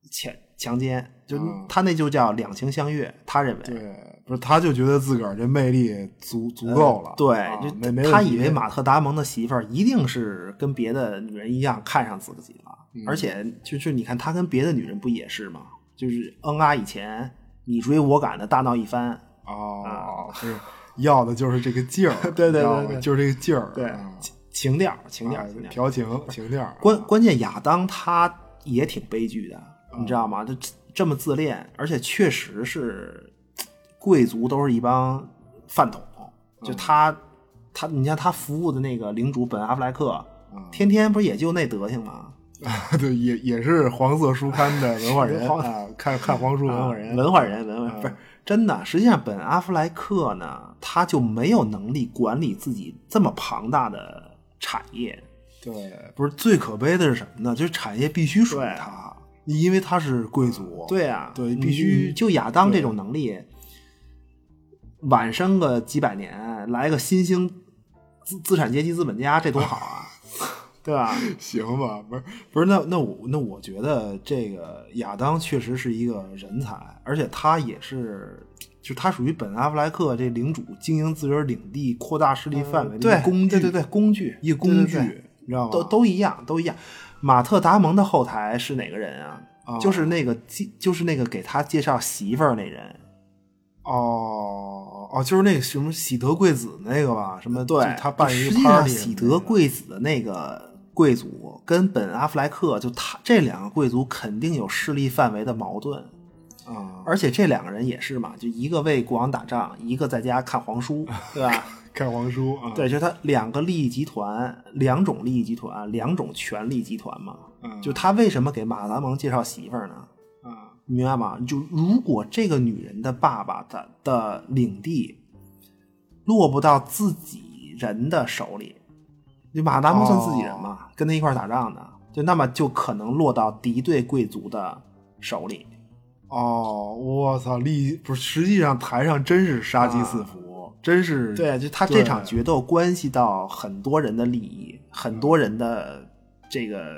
C: 强强奸，就
A: 嗯
C: 他那就叫两情相悦，他认为。
A: 对，不是他就觉得自个儿这魅力足足够了，
C: 呃对，
A: 啊
C: 就
A: 没没
C: 他
A: 问题
C: 以为马特达蒙的媳妇儿一定是跟别的女人一样看上自己了，
A: 嗯
C: 而且就是你看他跟别的女人不也是吗？就是嗯啊，以前你追我赶的大闹一番，
B: 啊
A: 哦，是要的就是这个劲儿，
C: 啊 对对对
A: 知道吗
C: 对
A: 就是这个劲儿，
C: 对
A: 啊
C: 情情调儿情调儿情调
A: 啊
C: 儿。
A: 调情情
B: 啊
A: 调儿，
C: 关关键亚当他也挺悲剧的，你知道吗？这这么自恋，而且确实
A: 嗯
C: 是贵族都是一帮饭桶，就他、他你像他服务的那个领主本阿弗莱克，
A: 嗯
C: 天天不是也就那德行吗？
B: 对，也也是黄色书刊的文化人
C: 黄啊
B: 啊，看看黄书文化人，
C: 文化人，嗯文化人不是真的。实际上，本阿弗莱克呢，他就没有能力管理自己这么庞大的产业。
B: 对，不是最可悲的是什么呢？就是产业必须属于
C: 对
B: 他，因为他是贵族，
C: 对啊，
B: 对
C: 你
B: 必须
C: 你就亚当这种能力，晚生个几百年，来个新兴资资产阶级资本家，这多好 啊，对吧？
B: 行吧，不是不是，那那我那我觉得这个亚当确实是一个人才，而且他也是，就他属于本阿弗莱克这领主经营自个儿领地、扩大势力范围的一个
C: 嗯对，
B: 工具，
C: 对对对，工具，
B: 一个工具，啊
C: 对对对
B: 你知道吗？
C: 都都一样，都一样。马特·达蒙的后台是哪个人啊？
B: 哦
C: 就是那个介，就是那个给他介绍媳妇儿那人。
B: 哦哦，就是那个什么喜德贵子那个吧，什么就他办一
C: 实
B: 个
C: 际上
B: party，
C: 啊喜德贵子的那个贵族跟本·阿弗莱克，就他这两个贵族肯定有势力范围的矛盾，
B: 啊，
C: 而且这两个人也是嘛，就一个为国王打仗，一个在家看皇书，对吧？
B: 看皇书啊，
C: 对，就他两个利益集团，两种利益集团，两种权力集团嘛。
B: 嗯
C: 就他为什么给马达蒙介绍媳妇儿呢？
B: 啊，
C: 你明白吗？就如果这个女人的爸爸的的领地落不到自己人的手里，就马达蒙算自己人嘛，跟他一块儿打仗的，就那么就可能落到敌对贵族的手里。
B: 哦，我操，利不是，实际上台上真是杀机四伏，真是
C: 啊对，就他
B: 嗯对
C: 这场决斗关系到很多人的利益，很多人的这个，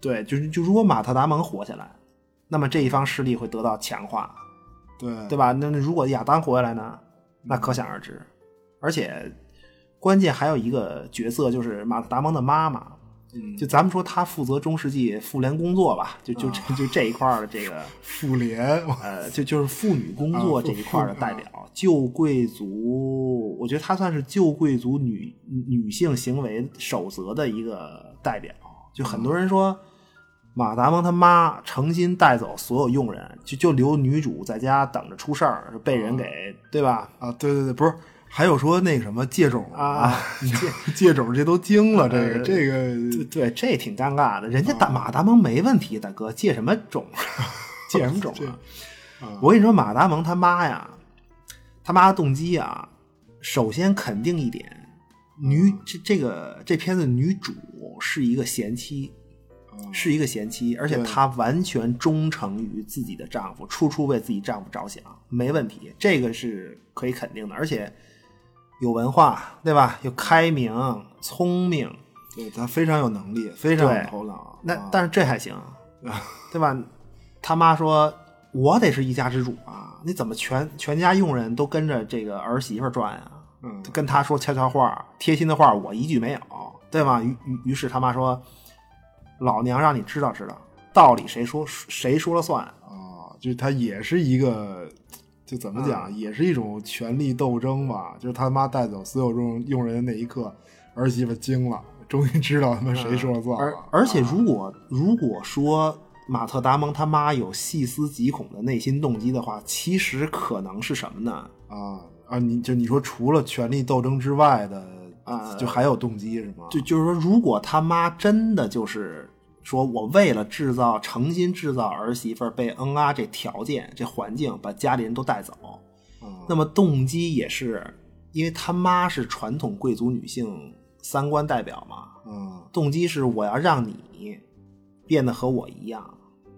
C: 对，就是就如果马特达蒙活下来，那么这一方势力会得到强化，
B: 对
C: 对吧？那那如果亚当活下来呢，那可想而知。而且关键还有一个角色就是马特达蒙的妈妈，
B: 嗯
C: 就咱们说她负责中世纪妇联工作吧，就就就这一块儿的这个。
B: 妇联，
C: 呃，就就是妇女工作
B: 啊
C: 这一块儿的
B: 妇
C: 代表，旧贵族，我觉得她算是旧贵族女女性行为守则的一个代表。就很多人说，马达蒙他妈诚心带走所有佣人，就就留女主在家等着出事儿，被人
B: 嗯
C: 给、对吧？
B: 啊，对对对，不是，还有说那个什么借种
C: 啊，
B: 借借种这都惊了，这个这
C: 对
B: 个
C: 对，这挺尴尬的。人家
B: 嗯
C: 大马达蒙没问题，大哥，借什么种？啊 借什么种啊？我跟你说，马达蒙他妈呀，他妈的动机啊，首先肯定一点，女这这个这片子女主是一个贤妻，是一个贤妻，而且她完全忠诚于自己的丈夫，处处为自己丈夫着想，没问题，这个是可以肯定的，而且。有文化，对吧？又开明、聪明，
B: 对他非常有能力，非常
C: 对
B: 有头脑，啊
C: 那但是这还行，对吧？他妈说：“我得是一家之主啊，你怎么全全家佣人都跟着这个儿媳妇儿转啊？
B: 嗯
C: 跟他说悄悄话、贴心的话，我一句没有，对吗？于于于是他妈说：‘老娘让你知道知道，道理谁说谁说了算。’
B: 啊，就是他也是一个。就怎么
C: 啊
B: 讲，也是一种权力斗争吧。就是他妈带走所有用佣人的那一刻，儿媳妇惊了，终于知道他妈谁说了算
C: 啊而
B: 了。
C: 而且如果、如果说马特达蒙他妈有细思极恐的内心动机的话，其实可能是什么呢？
B: 啊啊！你就你说除了权力斗争之外的
C: 啊
B: 就还有动机是吗？
C: 就就是说，如果他妈真的就是说我为了制造诚心制造儿媳妇儿被恩啊这条件这环境，把家里人都带走，那么动机也是因为他妈是传统贵族女性三观代表嘛，
B: 啊
C: 动机是我要让你变得和我一样。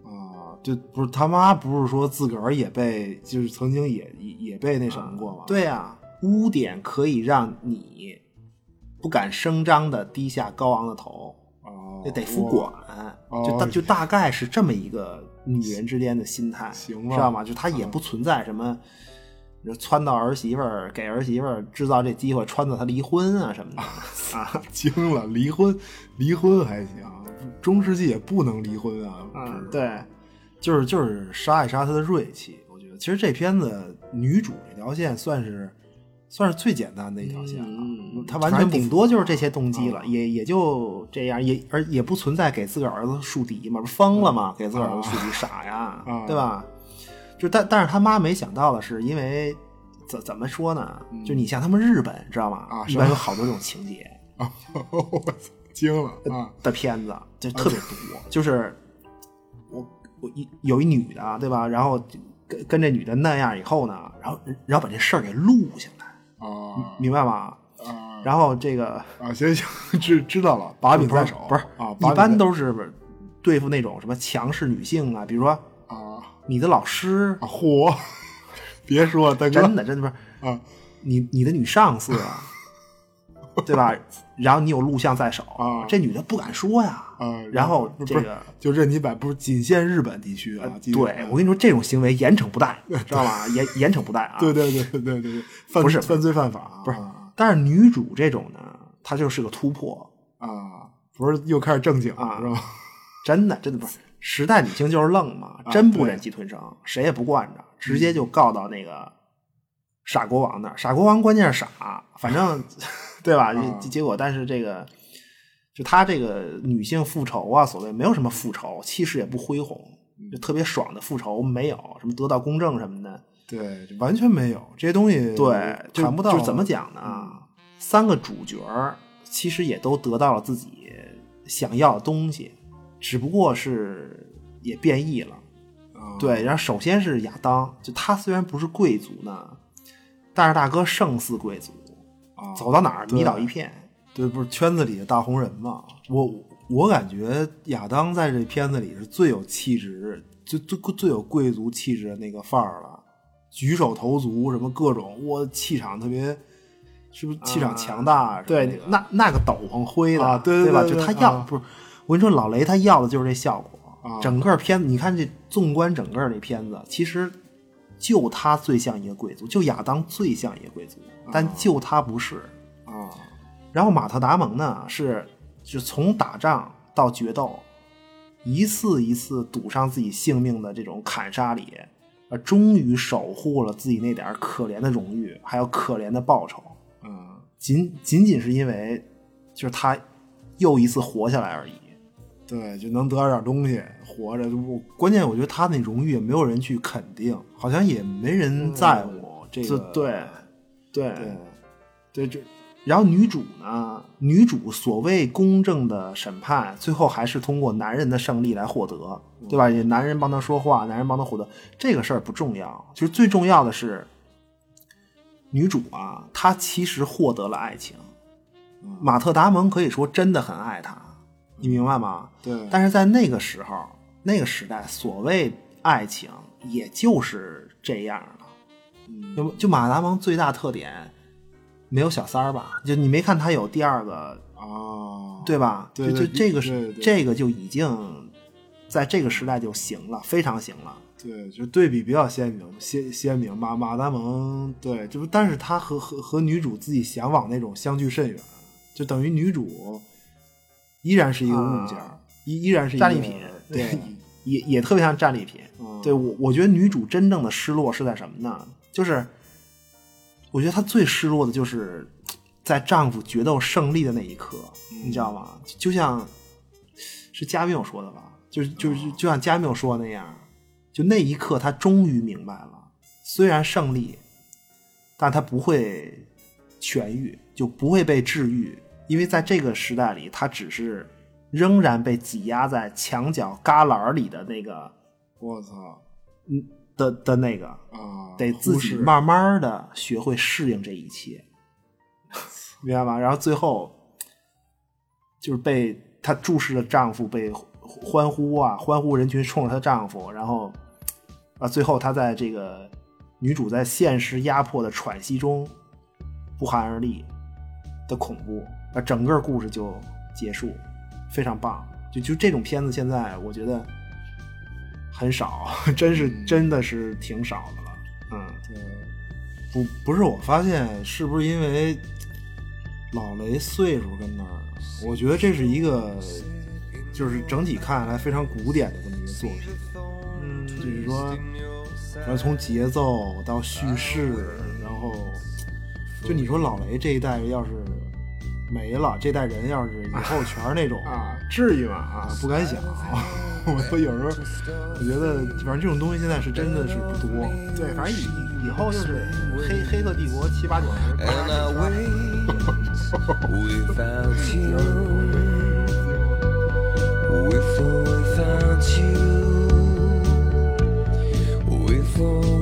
B: 啊！就不是他妈不是说自个儿也被就是曾经也也也被那什么过吗？
C: 对啊，污点可以让你不敢声张的低下高昂的头，
B: 哦，
C: 就得服管，
B: 哦
C: 就大就大概是这么一个女人之间的心态，
B: 行吧嗯
C: 知道吗？就她也不存在什么。就撺到儿媳妇儿，给儿媳妇儿制造这机会，撺掇她离婚啊什么的 啊
B: 我惊了！离婚，离婚还行，中世纪也不能离婚啊。
C: 嗯，
B: 是，
C: 对，
B: 就是就是杀一杀他的锐气。我觉得其实这片子女主这条线算是算是最简单的一条线了，
C: 嗯，
B: 她完全
C: 反正
B: 不
C: 顶
B: 复
C: 多就是这些动机了，也也就这样，也而也不存在给自个儿儿子树敌嘛，不是疯了嘛，给自个儿儿子树敌傻呀，
B: 啊
C: 对吧？就但但是他妈没想到的是，因为怎怎么说呢？就你像他们日本，知道吗？
A: 啊
C: 一
A: 是
C: 般
A: 吧
C: 有好多这种情节
A: 啊， 我操，惊了啊！
C: 的片子，就呃特别
B: 啊
C: 多。就是我我一有一女的，对吧？然后跟跟这女的那样以后呢，然后然后把这事儿给录下来，
A: 啊
C: 明白吗？
A: 啊
C: 然后这个
A: 啊！行行， 知知道了，把柄在手，
C: 不是
A: 啊，把柄
C: 一般
A: 在
C: 都是对付那种什么强势女性啊，比如说
A: 啊
C: 你的 老师
A: 啊， 嚯！别说大哥
C: 真的真的不是
A: 啊
C: 你你的女上司 啊，对吧？然后你有录像在手
A: 啊
C: 这女的不敢说呀。
A: 啊，
C: 然后
A: 不
C: 这
A: 不是
C: 个
A: 就任你摆，不是仅限日本地区啊，记
C: 呃对
A: 得
C: 我跟你说，这种行为严惩不贷，知道吗？严严惩不贷啊。
A: 对对对对对对对，犯
C: 不是
A: 犯罪犯法，
C: 不是
A: 啊
C: 但是女主这种呢，她就是个突破，
A: 啊，不是又开始正经了
C: 啊
A: 是吧？
C: 真的真的不是时代女性就是愣嘛，真不忍气吞声，谁也不惯着，直接就告到那个傻国王那儿。傻国王关键是傻，反正对吧？结结果但是这个就他这个女性复仇啊，所谓没有什么复仇，气势也不恢宏，就特别爽的复仇没有，什么得到公正什么的，
A: 对，完全没有这些东西，
C: 对，就
A: 谈不到嗯
C: 就怎么讲呢？三个主角儿其实也都得到了自己想要的东西，只不过是也变异了。
A: 啊
C: 对，然后首先是亚当，就他虽然不是贵族呢，但是大哥胜似贵族，
A: 啊
C: 走到哪儿
A: 对
C: 迷倒一片。
A: 对，不是圈子里的大红人嘛？我我感觉亚当在这片子里是最有气质、最最最有贵族气质的那个范儿了，举手投足什么各种，我气场特别，是不是气场强大、啊？
C: 对，
A: 那
C: 那那个斗篷灰的，
A: 啊对
C: 吧？
A: 对对
C: 就他
A: 对
C: 要、
A: 啊
C: 不是，我跟你说，老雷他要的就是这效果。
A: 啊
C: 整个片子，你看这纵观整个这片子，其实就他最像一个贵族，就亚当最像一个贵族，但就他不是。
A: 啊
C: 然后马特达蒙呢，是就从打仗到决斗，一次一次赌上自己性命的这种砍杀里，呃，终于守护了自己那点儿可怜的荣誉，还有可怜的报酬。
A: 嗯
C: 仅仅仅是因为，就是他又一次活下来而已。
A: 对，就能得到点东西，活着。我关键我觉得他那荣誉也没有人去肯定，好像也没人在乎这
C: 这
A: 个。
C: 对，对
A: 对
C: 对，这。然后女主呢？女主所谓公正的审判，最后还是通过男人的胜利来获得，对吧？也男人帮她说话，男人帮她获得这个事儿不重要，就是最重要的是，女主啊，她其实获得了爱情。马特·达蒙可以说真的很爱她，你明白吗？
A: 对，
C: 但是在那个时候，那个时代，所谓爱情也就是这样了。
A: 嗯
C: 就就马达蒙最大特点，没有小三儿吧？就你没看他有第二个，
A: 啊，
C: 对吧？
A: 对
C: 就
A: 对
C: 就这
A: 对
C: 个是
A: 对
C: 这个就已经在这个时代就行了，非常行了。
A: 对，就对比比较鲜明，鲜鲜明。马马达蒙对，这不，但是他和和和女主自己向往那种相距甚远，就等于女主依然是一个物件，
C: 啊
A: 依依然是一个
C: 战利品，
A: 对，
C: 也也特别像战利品。
A: 嗯
C: 对我，我觉得女主真正的失落是在什么呢？就是我觉得她最失落的就是在丈夫决斗胜利的那一刻，你知道吗？就像是加缪说的吧，就是就是就像加缪说的那样，就那一刻她终于明白了，虽然胜利，但她不会痊愈，就不会被治愈，因为在这个时代里，她只是。仍然被挤压在墙角旮旯儿里的那个
A: 我操
C: 的的那个，
A: 啊，
C: 得自己
A: 骂
C: 慢慢的学会适应这一切，明白吗？然后最后就是被她注视的丈夫被欢欢呼啊，欢呼人群冲着她丈夫，然后啊，最后她在这个女主在现实压迫的喘息中不寒而栗的恐怖，啊，整个故事就结束，非常棒。就就这种片子，现在我觉得很少， 真是真的是挺少的了。嗯，
A: 不不是我发现是不是因为老雷岁数跟那儿了，我觉得这是一个就是整体看下来非常古典的这么一个作品。
C: 嗯，
A: 就是说，然后从节奏到叙事，然后就你说老雷这一代要是没了，这代人要是以后全是那种
C: 啊，至于吗？
A: 啊
C: 啊，
A: 不敢想，
E: 我都有时候我觉得，反正这种东西现在是真的是不多。
C: 对，反正以以后就是黑黑客帝国七八九十，大家
B: And
C: 就
B: I
C: 是
B: wait without you, with or without you, with or